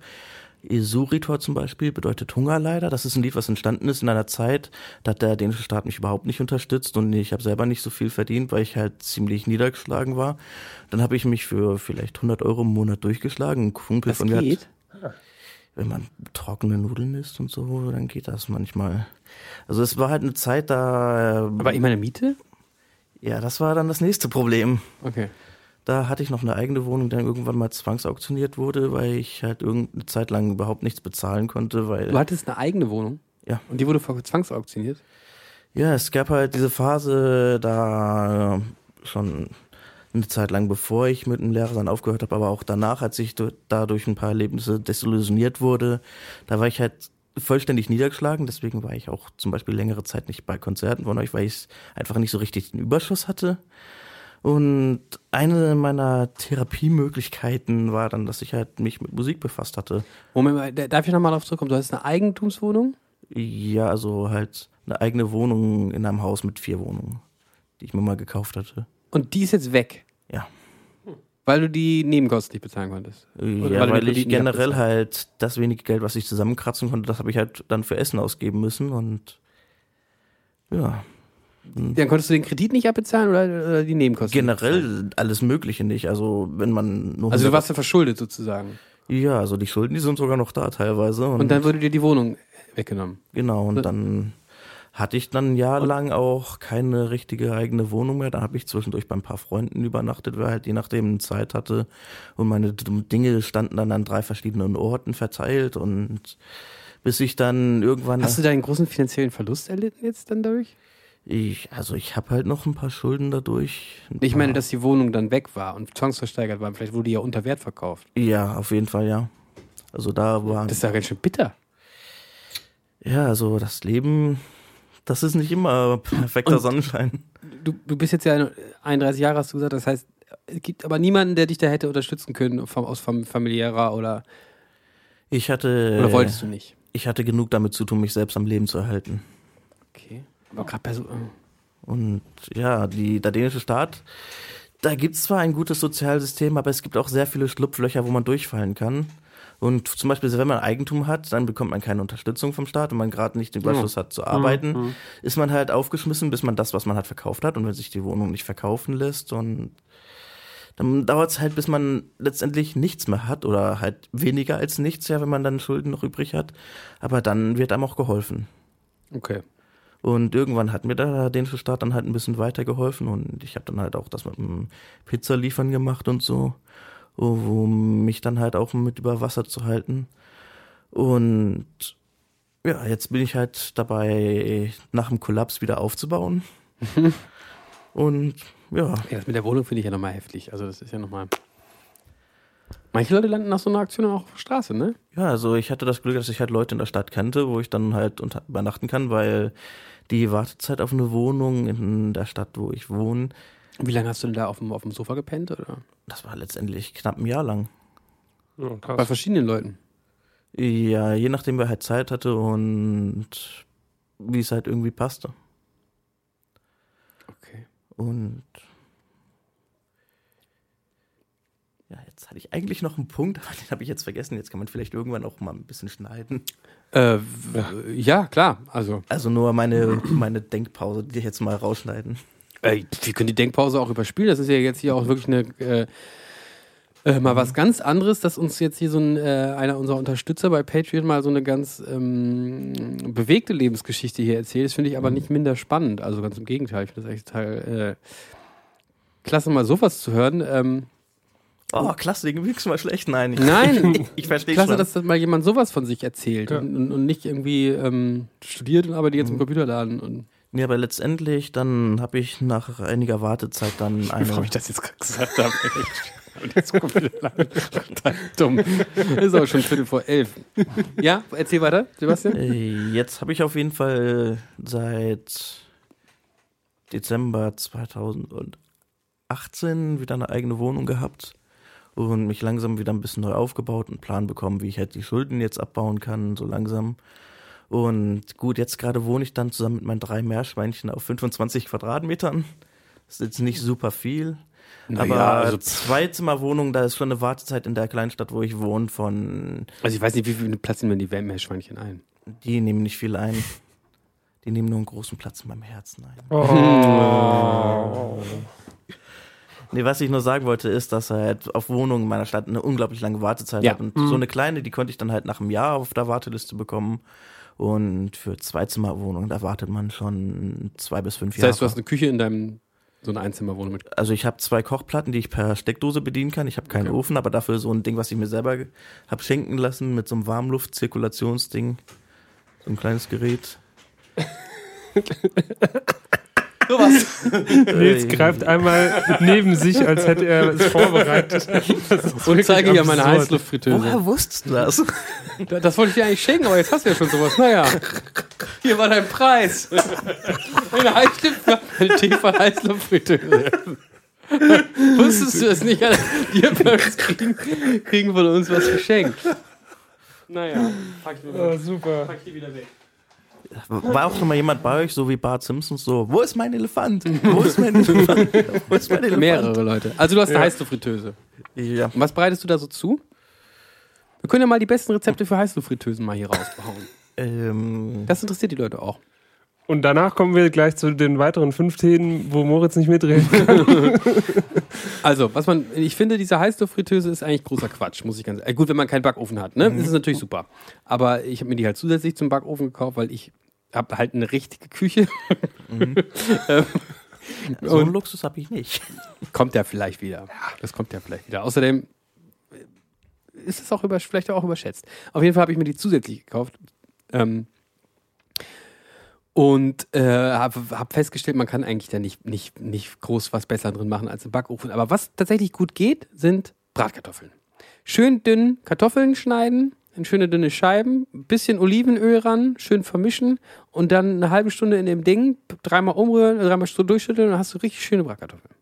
Speaker 4: Esuritor zum Beispiel bedeutet Hunger leider. Das ist ein Lied, was entstanden ist in einer Zeit, da hat der dänische Staat mich überhaupt nicht unterstützt und ich habe selber nicht so viel verdient, weil ich halt ziemlich niedergeschlagen war. Dann habe ich mich für vielleicht 100 Euro im Monat durchgeschlagen. Ein Kumpel von mir hat wenn man trockene Nudeln isst und so, dann geht das manchmal. Also es war halt eine Zeit, da äh,
Speaker 1: Aber immer eine Miete?
Speaker 4: ja, das war dann das nächste Problem.
Speaker 1: Okay.
Speaker 4: Da hatte ich noch eine eigene Wohnung, die dann irgendwann mal zwangsauktioniert wurde, weil ich halt irgendeine Zeit lang überhaupt nichts bezahlen konnte, weil
Speaker 1: Du hattest eine eigene Wohnung
Speaker 4: ja,
Speaker 1: und die wurde vor zwangsauktioniert.
Speaker 4: ja, es gab halt diese Phase, da äh, schon eine Zeit lang, bevor ich mit dem Lehrer dann aufgehört habe, aber auch danach, als ich do- dadurch ein paar Erlebnisse desillusioniert wurde, da war ich halt vollständig niedergeschlagen. Deswegen war ich auch zum Beispiel längere Zeit nicht bei Konzerten von euch, weil ich einfach nicht so richtig den Überschuss hatte. Und eine meiner Therapiemöglichkeiten war dann, dass ich halt mich mit Musik befasst hatte.
Speaker 1: Moment mal, da- darf ich nochmal darauf zurückkommen? Du hast eine Eigentumswohnung?
Speaker 4: Ja, also halt eine eigene Wohnung in einem Haus mit vier Wohnungen, die ich mir mal gekauft hatte.
Speaker 1: Und die ist jetzt weg,
Speaker 4: Ja.
Speaker 1: weil du die Nebenkosten nicht bezahlen konntest. Oder
Speaker 4: ja,
Speaker 1: weil du
Speaker 4: weil
Speaker 1: den
Speaker 4: ich
Speaker 1: Kredit nicht
Speaker 4: generell
Speaker 1: abbezahlt
Speaker 4: halt das wenige Geld, was ich zusammenkratzen konnte, das habe ich halt dann für Essen ausgeben müssen und ja, Hm.
Speaker 1: Dann konntest du den Kredit nicht abbezahlen oder, oder die Nebenkosten?
Speaker 4: Genau. generell alles Mögliche nicht. Also wenn man nur
Speaker 1: Also du
Speaker 4: 100
Speaker 1: warst ja verschuldet sozusagen.
Speaker 4: ja, also die Schulden, die sind sogar noch da teilweise und,
Speaker 1: Und dann wurde dir die Wohnung weggenommen.
Speaker 4: genau
Speaker 1: Äh.
Speaker 4: und dann hatte ich dann jahrelang auch keine richtige eigene Wohnung mehr. Dann habe ich zwischendurch bei ein paar Freunden übernachtet, weil halt je nachdem Zeit hatte und meine d- Dinge standen dann an drei verschiedenen Orten verteilt und bis ich dann irgendwann
Speaker 1: Hast du da einen großen finanziellen Verlust erlitten jetzt dann dadurch?
Speaker 4: Ich, also ich habe halt noch ein paar Schulden dadurch. Ein
Speaker 1: Ich meine,
Speaker 4: paar-
Speaker 1: dass die Wohnung dann weg war und zwangsversteigert war. Vielleicht wurde die ja unter Wert verkauft.
Speaker 4: Ja, auf jeden Fall, ja. Also da war.
Speaker 1: Das ist ja ganz schön bitter.
Speaker 4: ja, also das Leben, das ist nicht immer perfekter Sonnenschein.
Speaker 1: Du, du bist jetzt ja 31 Jahre, hast du gesagt. Das heißt, es gibt aber niemanden, der dich da hätte unterstützen können vom, aus fam- familiärer oder,
Speaker 4: Ich hatte.
Speaker 1: oder wolltest du nicht?
Speaker 4: Ich hatte genug damit zu tun, mich selbst am Leben zu erhalten.
Speaker 1: Okay. Aber gerade bei so... äh.
Speaker 4: Und ja, die, der dänische Staat, da gibt es zwar ein gutes Sozialsystem, aber es gibt auch sehr viele Schlupflöcher, wo man durchfallen kann. Und zum Beispiel, wenn man Eigentum hat, dann bekommt man keine Unterstützung vom Staat und man gerade nicht den Überschuss hat zu arbeiten, ist man halt aufgeschmissen, bis man das, was man hat, verkauft hat und wenn sich die Wohnung nicht verkaufen lässt und dann dauert es halt, bis man letztendlich nichts mehr hat oder halt weniger als nichts, ja, wenn man dann Schulden noch übrig hat. Aber dann wird einem auch geholfen.
Speaker 1: Okay.
Speaker 4: Und irgendwann hat mir der dänische Staat dann halt ein bisschen weitergeholfen und ich habe dann halt auch das mit dem Pizzaliefern gemacht und so, um mich dann halt auch mit über Wasser zu halten. Und ja, jetzt bin ich halt dabei, nach dem Kollaps wieder aufzubauen. und ja,
Speaker 1: Ja, das mit der Wohnung finde ich ja nochmal heftig. Also das ist ja nochmal... Manche Leute landen nach so einer Aktion auch auf der Straße, ne?
Speaker 4: Ja, also ich hatte das Glück, dass ich halt Leute in der Stadt kannte, wo ich dann halt unter- übernachten kann, weil die Wartezeit auf eine Wohnung in der Stadt, wo ich wohne,
Speaker 1: Wie lange hast du denn da auf dem, auf dem Sofa gepennt? Oder?
Speaker 4: das war letztendlich knapp ein Jahr lang.
Speaker 2: Ja,
Speaker 1: Bei
Speaker 2: Oh, krass.
Speaker 1: verschiedenen Leuten.
Speaker 4: Ja, je nachdem, wer halt Zeit hatte und wie es halt irgendwie passte.
Speaker 1: Okay.
Speaker 4: Und ja, jetzt hatte ich eigentlich noch einen Punkt, aber den habe ich jetzt vergessen. Jetzt kann man vielleicht irgendwann auch mal ein bisschen schneiden.
Speaker 1: Äh, w- ja, klar. Also,
Speaker 4: Also nur meine, meine Denkpause, die jetzt mal rausschneiden.
Speaker 1: äh, wir können die Denkpause auch überspielen. Das ist ja jetzt hier auch wirklich eine, äh, äh, mal was ganz anderes, dass uns jetzt hier so ein, äh, einer unserer Unterstützer bei Patreon mal so eine ganz ähm, bewegte Lebensgeschichte hier erzählt. Das finde ich aber nicht minder spannend. Also ganz im Gegenteil. Ich finde das echt total äh, klasse, mal sowas zu hören. Ähm,
Speaker 4: Oh, klasse, den ging mal schlecht. Nein, ich,
Speaker 1: Nein.
Speaker 4: ich verstehe
Speaker 1: Klasse,
Speaker 4: schon.
Speaker 1: dass das mal jemand sowas von sich erzählt
Speaker 2: Ja.
Speaker 1: und, und, und nicht irgendwie ähm, studiert und arbeitet jetzt im Computerladen. Und
Speaker 4: ja, aber letztendlich, dann habe ich nach einiger Wartezeit dann eine...
Speaker 1: das jetzt gerade gesagt habe. Und jetzt Computerladen. Total dumm. Ist auch schon Viertel vor elf. Ja, erzähl weiter, Sebastian.
Speaker 4: Äh, Jetzt habe ich auf jeden Fall seit Dezember 2018 wieder eine eigene Wohnung gehabt und mich langsam wieder ein bisschen neu aufgebaut und einen Plan bekommen, wie ich halt die Schulden jetzt abbauen kann, so langsam. Und gut, jetzt gerade wohne ich dann zusammen mit meinen drei Meerschweinchen auf 25 Quadratmetern. Das ist jetzt nicht super viel. aber
Speaker 1: ja, also-
Speaker 4: Zweizimmerwohnung, da ist schon eine Wartezeit in der Kleinstadt, wo ich wohne, von
Speaker 1: Also ich weiß nicht, wie viel Platz nehmen denn die Weltmeerschweinchen ein?
Speaker 4: die nehmen nicht viel ein. Die nehmen nur einen großen Platz in meinem Herzen ein.
Speaker 2: Oh,
Speaker 4: Nee, was ich nur sagen wollte, ist, dass halt auf Wohnungen in meiner Stadt eine unglaublich lange Wartezeit
Speaker 1: Ja. Mhm.
Speaker 4: hat. Und so eine kleine, die konnte ich dann halt nach einem Jahr auf der Warteliste bekommen. Und für Zweizimmerwohnungen, da wartet man schon zwei bis fünf
Speaker 1: Das
Speaker 4: Jahre.
Speaker 1: heißt, du hast eine Küche in deinem, so eine Einzimmerwohnung mit.
Speaker 4: also ich habe zwei Kochplatten, die ich per Steckdose bedienen kann. Ich habe keinen Ofen, aber dafür so ein Ding, was ich mir selber ge- hab schenken lassen mit so einem Warmluftzirkulationsding. So ein kleines Gerät.
Speaker 2: Nils greift einmal neben sich, als hätte er es vorbereitet.
Speaker 1: Und zeige ja meine
Speaker 2: absurd.
Speaker 1: Heißluftfritteuse.
Speaker 4: Woher wusstest du das?
Speaker 1: Da- Das wollte ich dir eigentlich schenken, aber jetzt hast du ja schon sowas. Naja, hier war dein Preis. Eine Heißluft- eine tiefe Heißluftfritteuse. Wusstest du es nicht? Die Burgers kriegen, kriegen von uns was geschenkt. Naja, pack ich mir mal-
Speaker 2: Oh, super.
Speaker 1: pack ich die wieder weg.
Speaker 4: War auch schon mal jemand bei euch, so wie Bart Simpsons, so, wo ist mein Elefant? Wo ist mein Elefant? Wo ist mein Elefant?
Speaker 1: Mehrere Leute. Also du hast eine Heißluftfritteuse.
Speaker 4: Ja.
Speaker 1: Und was bereitest du da so zu? Wir können ja mal die besten Rezepte für Heißluftfritteusen mal hier rausbauen.
Speaker 4: Ähm,
Speaker 1: Das interessiert die Leute auch.
Speaker 2: Und danach kommen wir gleich zu den weiteren fünf Themen, wo Moritz nicht mitreden kann.
Speaker 1: Also, was man, ich finde, diese Heißluftfritteuse ist eigentlich großer Quatsch, muss ich ganz äh, Gut, wenn man keinen Backofen hat, ne? Das ist natürlich super. Aber ich habe mir die halt zusätzlich zum Backofen gekauft, weil ich habe halt eine richtige Küche.
Speaker 4: so einen Luxus habe ich nicht.
Speaker 1: Kommt ja vielleicht wieder. Das kommt ja vielleicht wieder. Außerdem äh, ist es auch über, vielleicht auch überschätzt. Auf jeden Fall habe ich mir die zusätzlich gekauft. Ähm, und äh, habe hab festgestellt, man kann eigentlich da nicht, nicht, nicht groß was besser drin machen als im Backofen. Aber was tatsächlich gut geht, sind Bratkartoffeln. Schön dünn Kartoffeln schneiden, in schöne dünne Scheiben, ein bisschen Olivenöl ran, schön vermischen und dann eine halbe Stunde in dem Ding dreimal umrühren, dreimal so durchschütteln und dann hast du richtig schöne Bratkartoffeln.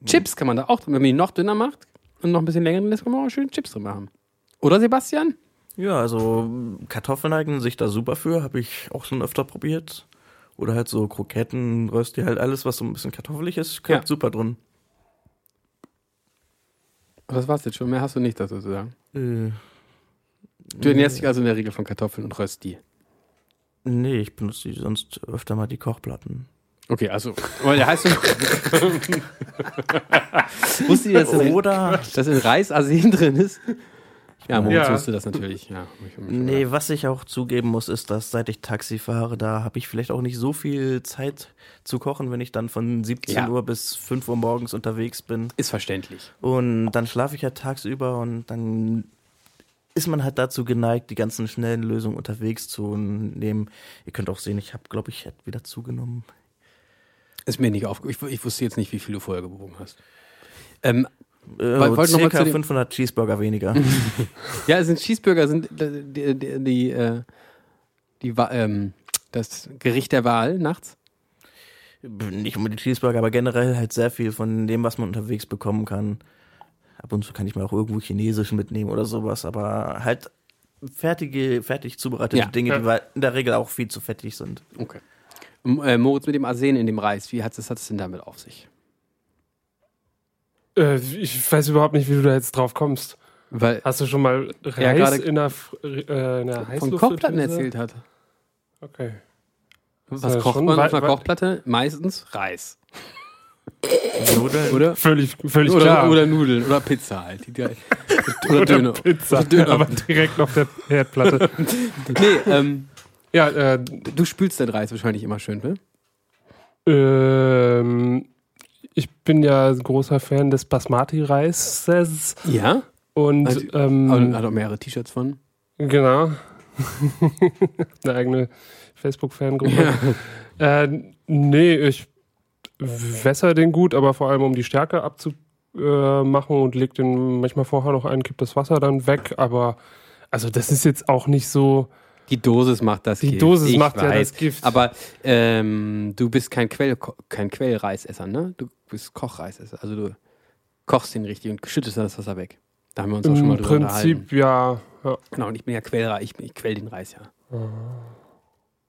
Speaker 1: Mhm. Chips kann man da auch drin, wenn man die noch dünner macht und noch ein bisschen länger drin lässt, kann man auch schön Chips drin machen. Oder Sebastian?
Speaker 4: Ja, also Kartoffeln eignen sich da super für, habe ich auch schon öfter probiert. Oder halt so Kroketten, Rösti, halt alles, was so ein bisschen kartoffelig ist, klappt
Speaker 1: Ja.
Speaker 4: super drin.
Speaker 1: Das war's jetzt schon, mehr hast du nicht dazu zu sagen.
Speaker 4: Äh,
Speaker 1: Du ernährst dich also in der Regel von Kartoffeln und Rösti.
Speaker 4: nee, ich benutze die sonst öfter mal die Kochplatten.
Speaker 1: Okay, also, aber der heißt Wusste ihr, dass in,
Speaker 4: Oder,
Speaker 1: dass in Reis Arsen drin ist? Ja, Moritz
Speaker 2: Ja.
Speaker 1: wusste das natürlich. Ja, hab ich mir schon
Speaker 4: nee,
Speaker 1: gedacht.
Speaker 4: was ich auch zugeben muss, ist, dass seit ich Taxi fahre, da habe ich vielleicht auch nicht so viel Zeit zu kochen, wenn ich dann von 17
Speaker 1: Ja.
Speaker 4: Uhr bis 5 Uhr morgens unterwegs bin.
Speaker 1: Ist verständlich.
Speaker 4: Und dann schlafe ich ja tagsüber und dann ist man halt dazu geneigt, die ganzen schnellen Lösungen unterwegs zu nehmen. Ihr könnt auch sehen, ich habe, glaube ich, hätte wieder zugenommen.
Speaker 1: Ist mir nicht aufgefallen. Ich, wu- ich wusste jetzt nicht, wie viel du vorher gewogen hast. Ähm,
Speaker 4: Äh,
Speaker 1: Woll- wollt noch mal
Speaker 4: circa
Speaker 1: zu dem-
Speaker 4: 500 Cheeseburger weniger.
Speaker 1: ja, es sind Cheeseburger, sind äh, die, die, die, äh, die, Wa- ähm, das Gericht der Wahl nachts.
Speaker 4: Nicht unbedingt Cheeseburger, aber generell halt sehr viel von dem, was man unterwegs bekommen kann. Ab und zu kann ich mir auch irgendwo Chinesisch mitnehmen oder sowas, aber halt fertige, fertig zubereitete
Speaker 1: Ja.
Speaker 4: Dinge, die in der Regel auch viel zu fettig sind.
Speaker 1: Okay. M äh, Moritz mit dem Arsen in dem Reis, wie hat es hat's denn damit auf sich?
Speaker 2: Äh, ich weiß überhaupt nicht, wie du da jetzt drauf kommst.
Speaker 1: Weil
Speaker 2: Hast du schon mal Reis
Speaker 1: Ja, gerade
Speaker 2: in einer, F- äh, in einer
Speaker 1: von
Speaker 2: Heißluftfritteuse?
Speaker 1: Kochplatten erzählt hat.
Speaker 2: Okay.
Speaker 1: Was
Speaker 2: Ja,
Speaker 1: kocht
Speaker 2: schon
Speaker 1: man auf
Speaker 2: wei-
Speaker 1: einer
Speaker 2: wei-
Speaker 1: Kochplatte? Meistens Reis.
Speaker 4: Nudeln?
Speaker 1: Oder?
Speaker 2: Völlig, völlig
Speaker 1: Oder,
Speaker 2: klar.
Speaker 1: oder Nudeln oder Pizza halt. Die- die- Oder Döner.
Speaker 2: Pizza,
Speaker 1: Oder Döner.
Speaker 2: aber direkt auf der Herdplatte.
Speaker 1: Nee, ähm,
Speaker 2: ja, äh,
Speaker 1: du spülst den Reis wahrscheinlich immer schön, ne?
Speaker 2: ähm, ich bin ja ein großer Fan des Basmati-Reises
Speaker 1: Ja.
Speaker 2: und
Speaker 1: Also-
Speaker 2: ähm,
Speaker 1: Aber hat auch mehrere T-Shirts von.
Speaker 2: Genau. Eine eigene Facebook-Fangruppe. Äh, nee, ich wässer den gut, aber vor allem um die Stärke abzumachen und leg den manchmal vorher noch ein, kipp das Wasser dann weg, aber also das ist jetzt auch nicht so.
Speaker 1: Die Dosis macht das
Speaker 2: Die
Speaker 1: Gift.
Speaker 2: Dosis
Speaker 1: ich
Speaker 2: macht ja
Speaker 1: weiß.
Speaker 2: das Gift.
Speaker 1: Aber ähm, du bist kein, Quell, kein Quellreisesser, ne? Du bist Kochreisesser. Also du kochst den richtig und schüttest dann das Wasser weg. Da haben wir uns auch schon
Speaker 2: Im
Speaker 1: mal drüber
Speaker 2: Prinzip
Speaker 1: unterhalten.
Speaker 2: ja, ja.
Speaker 1: Genau, und ich bin ja Quellreis. Ich, ich quell den Reis ja.
Speaker 2: Ah.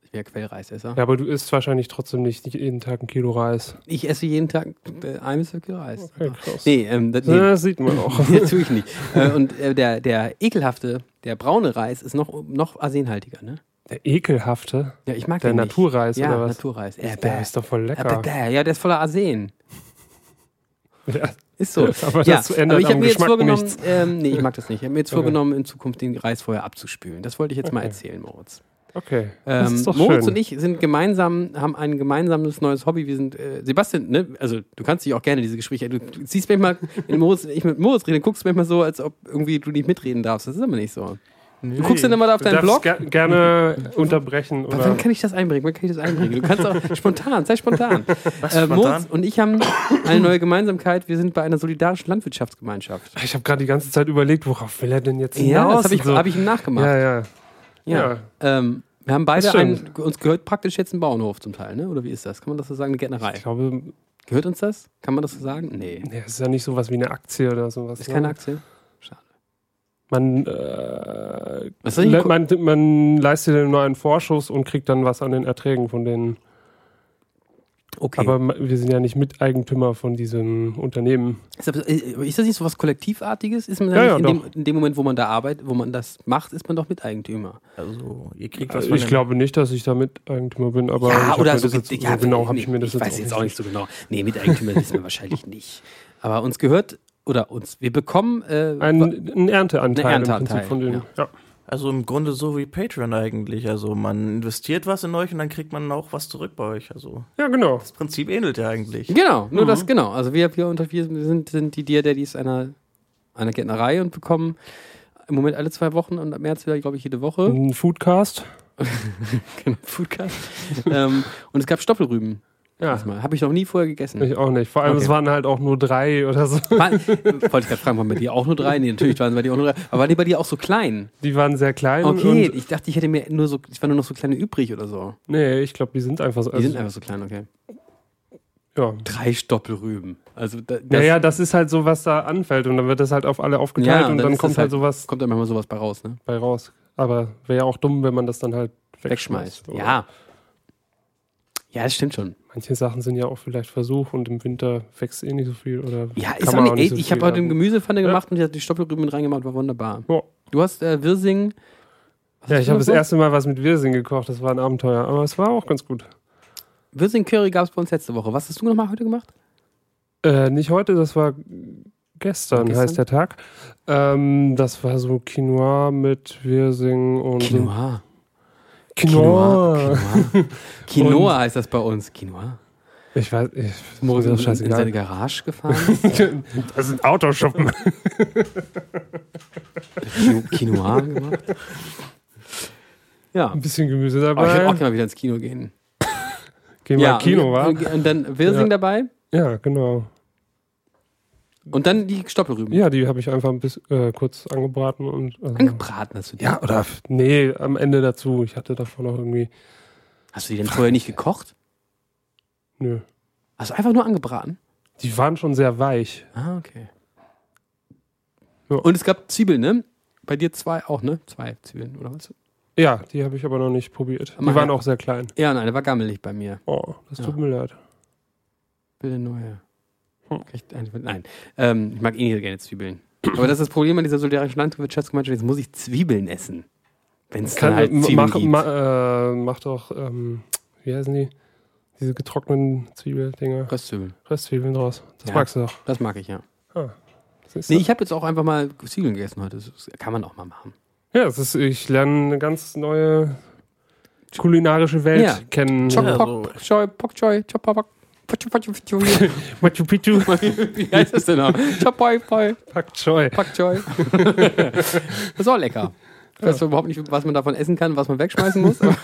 Speaker 1: Ich wäre Quellreisesser.
Speaker 2: Ja, aber du isst wahrscheinlich trotzdem nicht jeden Tag ein Kilo Reis.
Speaker 1: Ich esse jeden Tag äh, ein bis zwei Kilo Reis.
Speaker 2: Okay, krass.
Speaker 1: Nee, ähm, das, nee.
Speaker 2: Ja, das sieht man auch.
Speaker 1: das tue ich nicht. Äh, und äh, der, der ekelhafte, der braune Reis ist noch, noch arsenhaltiger, ne?
Speaker 2: Der ekelhafte.
Speaker 1: Ja, ich mag
Speaker 2: Der
Speaker 1: den
Speaker 2: Naturreis,
Speaker 1: nicht. Ja,
Speaker 2: oder was?
Speaker 1: Naturreis. Äh,
Speaker 2: Der ist doch voll
Speaker 1: äh, bäh,
Speaker 2: lecker.
Speaker 1: bäh. Ja, der ist voller Arsen.
Speaker 2: Ja,
Speaker 1: Ist so.
Speaker 2: Aber
Speaker 1: ja,
Speaker 2: das ändert
Speaker 1: ich habe
Speaker 2: am
Speaker 1: mir jetzt
Speaker 2: Geschmack
Speaker 1: vorgenommen,
Speaker 2: nichts.
Speaker 1: ähm, nee, ich mag das nicht. Ich habe mir jetzt vorgenommen, in Zukunft den Reis vorher abzuspülen. Das wollte ich jetzt mal erzählen, Moritz.
Speaker 2: okay. das
Speaker 1: Ähm,
Speaker 2: ist doch
Speaker 1: Moritz
Speaker 2: schön.
Speaker 1: und ich sind gemeinsam, haben ein gemeinsames neues Hobby. Wir sind, äh, Sebastian, ne? also du kannst dich auch gerne diese Gespräche, du siehst manchmal, wenn Moritz, ich mit Moritz rede, guckst manchmal so, als ob irgendwie du nicht mitreden darfst. Das ist aber nicht so. Du guckst dann immer da auf
Speaker 2: Du
Speaker 1: deinen
Speaker 2: darfst
Speaker 1: Blog.
Speaker 2: ge- gerne unterbrechen. Oder?
Speaker 1: Wann kann ich das einbringen? Wann kann ich das einbringen? Du kannst auch spontan, sei spontan.
Speaker 4: Was,
Speaker 1: Äh,
Speaker 4: spontan?
Speaker 1: Moritz und ich haben eine neue Gemeinsamkeit. Wir sind bei einer solidarischen Landwirtschaftsgemeinschaft.
Speaker 2: Ich habe gerade die ganze Zeit überlegt, worauf will er denn jetzt
Speaker 1: Ja,
Speaker 2: hinaus?
Speaker 1: das habe ich,
Speaker 2: und so.
Speaker 1: hab ich ihm nachgemacht.
Speaker 2: ja, ja.
Speaker 1: Ja.
Speaker 2: ja.
Speaker 1: Ähm, wir haben beide
Speaker 2: Das
Speaker 1: einen,
Speaker 2: stimmt.
Speaker 1: uns gehört praktisch jetzt ein Bauernhof zum Teil, ne? Oder wie ist das? Kann man das so sagen? Eine Gärtnerei.
Speaker 2: Ich glaube,
Speaker 1: Gehört uns das? Kann man das so sagen? Nee.
Speaker 2: nee, es ist ja nicht sowas wie eine Aktie oder sowas.
Speaker 1: Ist
Speaker 2: ne?
Speaker 1: keine Aktie.
Speaker 2: Man, äh,
Speaker 1: Was soll ich
Speaker 2: le
Speaker 1: denn-
Speaker 2: man, man leistet dann nur einen Vorschuss und kriegt dann was an den Erträgen von denen.
Speaker 1: okay.
Speaker 2: Aber ma- wir sind ja nicht Miteigentümer von diesem Unternehmen.
Speaker 1: ist, das, äh, ist das nicht so was Kollektivartiges? Ist man da
Speaker 2: Ja,
Speaker 1: nicht
Speaker 2: ja,
Speaker 1: in, dem, in dem Moment, wo man da arbeitet, wo man das macht, ist man doch Miteigentümer.
Speaker 4: Also, ihr kriegt was
Speaker 2: Also
Speaker 4: von
Speaker 2: ich
Speaker 4: dem-
Speaker 2: glaube nicht, dass ich da Miteigentümer bin, aber ich hab mir das jetzt,
Speaker 1: ge-
Speaker 2: so genau habe
Speaker 1: nee,
Speaker 2: ich mir das
Speaker 1: ich
Speaker 2: jetzt
Speaker 1: weiß
Speaker 2: auch
Speaker 1: jetzt auch nicht so genau. Nee, Miteigentümer ist man wahrscheinlich nicht. Aber uns gehört, oder uns, wir bekommen äh,
Speaker 2: Ein, ein Ernteanteil
Speaker 1: Ein
Speaker 2: im Prinzip
Speaker 1: Ernteanteil,
Speaker 2: von denen. Ja.
Speaker 4: Also im Grunde so wie Patreon eigentlich. Also man investiert was in euch und dann kriegt man auch was zurück bei euch. Also
Speaker 2: ja, genau.
Speaker 4: das Prinzip ähnelt ja eigentlich.
Speaker 1: Genau, nur das, genau. Also wir, wir, unter, wir sind, sind die Dear Daddies einer, einer Gärtnerei und bekommen im Moment alle zwei Wochen und ab März wieder, glaube ich, jede Woche
Speaker 2: Ein Foodcast.
Speaker 1: genau, Foodcast. ähm, und es gab Stoppelrüben.
Speaker 2: Ja,
Speaker 1: Diesmal. Habe Ah. ich noch nie vorher gegessen.
Speaker 2: ich auch nicht. Vor allem,
Speaker 1: Okay.
Speaker 2: es waren halt auch nur drei oder so.
Speaker 1: War, wollte ich gerade fragen, waren bei dir auch nur drei? Nee, natürlich waren bei dir auch nur drei. Aber waren die bei dir auch so klein?
Speaker 2: Die waren sehr klein.
Speaker 1: Okay,
Speaker 2: Und,
Speaker 1: ich dachte, ich hätte mir nur so, ich war nur noch so kleine übrig oder so.
Speaker 2: nee, ich glaube, die sind einfach so.
Speaker 1: Die
Speaker 2: also-
Speaker 1: sind einfach so klein, okay.
Speaker 2: ja.
Speaker 1: Drei Stoppelrüben. Also da, das,
Speaker 2: Naja, das ist halt so, was da anfällt und dann wird das halt auf alle aufgeteilt
Speaker 1: Ja,
Speaker 2: und
Speaker 1: dann
Speaker 2: dann,
Speaker 1: ist
Speaker 2: kommt
Speaker 1: das
Speaker 2: halt
Speaker 1: halt-
Speaker 2: sowas
Speaker 1: kommt dann manchmal sowas bei raus, ne?
Speaker 2: bei raus. Aber wäre ja auch dumm, wenn man das dann halt wegschmeißt.
Speaker 1: Wegschmeißt.
Speaker 2: oder?
Speaker 1: Ja. Ja, das stimmt schon.
Speaker 2: Manche Sachen sind ja auch vielleicht Versuch und im Winter wächst eh nicht so viel oder
Speaker 1: Ja,
Speaker 2: kann
Speaker 1: ist
Speaker 2: man
Speaker 1: auch nicht,
Speaker 2: so
Speaker 1: ey, ich
Speaker 2: viel
Speaker 1: habe heute
Speaker 2: haben.
Speaker 1: eine Gemüsepfanne gemacht und ich habe die Stoppelrüben reingemacht, war wunderbar.
Speaker 2: Ja.
Speaker 1: Du hast äh, Wirsing. Was
Speaker 2: Ja,
Speaker 1: hast
Speaker 2: ich
Speaker 1: du
Speaker 2: habe
Speaker 1: noch
Speaker 2: das
Speaker 1: so?
Speaker 2: erste Mal was mit Wirsing gekocht, das war ein Abenteuer, aber es war auch ganz gut.
Speaker 1: Wirsing Curry gab es bei uns letzte Woche. Was hast du nochmal heute gemacht?
Speaker 2: Äh, nicht heute, das war gestern,
Speaker 1: Gestern?
Speaker 2: heißt der Tag. Ähm, das war so Quinoa mit Wirsing und
Speaker 1: Quinoa.
Speaker 2: Quinoa.
Speaker 1: Quinoa. Quinoa heißt das bei uns. Quinoa.
Speaker 2: Ich weiß, ich,
Speaker 1: Moritz
Speaker 2: mir doch
Speaker 1: ist in, in
Speaker 2: scheißegal.
Speaker 1: seine Garage gefahren.
Speaker 2: das sind Autoschuppen.
Speaker 1: Quino- Quinoa gemacht. Ja.
Speaker 2: Ein bisschen Gemüse
Speaker 1: Aber Oh, ich
Speaker 2: dabei.
Speaker 1: werde auch gerne mal wieder ins Kino gehen.
Speaker 2: Geh mal
Speaker 1: ja,
Speaker 2: Kino,
Speaker 1: und,
Speaker 2: wa?
Speaker 1: Und, und dann Wirsing
Speaker 2: Ja.
Speaker 1: dabei
Speaker 2: Ja, genau.
Speaker 1: und dann die Stoppelrüben.
Speaker 2: Ja, die habe ich einfach ein bisschen äh, kurz angebraten und. Also,
Speaker 1: Angebraten hast du die.
Speaker 2: ja, oder? f- Nee, am Ende dazu. Ich hatte davor noch irgendwie.
Speaker 1: Hast du die denn vorher nicht gekocht?
Speaker 2: Nö.
Speaker 1: Hast du einfach nur angebraten?
Speaker 2: Die waren schon sehr weich.
Speaker 1: Ah, okay.
Speaker 2: Ja.
Speaker 1: Und es gab Zwiebeln, ne? Bei dir zwei auch, ne? Zwei Zwiebeln, oder was?
Speaker 2: Ja, die habe ich aber noch nicht probiert. Die
Speaker 1: Aber-
Speaker 2: waren auch sehr klein.
Speaker 1: Ja, nein, der war gammelig bei mir.
Speaker 2: Oh, das tut
Speaker 1: Ja.
Speaker 2: mir leid.
Speaker 1: Bitte neue.
Speaker 2: Hm.
Speaker 1: Echt eine- Nein. Ähm, ich mag eh nicht so gerne Zwiebeln. Aber das ist das Problem an dieser solidarischen Landwirtschaftsgemeinschaft. Jetzt muss ich Zwiebeln essen. Wenn es dann
Speaker 2: Kann,
Speaker 1: halt
Speaker 2: ma-
Speaker 1: Zwiebeln
Speaker 2: Also, mach,
Speaker 1: gibt.
Speaker 2: ma, äh, mach doch, ähm, wie heißen die? Diese getrockneten Zwiebeldinger.
Speaker 1: Röstzwiebeln.
Speaker 2: Röstzwiebeln draus. Das
Speaker 1: Ja.
Speaker 2: magst du doch.
Speaker 1: Das mag ich, ja.
Speaker 2: Siehst
Speaker 1: Nee,
Speaker 2: du?
Speaker 1: ich habe jetzt auch einfach mal Zwiebeln gegessen heute. Das das kann man auch mal machen.
Speaker 2: ja, das ist, ich lerne eine ganz neue kulinarische Welt
Speaker 1: Ja.
Speaker 2: kennen.
Speaker 1: Choc,
Speaker 4: Ja,
Speaker 1: poc,
Speaker 4: so.
Speaker 1: poc, choi, poc, choi, chop, poc, poc, poc, poc, poc, choi.
Speaker 2: Machu Picchu.
Speaker 1: Wie heißt das denn noch? Chop, poi, poi.
Speaker 2: Pak Choi.
Speaker 1: Pak Choi. das war lecker. Ich weiß zwar überhaupt nicht, was man davon essen kann, was man wegschmeißen muss. Aber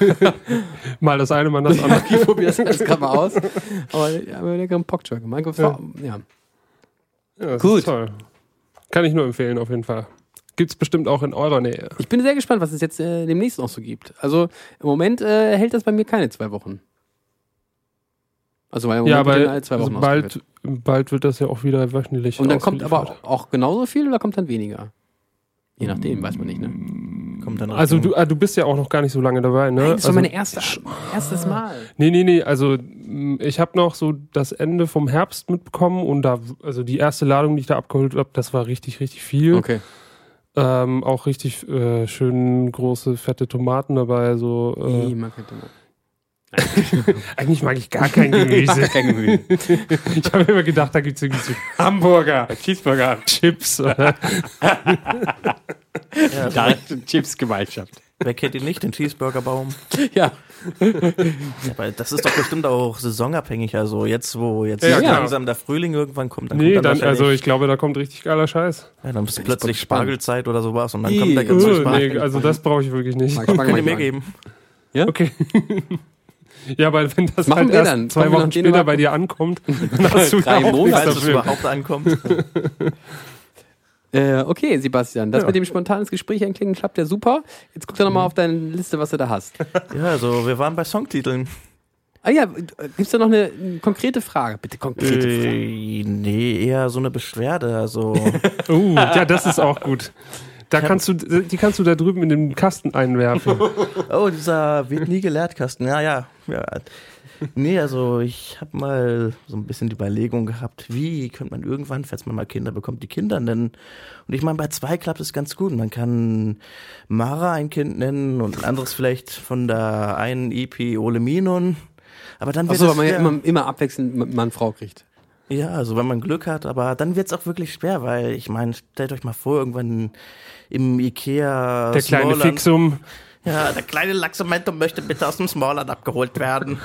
Speaker 2: Mal das eine, mal das andere.
Speaker 1: ich probiere das jetzt gerade mal aus. Aber ich habe einen leckeren Pak Choi gemacht. Das war- Ja.
Speaker 2: Ja, das
Speaker 1: Gut.
Speaker 2: Ist toll. Kann ich nur empfehlen, auf jeden Fall. Gibt's bestimmt auch in eurer Nähe.
Speaker 1: Ich bin sehr gespannt, was es jetzt äh, demnächst noch so gibt. Also im Moment äh, hält das bei mir keine zwei Wochen. Also weil im
Speaker 2: ja,
Speaker 1: Moment
Speaker 2: aber
Speaker 1: werden alle zwei Wochen
Speaker 2: also
Speaker 1: ausgeliefert.
Speaker 2: bald, bald wird das ja auch wieder wöchentlich.
Speaker 1: Und dann kommt aber
Speaker 2: ausgeliefert.
Speaker 1: auch, auch genauso viel oder kommt dann weniger? Je nachdem, weiß man nicht, ne?
Speaker 4: Kommt dann
Speaker 2: Also
Speaker 4: Richtung-
Speaker 2: du, ah, du bist ja auch noch gar nicht so lange dabei, ne?
Speaker 1: Nein, das
Speaker 2: also,
Speaker 1: war mein erste, erstes Mal.
Speaker 2: Nee, nee, nee, also mm, ich habe noch so das Ende vom Herbst mitbekommen und da, also die erste Ladung, die ich da abgeholt habe, das war richtig, richtig viel.
Speaker 1: Okay.
Speaker 2: Ähm, auch richtig äh, schön große, fette Tomaten dabei. So, äh,
Speaker 1: Ich mag keine Tomaten.
Speaker 2: eigentlich mag ich gar kein Gemüse.
Speaker 1: Kein Gemüse.
Speaker 2: ich habe immer gedacht, da gibt es irgendwie so
Speaker 1: Hamburger, Cheeseburger,
Speaker 2: Chips oder
Speaker 1: direkte Chips-Gemeinschaft.
Speaker 4: Wer kennt ihn nicht, den Cheeseburgerbaum?
Speaker 1: Ja,
Speaker 4: Aber das ist doch bestimmt auch saisonabhängig. Also jetzt, wo jetzt
Speaker 2: Ja,
Speaker 1: klar.
Speaker 4: langsam der Frühling irgendwann kommt, dann
Speaker 2: Nee,
Speaker 4: kommt dann,
Speaker 2: dann, also ich
Speaker 4: wahrscheinlich-
Speaker 2: glaube, da kommt richtig geiler Scheiß.
Speaker 4: ja, dann ist
Speaker 1: also- bin
Speaker 4: plötzlich
Speaker 1: gespannt.
Speaker 4: Spargelzeit oder sowas und dann
Speaker 1: Ih, oh,
Speaker 4: kommt der
Speaker 1: Soll
Speaker 2: Uh,
Speaker 4: ganze
Speaker 1: ich mal-
Speaker 2: nee, also das brauche ich wirklich nicht.
Speaker 1: mag ich mag,
Speaker 4: Kann
Speaker 1: mag,
Speaker 4: ich mir
Speaker 1: mag.
Speaker 4: geben.
Speaker 2: Okay. ja, weil wenn das
Speaker 1: machen
Speaker 2: halt
Speaker 1: wir
Speaker 2: erst
Speaker 1: dann?
Speaker 2: zwei
Speaker 1: Kommen wir
Speaker 2: Wochen
Speaker 1: nach
Speaker 2: später
Speaker 1: Dänemark?
Speaker 2: bei dir ankommt, dann hast du
Speaker 1: Drei
Speaker 2: da auch nichts
Speaker 1: Monate.
Speaker 4: Falls es
Speaker 2: dafür.
Speaker 4: überhaupt ankommt.
Speaker 1: Äh, okay, Sebastian, das
Speaker 2: Ja. Mhm.
Speaker 1: mit dem spontanes Gespräch einklingen klappt ja super. Jetzt guck doch nochmal auf deine Liste, was du da hast.
Speaker 4: Ja, also wir waren bei Songtiteln.
Speaker 1: Ah ja, äh, gibt's da noch eine, eine konkrete Frage? Bitte konkrete Frage.
Speaker 4: Äh, nee, eher so eine Beschwerde. Also
Speaker 2: Uh, ja, das ist auch gut. Da kannst du, die kannst du da drüben in den Kasten einwerfen.
Speaker 4: Oh, dieser wird nie gelehrt, Kasten. Ja, ja. ja. Nee, also ich habe mal so ein bisschen die Überlegung gehabt, wie könnte man irgendwann, falls man mal Kinder bekommt, die Kinder nennen. Und ich meine, bei zwei klappt es ganz gut. Man kann Mara ein Kind nennen und ein anderes vielleicht von der einen EP Ole Minon. Aber dann wird
Speaker 1: Achso, weil
Speaker 4: es
Speaker 1: man ja
Speaker 4: schwer.
Speaker 1: immer, immer abwechselnd M- Mann, Frau kriegt.
Speaker 4: Ja, also wenn man Glück hat, aber dann wird's auch wirklich schwer, weil ich meine, stellt euch mal vor, irgendwann im Ikea
Speaker 2: Der kleine
Speaker 4: Smallland-
Speaker 2: Fixum.
Speaker 4: ja, der kleine Laxamento möchte bitte aus dem Smallland abgeholt werden.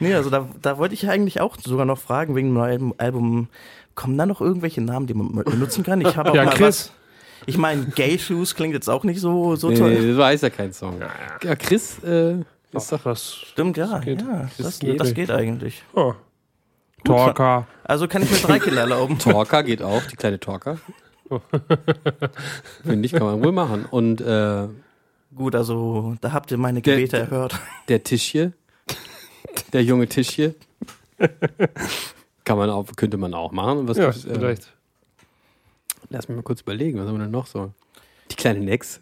Speaker 4: nee, also da, da wollte ich eigentlich auch sogar noch fragen, wegen dem neuen Album, kommen da noch irgendwelche Namen, die man benutzen kann? Ich habe auch
Speaker 2: Ja,
Speaker 4: mal
Speaker 2: Chris.
Speaker 4: was. Ich meine, Gay Shoes klingt jetzt auch nicht so, so
Speaker 1: Nee,
Speaker 4: toll.
Speaker 1: nee, so heißt ja kein Song. Ja, Chris, äh, ist doch.
Speaker 2: Was?
Speaker 4: Stimmt, ja. Das geht, ja, das,
Speaker 1: geht.
Speaker 4: das geht eigentlich.
Speaker 2: Oh. Talker.
Speaker 4: Also kann ich mir drei Kinder erlauben.
Speaker 1: Torka geht auch, die kleine Torka. Finde ich, kann man wohl machen. Und äh,
Speaker 4: Gut, also da habt ihr meine
Speaker 1: Der-
Speaker 4: Gebete erhört.
Speaker 1: der Tisch hier, der junge Tisch hier, kann man auch, könnte man auch machen. Und was
Speaker 2: Ja,
Speaker 1: gibt's, äh,
Speaker 2: vielleicht.
Speaker 1: Lass mich mal kurz überlegen, was haben wir denn noch so? Die kleine Nex.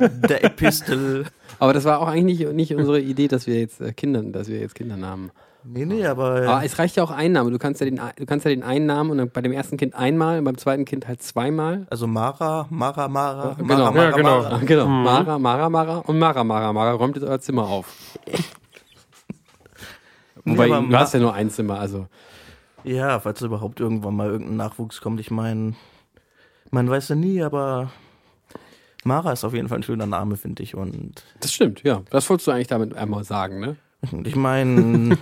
Speaker 4: Der Epistel.
Speaker 1: Aber das war auch eigentlich nicht, nicht unsere Idee, dass wir jetzt äh, Kindern, dass wir jetzt Kindernamen.
Speaker 4: Nee, nee, aber.
Speaker 1: Aber es reicht ja auch ein Name. Du kannst ja den, du kannst ja den einen Namen und dann bei dem ersten Kind einmal und beim zweiten Kind halt zweimal.
Speaker 4: also Mara, Mara, Mara,
Speaker 1: Genau.
Speaker 4: Mara, Mara,
Speaker 2: Ja, genau.
Speaker 1: Ah,
Speaker 4: Mara.
Speaker 1: genau. Mara, Mara, Mara und Mara, Mara, Mara räumt jetzt euer Zimmer auf. Wobei,
Speaker 4: aber
Speaker 1: du
Speaker 4: Ma-
Speaker 1: hast ja nur ein Zimmer, also.
Speaker 4: Ja, falls überhaupt irgendwann mal irgendein Nachwuchs kommt, ich meine, man weiß ja nie, aber Mara ist auf jeden Fall ein schöner Name, finde ich. Und
Speaker 1: Das stimmt, ja. Das wolltest du eigentlich damit einmal sagen, ne?
Speaker 4: ich meine,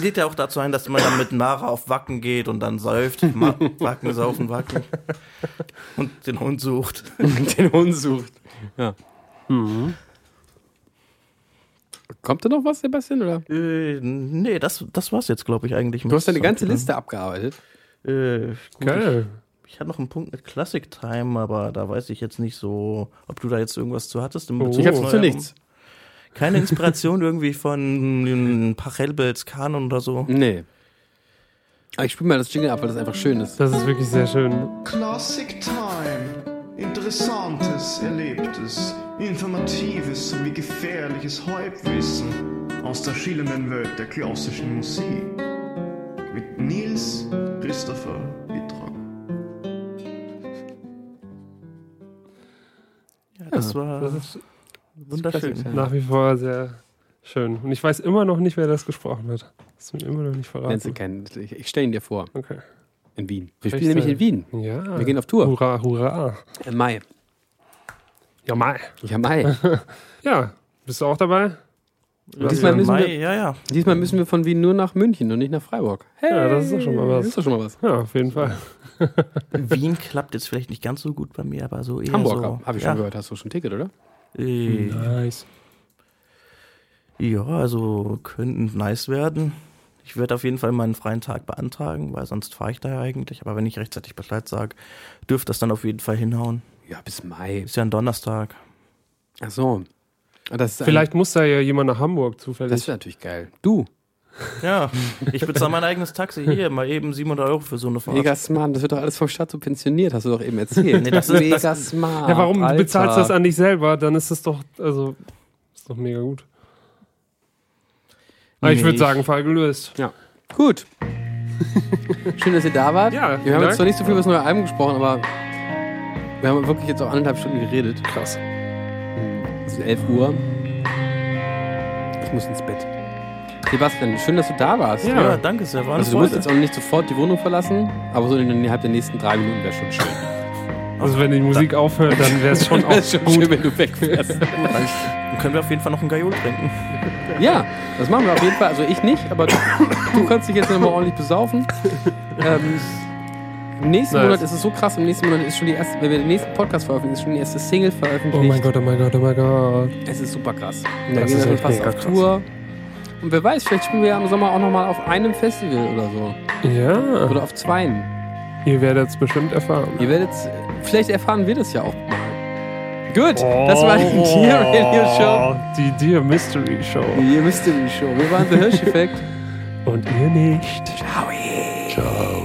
Speaker 4: lädt ja auch dazu ein, dass man dann mit Mara auf Wacken geht und dann säuft. Ma Wacken, saufen, Wacken. Und den Hund sucht.
Speaker 1: Den Hund sucht. Ja. Mhm. Kommt da noch was, Sebastian? Oder?
Speaker 4: Äh, nee, das, das war's jetzt, glaube ich, eigentlich.
Speaker 1: Du hast deine ganze Liste abgearbeitet.
Speaker 4: Äh, gut,
Speaker 2: Geil.
Speaker 4: Ich hatte noch einen Punkt mit Classic Time, aber da weiß ich jetzt nicht so, ob du da jetzt irgendwas zu hattest. Im Bezug
Speaker 1: Oh. Ich
Speaker 4: auf
Speaker 1: hab's zu
Speaker 4: Neuerung.
Speaker 1: nichts.
Speaker 4: Keine Inspiration irgendwie von mm, Pachelbels Kanon oder so.
Speaker 1: Nee. Aber Ah, ich spiele mal das Jingle ab, weil das einfach schön ist.
Speaker 2: Das ist wirklich sehr schön.
Speaker 10: Classic Time. Interessantes, Erlebtes, Informatives sowie gefährliches Halbwissen aus der schillenden Welt der klassischen Musik. Mit Nils Christopher Wittrock.
Speaker 4: Ja, das war wunderschön.
Speaker 2: Nach wie vor sehr schön. Und ich weiß immer noch nicht, wer das gesprochen hat. Das ist mir immer noch nicht
Speaker 1: Nennst du
Speaker 2: verraten.
Speaker 1: keinen. Ich, ich stelle ihn dir vor.
Speaker 2: Okay.
Speaker 1: In Wien. Wir
Speaker 2: Echt,
Speaker 1: spielen nämlich
Speaker 2: äh,
Speaker 1: in Wien.
Speaker 2: Ja.
Speaker 1: Wir gehen auf Tour.
Speaker 2: Hurra, hurra.
Speaker 1: Im Mai.
Speaker 2: Ja, Mai.
Speaker 1: Ja, Mai.
Speaker 2: Ja, bist du auch dabei?
Speaker 1: Diesmal
Speaker 4: Äh,
Speaker 1: müssen
Speaker 4: Mai,
Speaker 1: wir-
Speaker 4: ja, ja.
Speaker 1: Diesmal müssen wir von Wien nur nach München und nicht nach Freiburg. Hey,
Speaker 2: Ja, das ist doch schon mal
Speaker 1: das
Speaker 2: was.
Speaker 1: ist doch schon mal was.
Speaker 2: Ja, auf jeden Fall.
Speaker 4: Wien klappt jetzt vielleicht nicht ganz so gut bei mir, aber so eher
Speaker 1: Hamburger,
Speaker 4: so.
Speaker 1: habe ich
Speaker 4: ja.
Speaker 1: schon gehört. Hast du schon ein Ticket, oder?
Speaker 4: Äh,
Speaker 2: Nice.
Speaker 4: ja, also könnten nice werden. Ich werde auf jeden Fall meinen freien Tag beantragen, weil sonst fahre ich da ja eigentlich. Aber wenn ich rechtzeitig Bescheid sage, dürfte das dann auf jeden Fall hinhauen.
Speaker 1: Ja, bis Mai.
Speaker 4: Ist ja ein Donnerstag.
Speaker 1: Ach so. Ah, Das ist ein-
Speaker 2: Vielleicht muss da ja jemand nach Hamburg zufällig.
Speaker 1: Das wäre natürlich geil. Du.
Speaker 4: Ja, ich bezahle mein eigenes Taxi hier, mal eben 700 Euro für so eine Fahrt.
Speaker 1: Mega smart, das wird doch alles vom Staat subventioniert, hast du doch eben erzählt.
Speaker 4: Nee, das ist-
Speaker 1: mega
Speaker 4: das-
Speaker 1: smart.
Speaker 2: ja, warum
Speaker 1: Alter.
Speaker 2: bezahlst du das an dich selber? Dann ist das doch, also, ist doch mega gut. Aber ich würde
Speaker 4: Nee.
Speaker 2: sagen, Fall gelöst.
Speaker 1: Gut. Schön, dass ihr da wart.
Speaker 2: Ja,
Speaker 1: wir haben
Speaker 2: Dank.
Speaker 1: jetzt zwar nicht so viel über das neue Album gesprochen, aber wir haben wirklich jetzt auch anderthalb Stunden geredet. Krass. Es ist 11 Uhr. Ich muss ins Bett. Sebastian, schön, dass du da warst.
Speaker 4: Ja, danke sehr, war eine
Speaker 1: Also du musst
Speaker 4: Freude.
Speaker 1: jetzt auch nicht sofort die Wohnung verlassen, aber so innerhalb der nächsten drei Minuten wäre schon schön.
Speaker 2: Also, wenn die Musik aufhört, dann wäre es schon auch
Speaker 1: Wär's schon
Speaker 2: gut.
Speaker 1: schön, wenn du wegfährst.
Speaker 4: Dann können wir auf jeden Fall noch einen Gaiol trinken.
Speaker 1: ja, das machen wir auf jeden Fall. Also ich nicht, aber du, du kannst dich jetzt nochmal ordentlich besaufen. Ähm, Im nächsten
Speaker 2: Nice.
Speaker 1: Monat ist es so krass, im nächsten Monat ist schon die erste, wenn wir den nächsten Podcast veröffentlichen, ist schon die erste Single
Speaker 2: Oh
Speaker 1: veröffentlicht.
Speaker 2: mein Gott, oh mein Gott, oh mein Gott.
Speaker 1: Es ist super krass. Und da
Speaker 2: Das
Speaker 1: gehen
Speaker 2: ist
Speaker 1: wir dann
Speaker 2: echt
Speaker 1: fast
Speaker 2: mega
Speaker 1: auf
Speaker 2: krass.
Speaker 1: Tour. Und wer weiß, vielleicht spielen wir ja im Sommer auch nochmal auf einem Festival oder so.
Speaker 2: Ja,
Speaker 1: Oder auf zweien.
Speaker 2: ihr werdet es bestimmt erfahren.
Speaker 1: Ihr werdet, äh, vielleicht erfahren wir das ja auch mal. Gut, das war die Dear Radio Show.
Speaker 2: Die Dear Mystery Show.
Speaker 1: Ihr wisst die Show. Wir waren The Hirsch Effect.
Speaker 2: Und ihr nicht.
Speaker 1: Ciao.